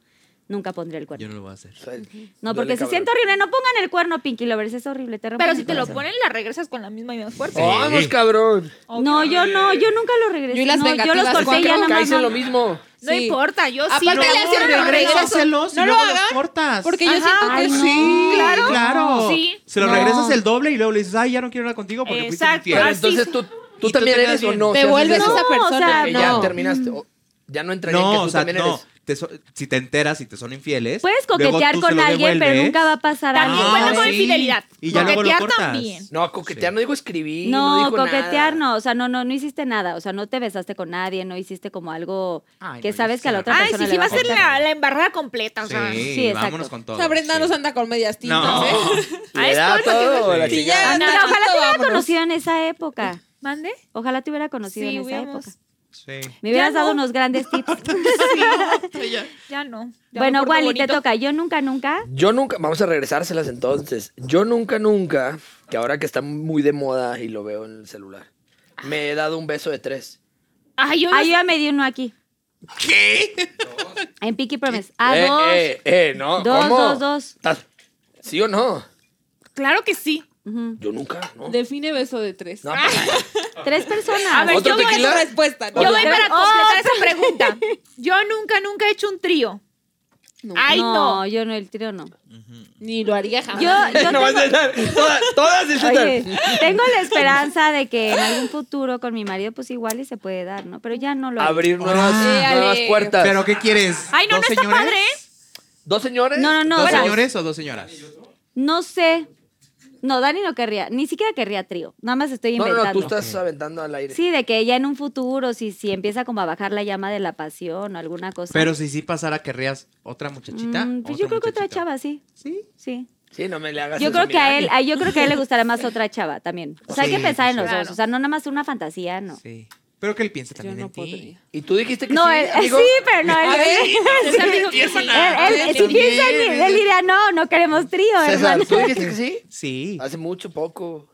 Nunca pondré el Yo cuerno. no lo voy a hacer. o sea, No, duele, porque se cabrón. siente horrible. No pongan el cuerno, Pinky Lovers. Es horrible. Te rompen Pero el si te lo corazón. ponen, la regresas con la misma y más fuerte. Vamos, cabrón. No, yo no. Yo nunca lo regresé. Yo y las no, yo los vengativas, corté y cuatro. ya nada más. Caíste en no- lo mismo. No Sí. importa, yo sí. Aparte, le hacían el regreso. Regrésaselos y No lo luego los hagan, cortas. Porque yo Ajá. siento que Ay, no. sí. Claro. Claro. Sí. Se lo No. regresas el doble y luego le dices, ay, ya no quiero hablar contigo porque fuiste Exacto. Pero Ah, infiel. sí, entonces sí. tú, tú Y tú también te eres quedas o bien. no. Te si haces vuelves eso, esa No, o persona. sea, que ya no. terminaste. o- ya no entraría en que No, tú o sea, también no. eres. Te so- si te enteras y te son infieles. Puedes luego coquetear tú se con lo alguien, pero devuelves. Ah, nunca va a pasar También algo. cuenta con sí. infidelidad. Y ya luego lo Coquetear cortas. también. No, coquetear Sí. no digo escribir. No, No, dijo nada. coquetear no, o sea, no, no, no hiciste nada, o sea, no te besaste con nadie, no hiciste como algo Ay, que no, yo sabes sí que a la la otra Ay, persona sí, le sí, va va a a ser gustar. la, la embarrada completa. O sea, Sí, Sí, exacto. vámonos con todo. Sabrina Brenda sí. nos anda con medias tintas, [laughs] No. ¿eh? Le da todo a la Sí. chingada. Ah, no, Anda, ojalá te hubiera vámonos. conocido en esa época. ¿Mande? Ojalá te hubiera conocido Sí, en esa [laughs] hubiéramos. época. [laughs] Sí. Me hubieras dado unos [laughs] grandes tips. [laughs] Ya no. ya bueno, me porto Wally, te bonito. toca. Yo nunca, nunca. Yo nunca, vamos a regresárselas entonces. Yo nunca, nunca, que ahora que está muy de moda y lo veo en el celular, me he dado un beso de tres. Ay, yo, Ay, yo ya me di uno aquí. ¿Qué? En Pinky Promise. A eh, Ah, dos. eh, eh, no, Dos, ¿cómo? dos, dos. ¿Estás- ¿Sí o no? claro que sí. Yo nunca, ¿no? Define beso de tres. No, Tres personas. A ver, ¿Otro yo voy, tequila? yo Respuesta, ¿no? voy para Otro. completar esa [laughs] pregunta. Yo nunca, nunca he hecho un trío. Ay, no. no, yo no, el trío no. Ni lo haría jamás. Yo, [laughs] [laughs] yo [laughs] No, vas a tengo, estar- todas, todas disfrutan. oye, tengo la esperanza de que en algún futuro con mi marido, pues igual y se puede dar, ¿no? Pero ya no lo hago. Abrir nuevas, Órale. nuevas puertas. ¿Pero qué quieres? Ay, no, ¿Dos no está señores? padre, ¿eh? ¿Dos señores? No, no, no. ¿Dos o sea, señores o dos señoras? No sé. No, Dani no querría, ni siquiera querría trío. Nada más estoy No, no, inventando. no, tú estás aventando al aire. Sí, de que ya en un futuro, si, si empieza como a bajar la llama de la pasión o alguna cosa. Pero si sí pasara, ¿querrías otra muchachita? Mm, pues ¿Otro yo creo que otra muchachito? chava, sí. Sí. Sí. Sí, no me le hagas Yo eso creo que a él, Milani. a- yo creo que a él le gustará más otra chava también. O sea, hay que Sí, pensar en los claro. dos. O sea, no nada más una fantasía, no. Sí. Pero que él piense Yo también no en ti. podría. Y tú dijiste que No, sí, él, amigo. sí, pero no, él, [laughs] Ese amigo que sí. él- él- si piensa en mí, él diría, no, no queremos trío, César, hermano. ¿tú dijiste [laughs] que sí? Sí. Hace mucho poco.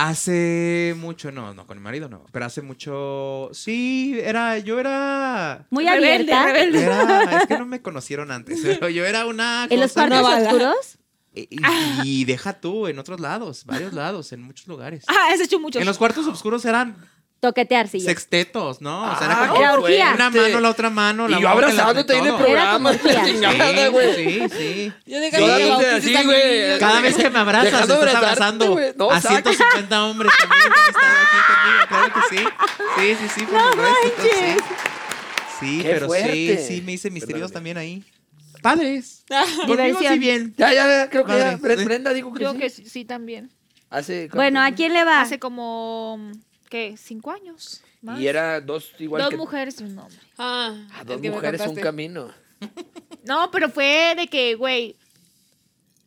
Hace mucho, no, no, con mi marido no. Pero hace mucho. Sí, era. [laughs] Yo era. Muy Rebelde, abierta. rebelde. era- es que no me conocieron antes. Pero yo era una. En los cosa- cuartos bala. oscuros. Y, y deja tú, en otros lados, varios lados, en muchos lugares. Ah, has hecho muchos. En los cuartos oscuros eran Toquetear, sí. ya. sextetos, ¿no? O sea, era Ah, como era este, qué orgía. una fuerte. mano, la otra mano. la Y yo boca, la- abrazándote en el todo. programa. Era como la tía. chingada, güey. Sí, sí, sí. Yo Yo de que me dándote bautices así, a mi güey. niño. Cada vez que me abrazas, Dejando estás abrazarte, abrazando güey. No, a saca. 150 hombres también que han estado aquí conmigo. Claro que sí. Sí, sí, sí, por supuesto. entonces, sí, Sí, Qué pero fuerte. sí, sí, me hice mis Perdóname. tríos también ahí. Padres. Ah, Conmigo Diversión. sí bien. Ya, ya, ya, creo que ya. Madre. Bre- Brenda dijo que Yo sí. que sí, sí también. Hace, Bueno, ¿a quién le va? Hace como, ¿qué? ¿Cinco años? Más. Y era dos igual Dos que... mujeres y un hombre. Ah, Ah, el dos que me mujeres un contaste. camino. No, pero fue de que, güey.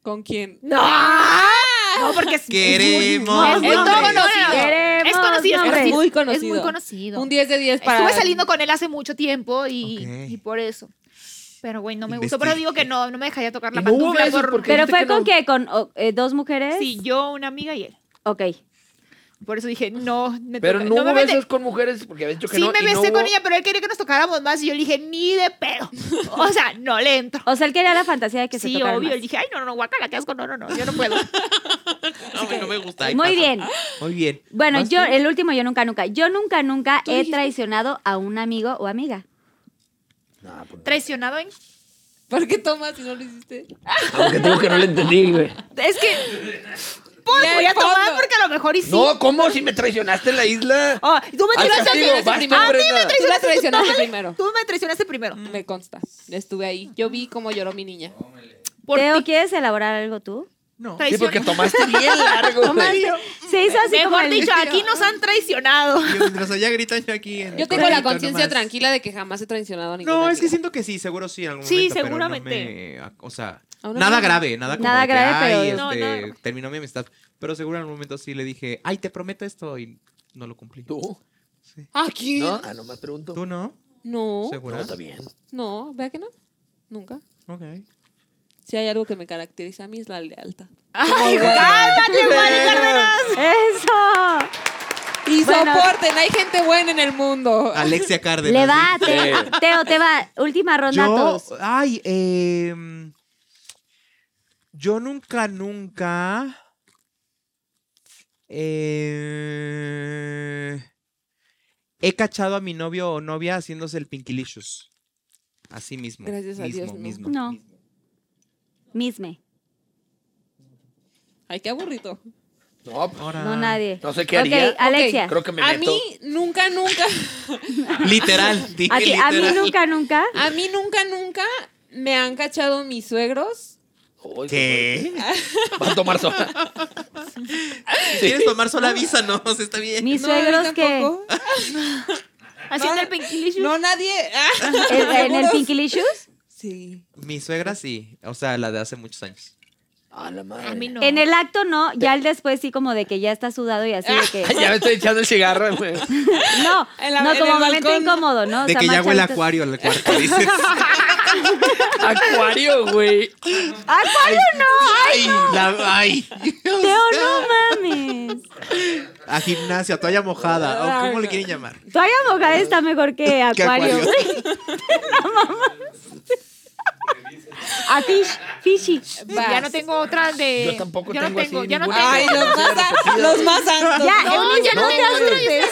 ¿Con quién? ¡No! No, porque es, Queremos. es muy nombres. conocido. Queremos es conocido. nombres. Es muy conocido. conocido. Es muy conocido. Un 10 de 10 para. Estuve saliendo con él hace mucho tiempo y, Ok. y por eso. Pero, güey, no me gustó. Investiga. Pero digo que no, no me dejaría tocar la Y no hubo pantufla besos por... porque- Pero dijiste fue que con no. qué, con o- eh, dos mujeres. Sí, yo, una amiga y él. Ok. Por eso dije, no, me Pero toca- no hubo me mete- besos con mujeres porque habías dicho que Sí, no. me y no besé con hubo- ella, pero él quería que nos tocáramos más y yo le dije, ni de pedo. O sea, no le entro. O sea, él quería la fantasía de que se Sí, tocaran obvio. más. Le dije, ay, no, no, no, guacala, qué asco, no, no, no, yo [laughs] no puedo. No, güey, no me gusta. ahí Muy pasa. bien. Muy bien. Bueno, ¿Vas yo, tú? el último, yo nunca, nunca. Yo nunca, nunca ¿Tú he dijiste? traicionado a un amigo o amiga. Nah, pues no. Traicionado en. ¿Por qué tomas si no lo hiciste? Ah. Aunque tengo que no le entendí, güey. Es que. Pues Ya, voy a fondo. tomar porque a lo mejor y sí. No, ¿cómo? Si me traicionaste en la isla. Oh, tú me Al traicionaste castigo, primero. basta, a mí Brenda. me Tú la traicionaste, traicionaste total. primero. Mm. Tú me traicionaste primero. Me consta. Estuve ahí. Yo vi cómo lloró mi niña. Por Teo, ti. ¿quieres elaborar algo tú? No. Sí, traición. porque tomaste bien [laughs] largo, güey. Se hizo así como Mejor el- [laughs] dicho, aquí nos han traicionado. Yo, mientras allá gritan, yo aquí. en Yo el tengo la cuartito conciencia nomás. tranquila de que jamás he traicionado a ninguna. No, es que amiga. siento que sí, seguro sí, en algún Sí, momento. pero seguramente. no me- o sea, A una nada amiga. grave, nada como Nada de que, grave, ay, pero- este, No, nada grave. terminó mi amistad. Pero seguro en algún momento sí le dije, ay, te prometo esto y no lo cumplí. ¿Tú? ¿Ah, quién? ¿No? Ah, no más pregunto. ¿Tú no? No, ¿Segura? No, está bien. no, vea que no. Nunca. Ok. Si hay algo que me caracteriza a mí es la lealtad. Ay, cálmate, Mari Cárdenas. ¡Eso! Y Bueno. soporten, hay gente buena en el mundo. Alexia Cárdenas. Le va, dice. Teo. Teo, te va. Última ronda a Yo, todos. ay, eh, yo nunca, nunca. eh, he cachado a mi novio o novia haciéndose el pinkilicious. Así mismo. Gracias a mismo, Dios, no. mismo. No. Misme. Ay, qué aburrido. No, pues, Ahora. No, nadie. no sé qué haría. Ok, Alexia. Creo que me a meto. mí nunca, nunca, [laughs] Literal. dije [laughs] A, ti- a mí literal. nunca, nunca. a mí nunca, nunca me han cachado mis suegros. Uy, pues, ¿Qué? [laughs] Va a tomar [laughs] sola. ¿Quieres tomar sola visa? No, [laughs] o sea, está bien. Mis No, a mí suegros que. tampoco. Haciendo el penquilillo. No, nadie. Ah, ¿En en el ¿Seguros? Pinky Licious? Sí. Mi suegra sí. O sea, la de hace muchos años. A la madre. A mí no. En el acto no, ya el después sí como de que ya está sudado y así de que... ya me estoy echando el cigarro, güey. [laughs] No, En la- no, en como el momento balcón. incómodo, ¿no? O De sea, que ya más huele a chavitos. [laughs] acuario al cuarto, dices. Acuario, güey. ¡Ay, Pablo, no! ¡Ay! la- ¡Ay! ¡Ay, Teo, no mames! A gimnasia, toalla Ah, mojada. ¿O cómo le quieren llamar? Toalla mojada está mejor [laughs] que acuario. [laughs] [laughs] A fish, fishy. Ya no tengo otra de. Yo tampoco ya tengo no tengo, así ya no ninguna. tengo. Ay, los pues, más, los más santos. eh. Ya, Eunice, no, te asustes.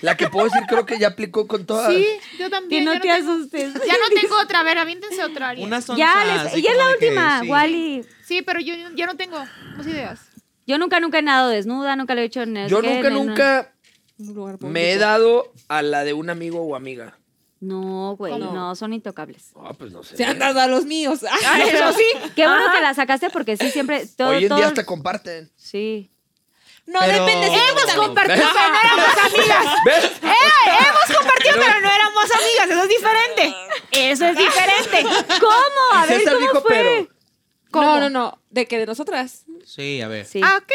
La que puedo decir creo que ya aplicó con todas. Sí, yo Que también. no ya, te no asustes. tengo, ya no tengo otra. A ver, aviéntense otra. Ariel. Una sonza. Ya, les- así ya es como la de que última, sí. Wally. Sí, pero yo ya no tengo más ideas. Yo nunca, nunca he nadado desnuda, nunca lo he hecho en el... Yo ¿qué? nunca, No, no. nunca Un lugar me he público. dado a la de un amigo o amiga. No, güey, ¿Cómo? no, son intocables. Ah, pues no sé. Se han dado a los míos. [laughs] Eso sí. Qué bueno que la sacaste porque sí, siempre... Todo, Hoy en todo- día hasta comparten. Sí. No, Pero- depende. si Hemos cuentan- ¿Ves? ¿Ves? Hemos compartido, pero no éramos amigas. Eso es diferente. Eso es diferente. ¿Cómo? A Y ver, César ¿cómo dijo, fue? pero. No, no, no. De que de nosotras. Sí, a ver. Sí. ¿Ah, qué?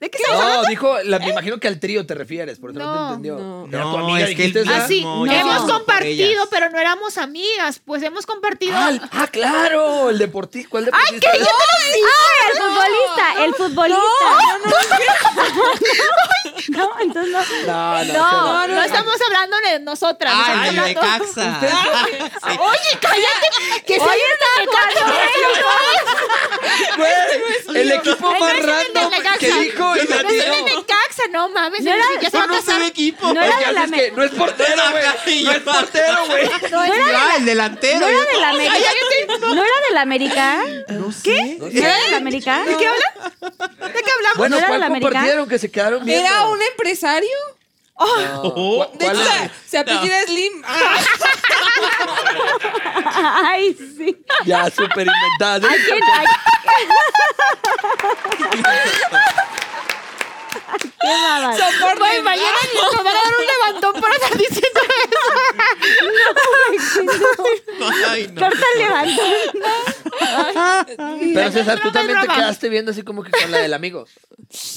¿De qué estamos No, dijo, la- me imagino que al trío te refieres, por eso no, No, te entendió. no. Era tu No, amiga, es que el- dijiste esa. Ah, sí. No, ya hemos no. compartido, Ellas. pero no éramos amigas. Pues hemos compartido. Ah, el- ah, claro, el deportista. ¿Cuál deportista? ¡Ah, el futbolista! ¡El futbolista! No, [laughs] entonces no. No, no, no, no, no. estamos hablando de nosotras. estamos ¡Ay, de hablando- Caxa! [laughs] Oye, cállate. Que soy el Güey, el equipo Ay, no más es el random de la que Caxa. dijo y la No es el tiró. Necaxa, no mames. No era- ya se va Pero a no es el casar. equipo. No Lo era que de hace la es que América. no es portero, güey. No es portero, güey. No era de Ah, el delantero. no era de la América. ¿No era de la América? No sé. ¿No era de la América? ¿De qué hablan? ¿De qué hablamos? Bueno, ¿No era de ¿cuál la América? compartieron que se quedaron viendo? Era un empresario. No, ¿cu- De cuál hecho, era? se- se apellida Slim. Ah, [laughs] Ay, sí. Ya, súper inventada. ¿A quién? a- ¡Qué babas! soporte. Güey, mañana nos van a dar un levantón para estar diciendo eso. Ay, no. Corta el levantón. Pero César, tú broma, también te broma. quedaste viendo así como que con la del amigo.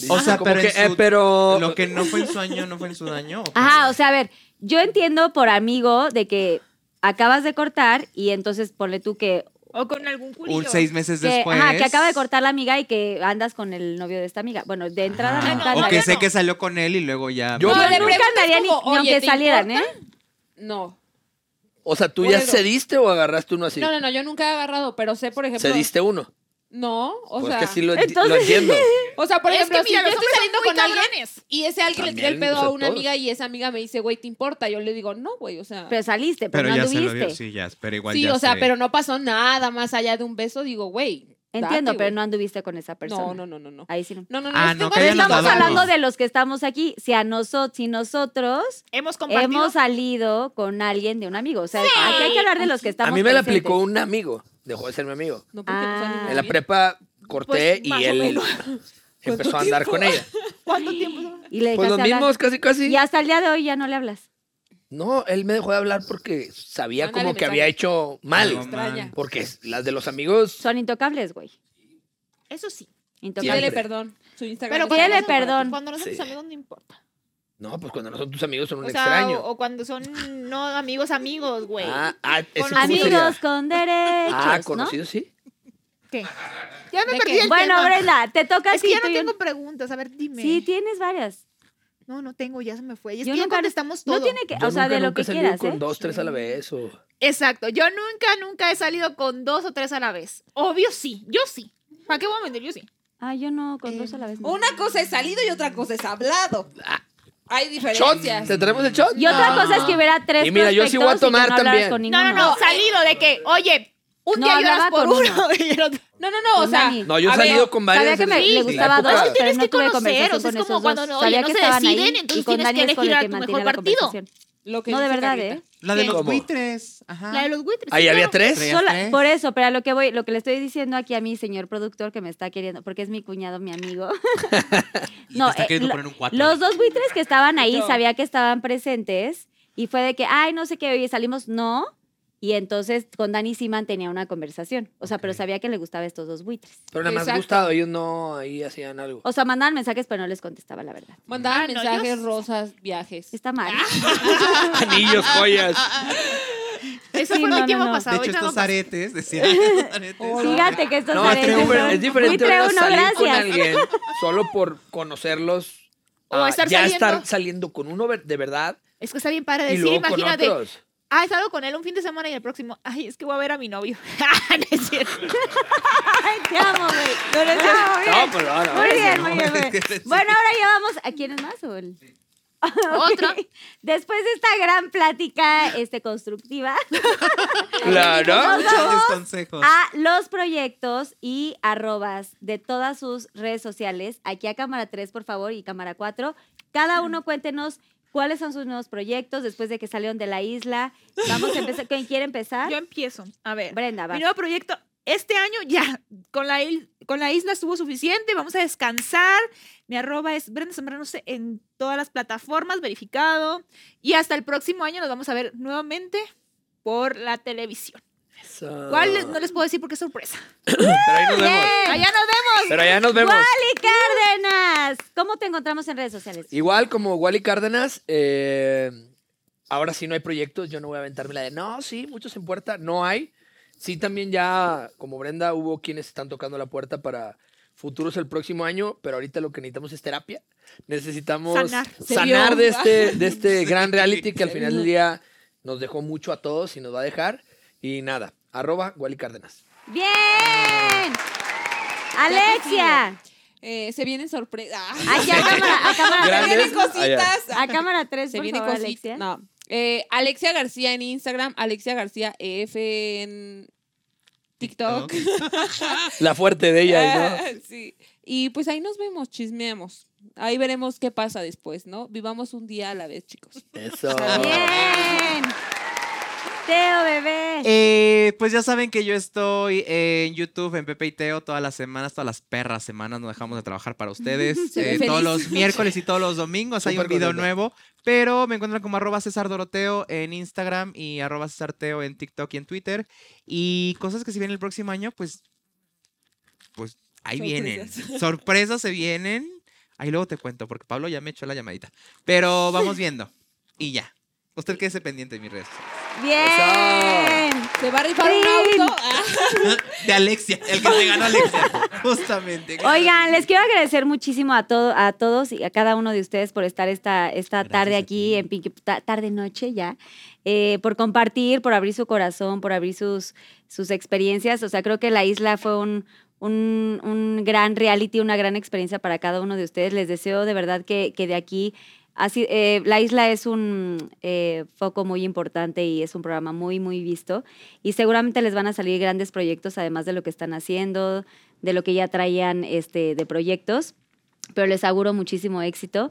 O sea, Como pero, que, en su- eh, pero- Lo que no fue en su año, no fue en su daño. ¿o qué? Ajá, o sea, a ver, yo entiendo por amigo de que acabas de cortar y entonces ponle tú que [laughs] O con algún Un culillo. seis meses que, después. ajá, que acaba de cortar la amiga y que andas con el novio de esta amiga. Bueno, de entrada Ah, nunca no, o que no, sé no. que salió con él y luego ya. Yo- Yo le nunca preguntas andaría ni, como, ni "Oye, aunque ¿te salieran, importa?" ¿eh? No. O sea, ¿tú Por ya eso. cediste o agarraste uno así? No, no, no. Yo nunca he agarrado, pero sé, por ejemplo. ¿Cediste uno? No, o Pues sea. que sí lo, enti- entonces- lo entiendo. O sea, por Es ejemplo, que mira, si los yo estoy hombres son saliendo muy con alguien cabrones. y ese alguien le tira el También, pedo o sea, a una todos. amiga y esa amiga me dice, güey, ¿te importa? Yo le digo, no, güey, o sea. Pero saliste, pero, Pero no ya se lo anduviste. dio. Sí, ya, pero igual sí, ya o sea, sé. pero no pasó nada más allá de un beso. Digo, güey. Entiendo, date, pero güey". no anduviste con esa persona. No, no, no, no, no. Ahí sí no. No, no, no. Ah, les no, tengo que hayan tantos Estamos Vamos. hablando de los que estamos aquí. Si a nosotros, si nosotros Hemos compartido. hemos salido con alguien de un amigo. O sea, aquí hay que hablar de los que estamos A mí me la presentes. aplicó un amigo. Dejó de ser mi amigo. No, porque Ah. no salen En muy la bien. prepa corté Pues, más y o él menos. [laughs] empezó a andar con ella. ¿Cuánto tiempo? Y le Pues los dejaste hablar. mismos, casi, casi. Y hasta el día de hoy ya no le hablas. No, él me dejó de hablar porque sabía Mándale como que mensaje. había hecho mal. Algo mal. Extraña. Porque las de los amigos. Son intocables, güey. Eso sí. Intocables. Pídele Siempre. perdón. Su Instagram. Pero está pídele cuando en no la son- perdón. Cuando no son tus Sí. amigos, no importa. No, pues cuando no son tus amigos son un O sea, extraño. o, o cuando son no amigos, amigos, güey. ah, ah, eso cómo Conocidos. sería? Amigos con derechos, Ah, ¿no? conocido, sí. ¿Qué? Ya me ¿De perdí qué? el Bueno, tema. Brenda, te toca Es que sí, ya no tú y yo- tengo preguntas. A ver, dime. Sí, tienes varias. No, no tengo, ya se me fue. Y es Yo que ya nunca- contestamos todo. No tiene que, Yo o sea, nunca, de lo nunca que he salido quieras, con ¿eh? dos, tres a Mm. la vez. O... Exacto. Yo nunca, nunca he salido con dos o tres a la vez. Obvio sí, yo sí. ¿Para qué voy a mentir? Yo sí. Ah, yo no, con dos a la vez. no. Una cosa es salido y otra cosa es hablado. Hay ¿Shot? diferencias. ¿Te traemos el shot? Y otra cosa es que hubiera tres Y mira, yo sí voy a prospectos y que tomar no hablaras también. con No, no, ninguno. no, salido de que, oye, un No, día lloras hablaba por con uno. uno. y el otro- No, no, no, o Con sea. Dani. No, yo he a ver, salido con varios. Sabía que me, en- le en la gustaba época- dos, Todos pero tienes no que tuve conocer, conversación o sea, es con esos como cuando dos. no- Sabía oye, no que se estaban ahí deciden, y entonces con tienes Dani que es con el elegir a que tu mantiene mejor la partido. conversación. [laughs] Lo que No, de dice verdad, Carlita. ¿eh? La de los ¿Cómo? buitres. Ajá. La de los buitres. Ahí sí, había claro. tres. Tres. Sola- tres. por eso, pero a lo que voy, lo que le estoy diciendo aquí a mi señor productor que me está queriendo, porque es mi cuñado, mi [laughs] amigo. [laughs] Y te está eh, queriendo lo- poner un cuatro. los dos buitres que estaban ahí Yo. sabía que estaban presentes y fue de que, ay, no sé qué, oye, salimos, no. Y entonces con Dani sí mantenía una conversación. O sea, pero sabía que le gustaba a estos dos buitres. Pero nada más Exacto. gustado, ellos no ahí hacían [laughs] algo. O sea, mandaban mensajes, pero no les contestaba, la verdad. Mandaban Ah, no, yo mensajes, sí. rosas, viajes. Está mal. Anillos, joyas. Eso Sí, fue lo no, que no, hemos no. De pasado. hecho, ahorita no estos pasa. [laughs] aretes, decían estos aretes. Fíjate que estos No, es, aretes diferente- son- es diferente Buitre ahora uno, salir con gracias. alguien [laughs] solo por conocerlos. O a estar ya saliendo. estar saliendo con uno ver- de verdad Es que está bien para y decir, luego con imagínate. otros. Ah, he estado con él un fin de semana y el próximo. Ay, es que voy a ver a mi novio. [laughs] No es cierto. Ay, te amo, güey. No, no es cierto. No, pues ahora. Muy bien, muy no, bien, es muy bien. que es- Bueno, ahora ya vamos. ¿A quiénes más? o el- [laughs] Otro. Ok. [laughs] Después de esta gran plática este, constructiva, Claro. [laughs] Muchos consejos. a los proyectos y arrobas de todas sus redes sociales. Aquí a cámara 3, por favor, y cámara 4. Cada uno cuéntenos cuáles son sus nuevos proyectos después de que salieron de la isla. Vamos a empezar. ¿Quién quiere empezar? Yo empiezo. A ver. Brenda, va. Mi nuevo proyecto este año ya con la, il- con la isla estuvo suficiente, vamos a descansar. Mi arroba es Brenda Zambrano C en todas las plataformas, verificado. Y hasta el próximo año nos vamos a ver nuevamente por la televisión. ¿Cuál? les- No les puedo decir porque es sorpresa. Pero ahí nos vemos. Allá nos vemos. Pero allá nos vemos. Wally Cárdenas, ¿cómo te encontramos en redes sociales? Igual como Wally Cárdenas, eh, ahora sí no hay proyectos, yo no voy a aventarme la de, no, sí, muchos en puerta, no hay. Sí, también ya, como Brenda, hubo quienes están tocando la puerta para futuros el próximo año, pero ahorita lo que necesitamos es terapia. Necesitamos Sanar. sanar, Se vio. de este, de este gran reality que al Se final vio. del día nos dejó mucho a todos y nos va a dejar. Y nada, arroba Wally Cárdenas. ¡Bien! Alexia, Eh, se vienen sorpresas. [laughs] aquí a cámara, a cámara se Grandes Ah, vienen allá. cositas. Ah, A cámara 3, Se por vienen favor, cositas. Alexia. No. Eh, Alexia García en Instagram, Alexia García F en TikTok. La fuerte de ella, ¿no? [laughs] Ah, sí. Y pues ahí nos vemos, chismeamos. Ahí veremos qué pasa después, ¿no? Vivamos un día a la vez, chicos. Eso. ¡Bien! Teo, bebé. Eh, pues ya saben que yo estoy en YouTube, en Pepe y Teo, todas las semanas, todas las perras semanas no dejamos de trabajar para [laughs] ustedes. Se ve Eh, feliz. todos los miércoles y todos los domingos hay un Súper video contento. nuevo, pero me encuentran como arroba César Doroteo en Instagram y arroba César Teo en TikTok y en Twitter. Y cosas que si vienen el próximo año, pues, pues ahí vienen. Sorpresas. Sorpresas se vienen. Ahí luego te cuento, porque Pablo ya me echó la llamadita. Pero [laughs] vamos viendo. Y ya. Usted quédese pendiente de mis redes. sociales. ¡Bien! ¿Se va a rifar un Sí. auto? Ah, De Alexia, el que se ganó Alexia. Justamente. Oigan, les quiero agradecer muchísimo a, todo, a todos y a cada uno de ustedes por estar esta, esta Gracias tarde a aquí ti. en Pinky, ta- tarde noche ya, eh, por compartir, por abrir su corazón, por abrir sus, sus experiencias. O sea, creo que la isla fue un, un, un gran reality, una gran experiencia para cada uno de ustedes. Les deseo de verdad que, que de aquí... Así, eh, la isla es un eh, foco muy importante y es un programa muy, muy visto. Y seguramente les van a salir grandes proyectos, además de lo que están haciendo, de lo que ya traían este, de proyectos. Pero les auguro muchísimo éxito.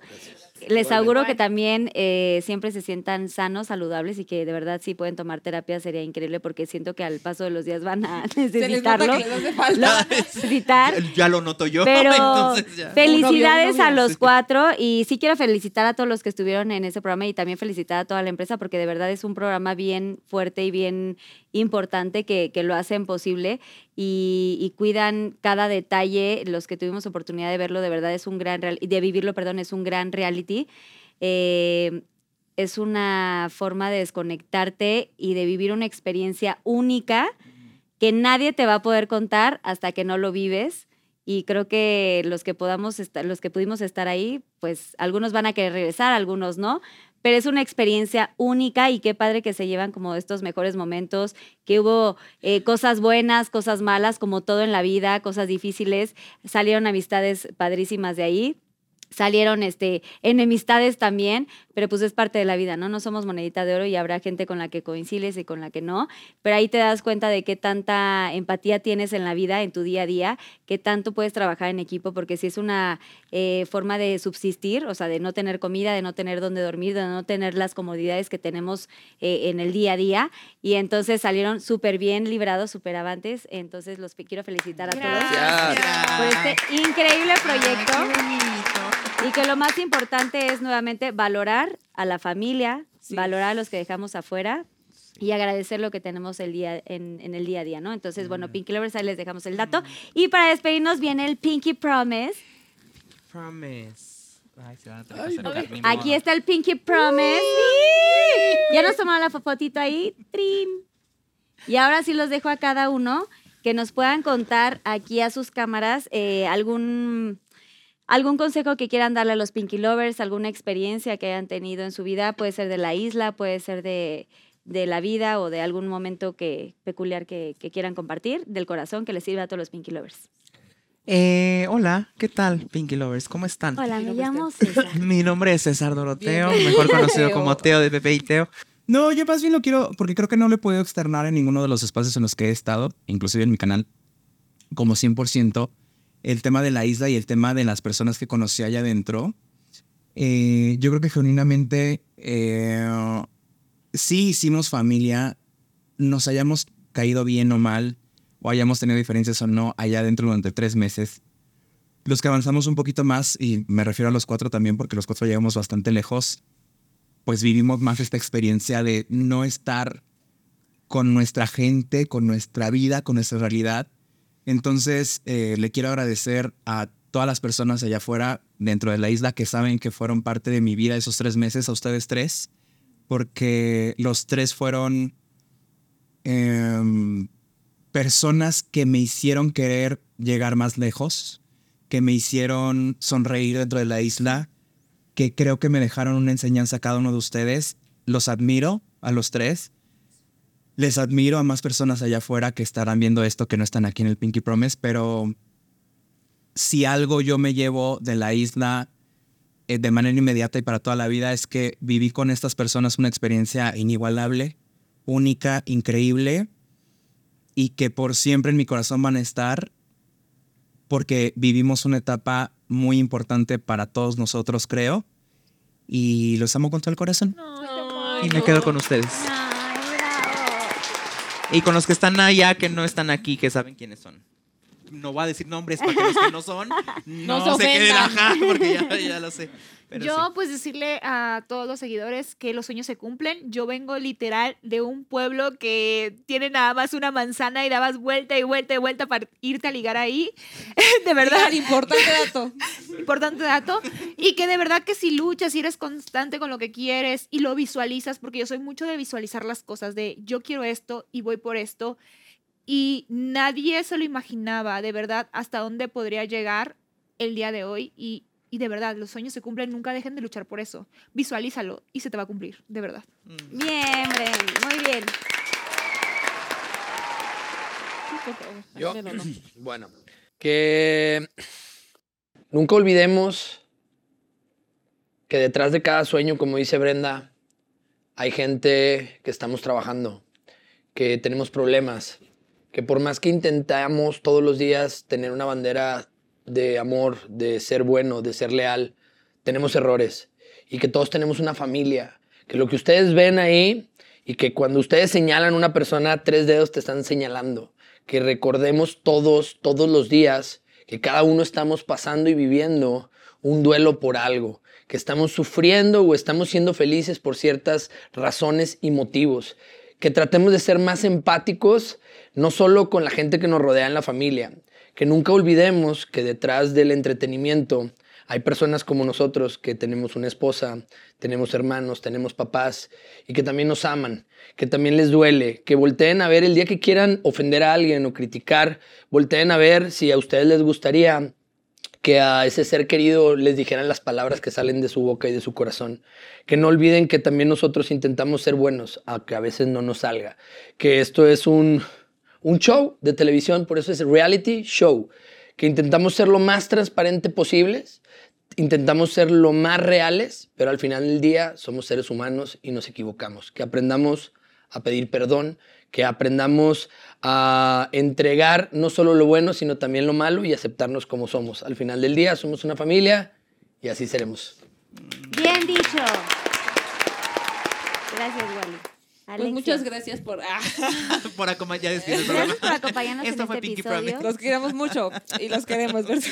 Les auguro que también eh, siempre se sientan sanos, saludables y que de verdad si pueden tomar terapia sería increíble porque siento que al paso de los días van a [laughs] se les nota necesitarlo. que les hace Lo falta. [laughs] van a necesitar. Ya- Ya lo noto [laughs] yo. Pero entonces ya. felicidades Un novio, un a novio. los cuatro y sí quiero felicitar a todos los que estuvieron en ese programa y también felicitar a toda la empresa porque de verdad es un programa bien fuerte y bien importante que, que lo hacen posible y, y cuidan cada detalle. Los que tuvimos oportunidad de verlo de verdad es un gran real- de vivirlo, perdón, es un gran reality. Eh, es una forma de desconectarte y de vivir una experiencia única que nadie te va a poder contar hasta que no lo vives. Y creo que los que podamos estar, los que pudimos estar ahí, pues algunos van a querer regresar, algunos no. Pero es una experiencia única y qué padre que se llevan como estos mejores momentos, que hubo eh, cosas buenas, cosas malas, como todo en la vida, cosas difíciles. Salieron amistades padrísimas de ahí, salieron este, enemistades también, pero pues es parte de la vida, ¿no? No somos monedita de oro y habrá gente con la que coincides y con la que no, pero ahí te das cuenta de qué tanta empatía tienes en la vida, en tu día a día, qué tanto puedes trabajar en equipo, porque si es una eh, forma de subsistir, o sea, de no tener comida, de no tener dónde dormir, de no tener las comodidades que tenemos eh, en el día a día, y entonces salieron súper bien librados, súper avantes, entonces los pe- quiero felicitar a todos por este increíble proyecto. Y que lo más importante es nuevamente valorar a la familia, valorar a los que dejamos afuera y agradecer lo que tenemos el día, en, en el día a día, ¿no? Entonces, bueno, Pinky Lovers, ahí les dejamos el dato. Y para despedirnos viene el Pinky Promise. Promise. Ay, se van a Ay, tener que acercar, ni Aquí modo. está el Pinky Promise. Ya nos tomaron la fotito ahí. Trin. Y ahora sí los dejo a cada uno que nos puedan contar aquí a sus cámaras eh, algún, algún consejo que quieran darle a los Pinky Lovers, alguna experiencia que hayan tenido en su vida. Puede ser de la isla, puede ser de, de la vida o de algún momento que, peculiar que, que quieran compartir del corazón que les sirva a todos los Pinky Lovers. Eh, hola, ¿qué tal, Pinky Lovers? ¿Cómo están? Hola, me llamo César. Mi nombre es César Doroteo, Bien. mejor conocido Teo. como Teo de Pepe y Teo. No, yo más bien lo quiero, porque creo que no lo he podido externar en ninguno de los espacios en los que he estado, inclusive en mi canal, como 100%, el tema de la isla y el tema de las personas que conocí allá adentro. Eh, yo creo que genuinamente eh, sí hicimos familia, nos hayamos caído bien o mal, o hayamos tenido diferencias o no allá adentro durante tres meses. Los que avanzamos un poquito más, y me refiero a los cuatro también, porque los cuatro llegamos bastante lejos, pues vivimos más esta experiencia de no estar con nuestra gente, con nuestra vida, con nuestra realidad. Entonces, eh, le quiero agradecer a todas las personas allá afuera, dentro de la isla, que saben que fueron parte de mi vida esos tres meses, a ustedes tres, porque los tres fueron em, personas que me hicieron querer llegar más lejos, que me hicieron sonreír dentro de la isla, que creo que me dejaron una enseñanza a cada uno de ustedes. Los admiro a los tres. Les admiro a más personas allá afuera que estarán viendo esto, que no están aquí en el Pinky Promise, pero si algo yo me llevo de la isla eh, de manera inmediata y para toda la vida es que viví con estas personas una experiencia inigualable, única, increíble y que por siempre en mi corazón van a estar porque vivimos una etapa muy importante para todos nosotros, creo. Y los amo con todo el corazón. este y me quedo con ustedes. Y con los que están allá, que no están aquí, que saben quiénes son. No voy a decir nombres para que los que no son no, se se, queden ofendan. ajá, porque ya, ya lo sé. Pero yo, sí. pues, decirle a todos los seguidores que los sueños se cumplen. Yo vengo literal de un pueblo que tiene nada más una manzana y dabas vuelta y vuelta y vuelta para irte a ligar ahí. [laughs] de verdad. Tan importante dato. [laughs] importante dato. Y que de verdad que si luchas y eres constante con lo que quieres y lo visualizas, porque yo soy mucho de visualizar las cosas, de yo quiero esto y voy por esto. Y nadie se lo imaginaba, de verdad, hasta dónde podría llegar el día de hoy. Y, y de verdad, los sueños se cumplen, nunca dejen de luchar por eso. Visualízalo y se te va a cumplir, de verdad. Bien, Bren, muy bien. Yo- [laughs] Pero no. Pues, Bueno, que nunca olvidemos que detrás de cada sueño, como dice Brenda, hay gente que estamos trabajando, que tenemos problemas, que por más que intentamos todos los días tener una bandera de amor, de ser bueno, de ser leal, tenemos errores y que todos tenemos una familia, que lo que ustedes ven ahí y que cuando ustedes señalan a una persona, tres dedos te están señalando, que recordemos todos, todos los días, que cada uno estamos pasando y viviendo un duelo por algo, que estamos sufriendo o estamos siendo felices por ciertas razones y motivos, que tratemos de ser más empáticos, no solo con la gente que nos rodea en la familia, que nunca olvidemos que detrás del entretenimiento hay personas como nosotros que tenemos una esposa, tenemos hermanos, tenemos papás y que también nos aman, que también les duele, que volteen a ver el día que quieran ofender a alguien o criticar, volteen a ver si a ustedes les gustaría que a ese ser querido les dijeran las palabras que salen de su boca y de su corazón. Que no olviden que también nosotros intentamos ser buenos, aunque a veces no nos salga. Que esto es un, un show de televisión, por eso es reality show. Que intentamos ser lo más transparente posibles, intentamos ser lo más reales, pero al final del día somos seres humanos y nos equivocamos. Que aprendamos a pedir perdón, que aprendamos a entregar no solo lo bueno, sino también lo malo y aceptarnos como somos. Al final del día somos una familia y así seremos. Bien dicho. Gracias, Wally. Pues Alexia, muchas gracias por. ah, [laughs] Por acompañar, ya despido el programa. Gracias por acompañarnos Esto en fue este Pinky episodio. Promise. los queremos mucho y los queremos, ¿verdad?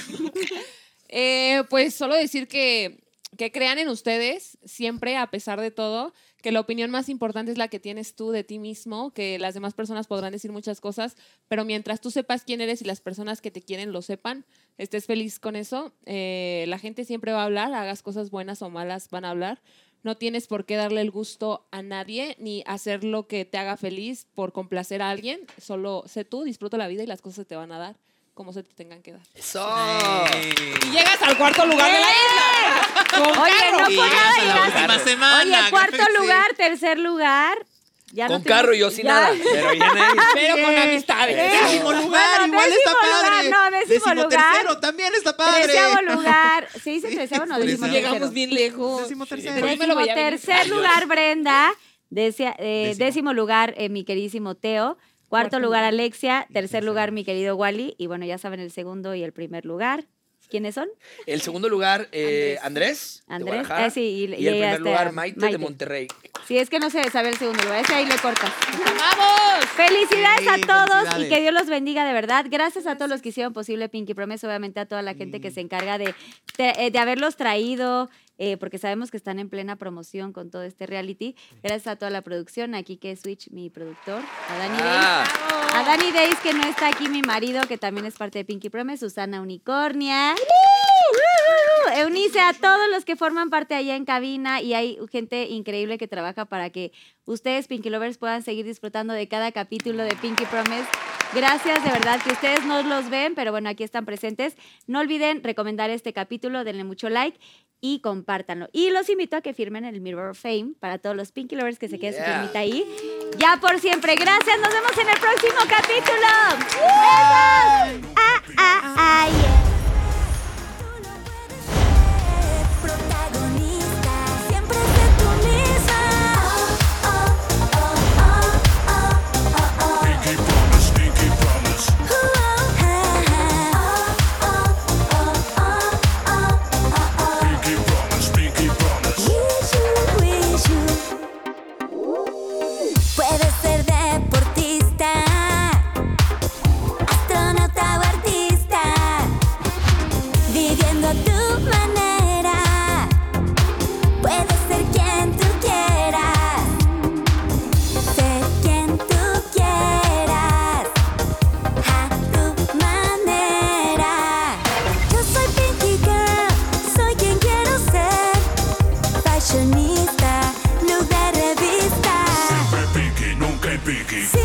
Eh, pues solo decir que que crean en ustedes siempre, a pesar de todo, que la opinión más importante es la que tienes tú de ti mismo, que las demás personas podrán decir muchas cosas, pero mientras tú sepas quién eres y las personas que te quieren lo sepan, estés feliz con eso, eh, la gente siempre va a hablar, hagas cosas buenas o malas, van a hablar. No tienes por qué darle el gusto a nadie ni hacer lo que te haga feliz por complacer a alguien. Solo sé tú, disfruta la vida y las cosas se te van a dar como se te tengan que dar. Eso. Y llegas al cuarto lugar de la ¡Eh! isla. Con Oye, carro. no por nada la llegaste. última semana, Oye, qué cuarto fe- sí. lugar, tercer lugar. Ya no Con te- carro y yo sin ya. [laughs] nada. Pero bien ahí. Pero con amistades. Eh, Décimo lugar, bueno, igual está décimo lugar, padre. no, décimo lugar. tercero, también está padre. Treceavo lugar. ¿Se dice Sí, treceavo? No, por décimo eso. tercero. Llegamos bien lejos. Décimo tercero. Pero yo me lo Décimo veía venir. tercer lugar, Brenda. Desea- eh, décimo. Décimo. lugar, eh, mi queridísimo Teo. Cuarto, Cuarto lugar, Alexia. Tercer tercer lugar, lugar. mi querido Wally. Y bueno, ya saben el segundo y el primer lugar. ¿Quiénes son? El segundo lugar, eh, Andrés. de Andrés. Guadalajara. Ah, sí, y- y el ella primer está- lugar, Maite, Maite. de Monterrey. Si es que no se sabe el segundo lugar, ese ahí le cortas. ¡Vamos! Felicidades Sí, a todos y felicidades. que Dios los bendiga de verdad. Gracias a todos los que hicieron posible Pinky Promise, obviamente a toda la gente que se encarga de, de, de haberlos traído, eh, porque sabemos que están en plena promoción con todo este reality. Gracias a toda la producción, aquí que Switch, mi productor, a Dani Ah. Days. A Dani Days, que no está aquí, mi marido, que también es parte de Pinky Promise, Susana Unicornia. ¡Woo! Eunice, a todos los que forman parte allá en cabina y hay gente increíble que trabaja para que ustedes, Pinky Lovers, puedan seguir disfrutando de cada capítulo de Pinky Promise. Gracias, de verdad, que ustedes no los ven, pero bueno, aquí están presentes. No olviden recomendar este capítulo, denle mucho like y compártanlo. Y los invito a que firmen el Mirror of Fame para todos los Pinky Lovers que se queden su Yeah. firmita ahí. Ya por siempre, gracias, nos vemos en el próximo capítulo. ¡Besos! ¡Ah, ah, ah, yeah. Tú lo puedes ser, protagonista. Siempre sé tú misma. Oh, oh, oh, oh, oh, oh, oh. Pinky promise, pinky promise. Uh, oh, ah, ah. Oh, oh, oh, oh, oh, oh, oh. Pinky promise, pinky promise. Puedes ser deportista, astronauta o artista, viviendo a tu manera. Puedes ser quien tú quieras, ser quien tú quieras, a tu manera. Yo soy Pinky Girl, soy quien quiero ser. Fashionista, look de revista. Siempre pinky, nunca en pinky. Sí,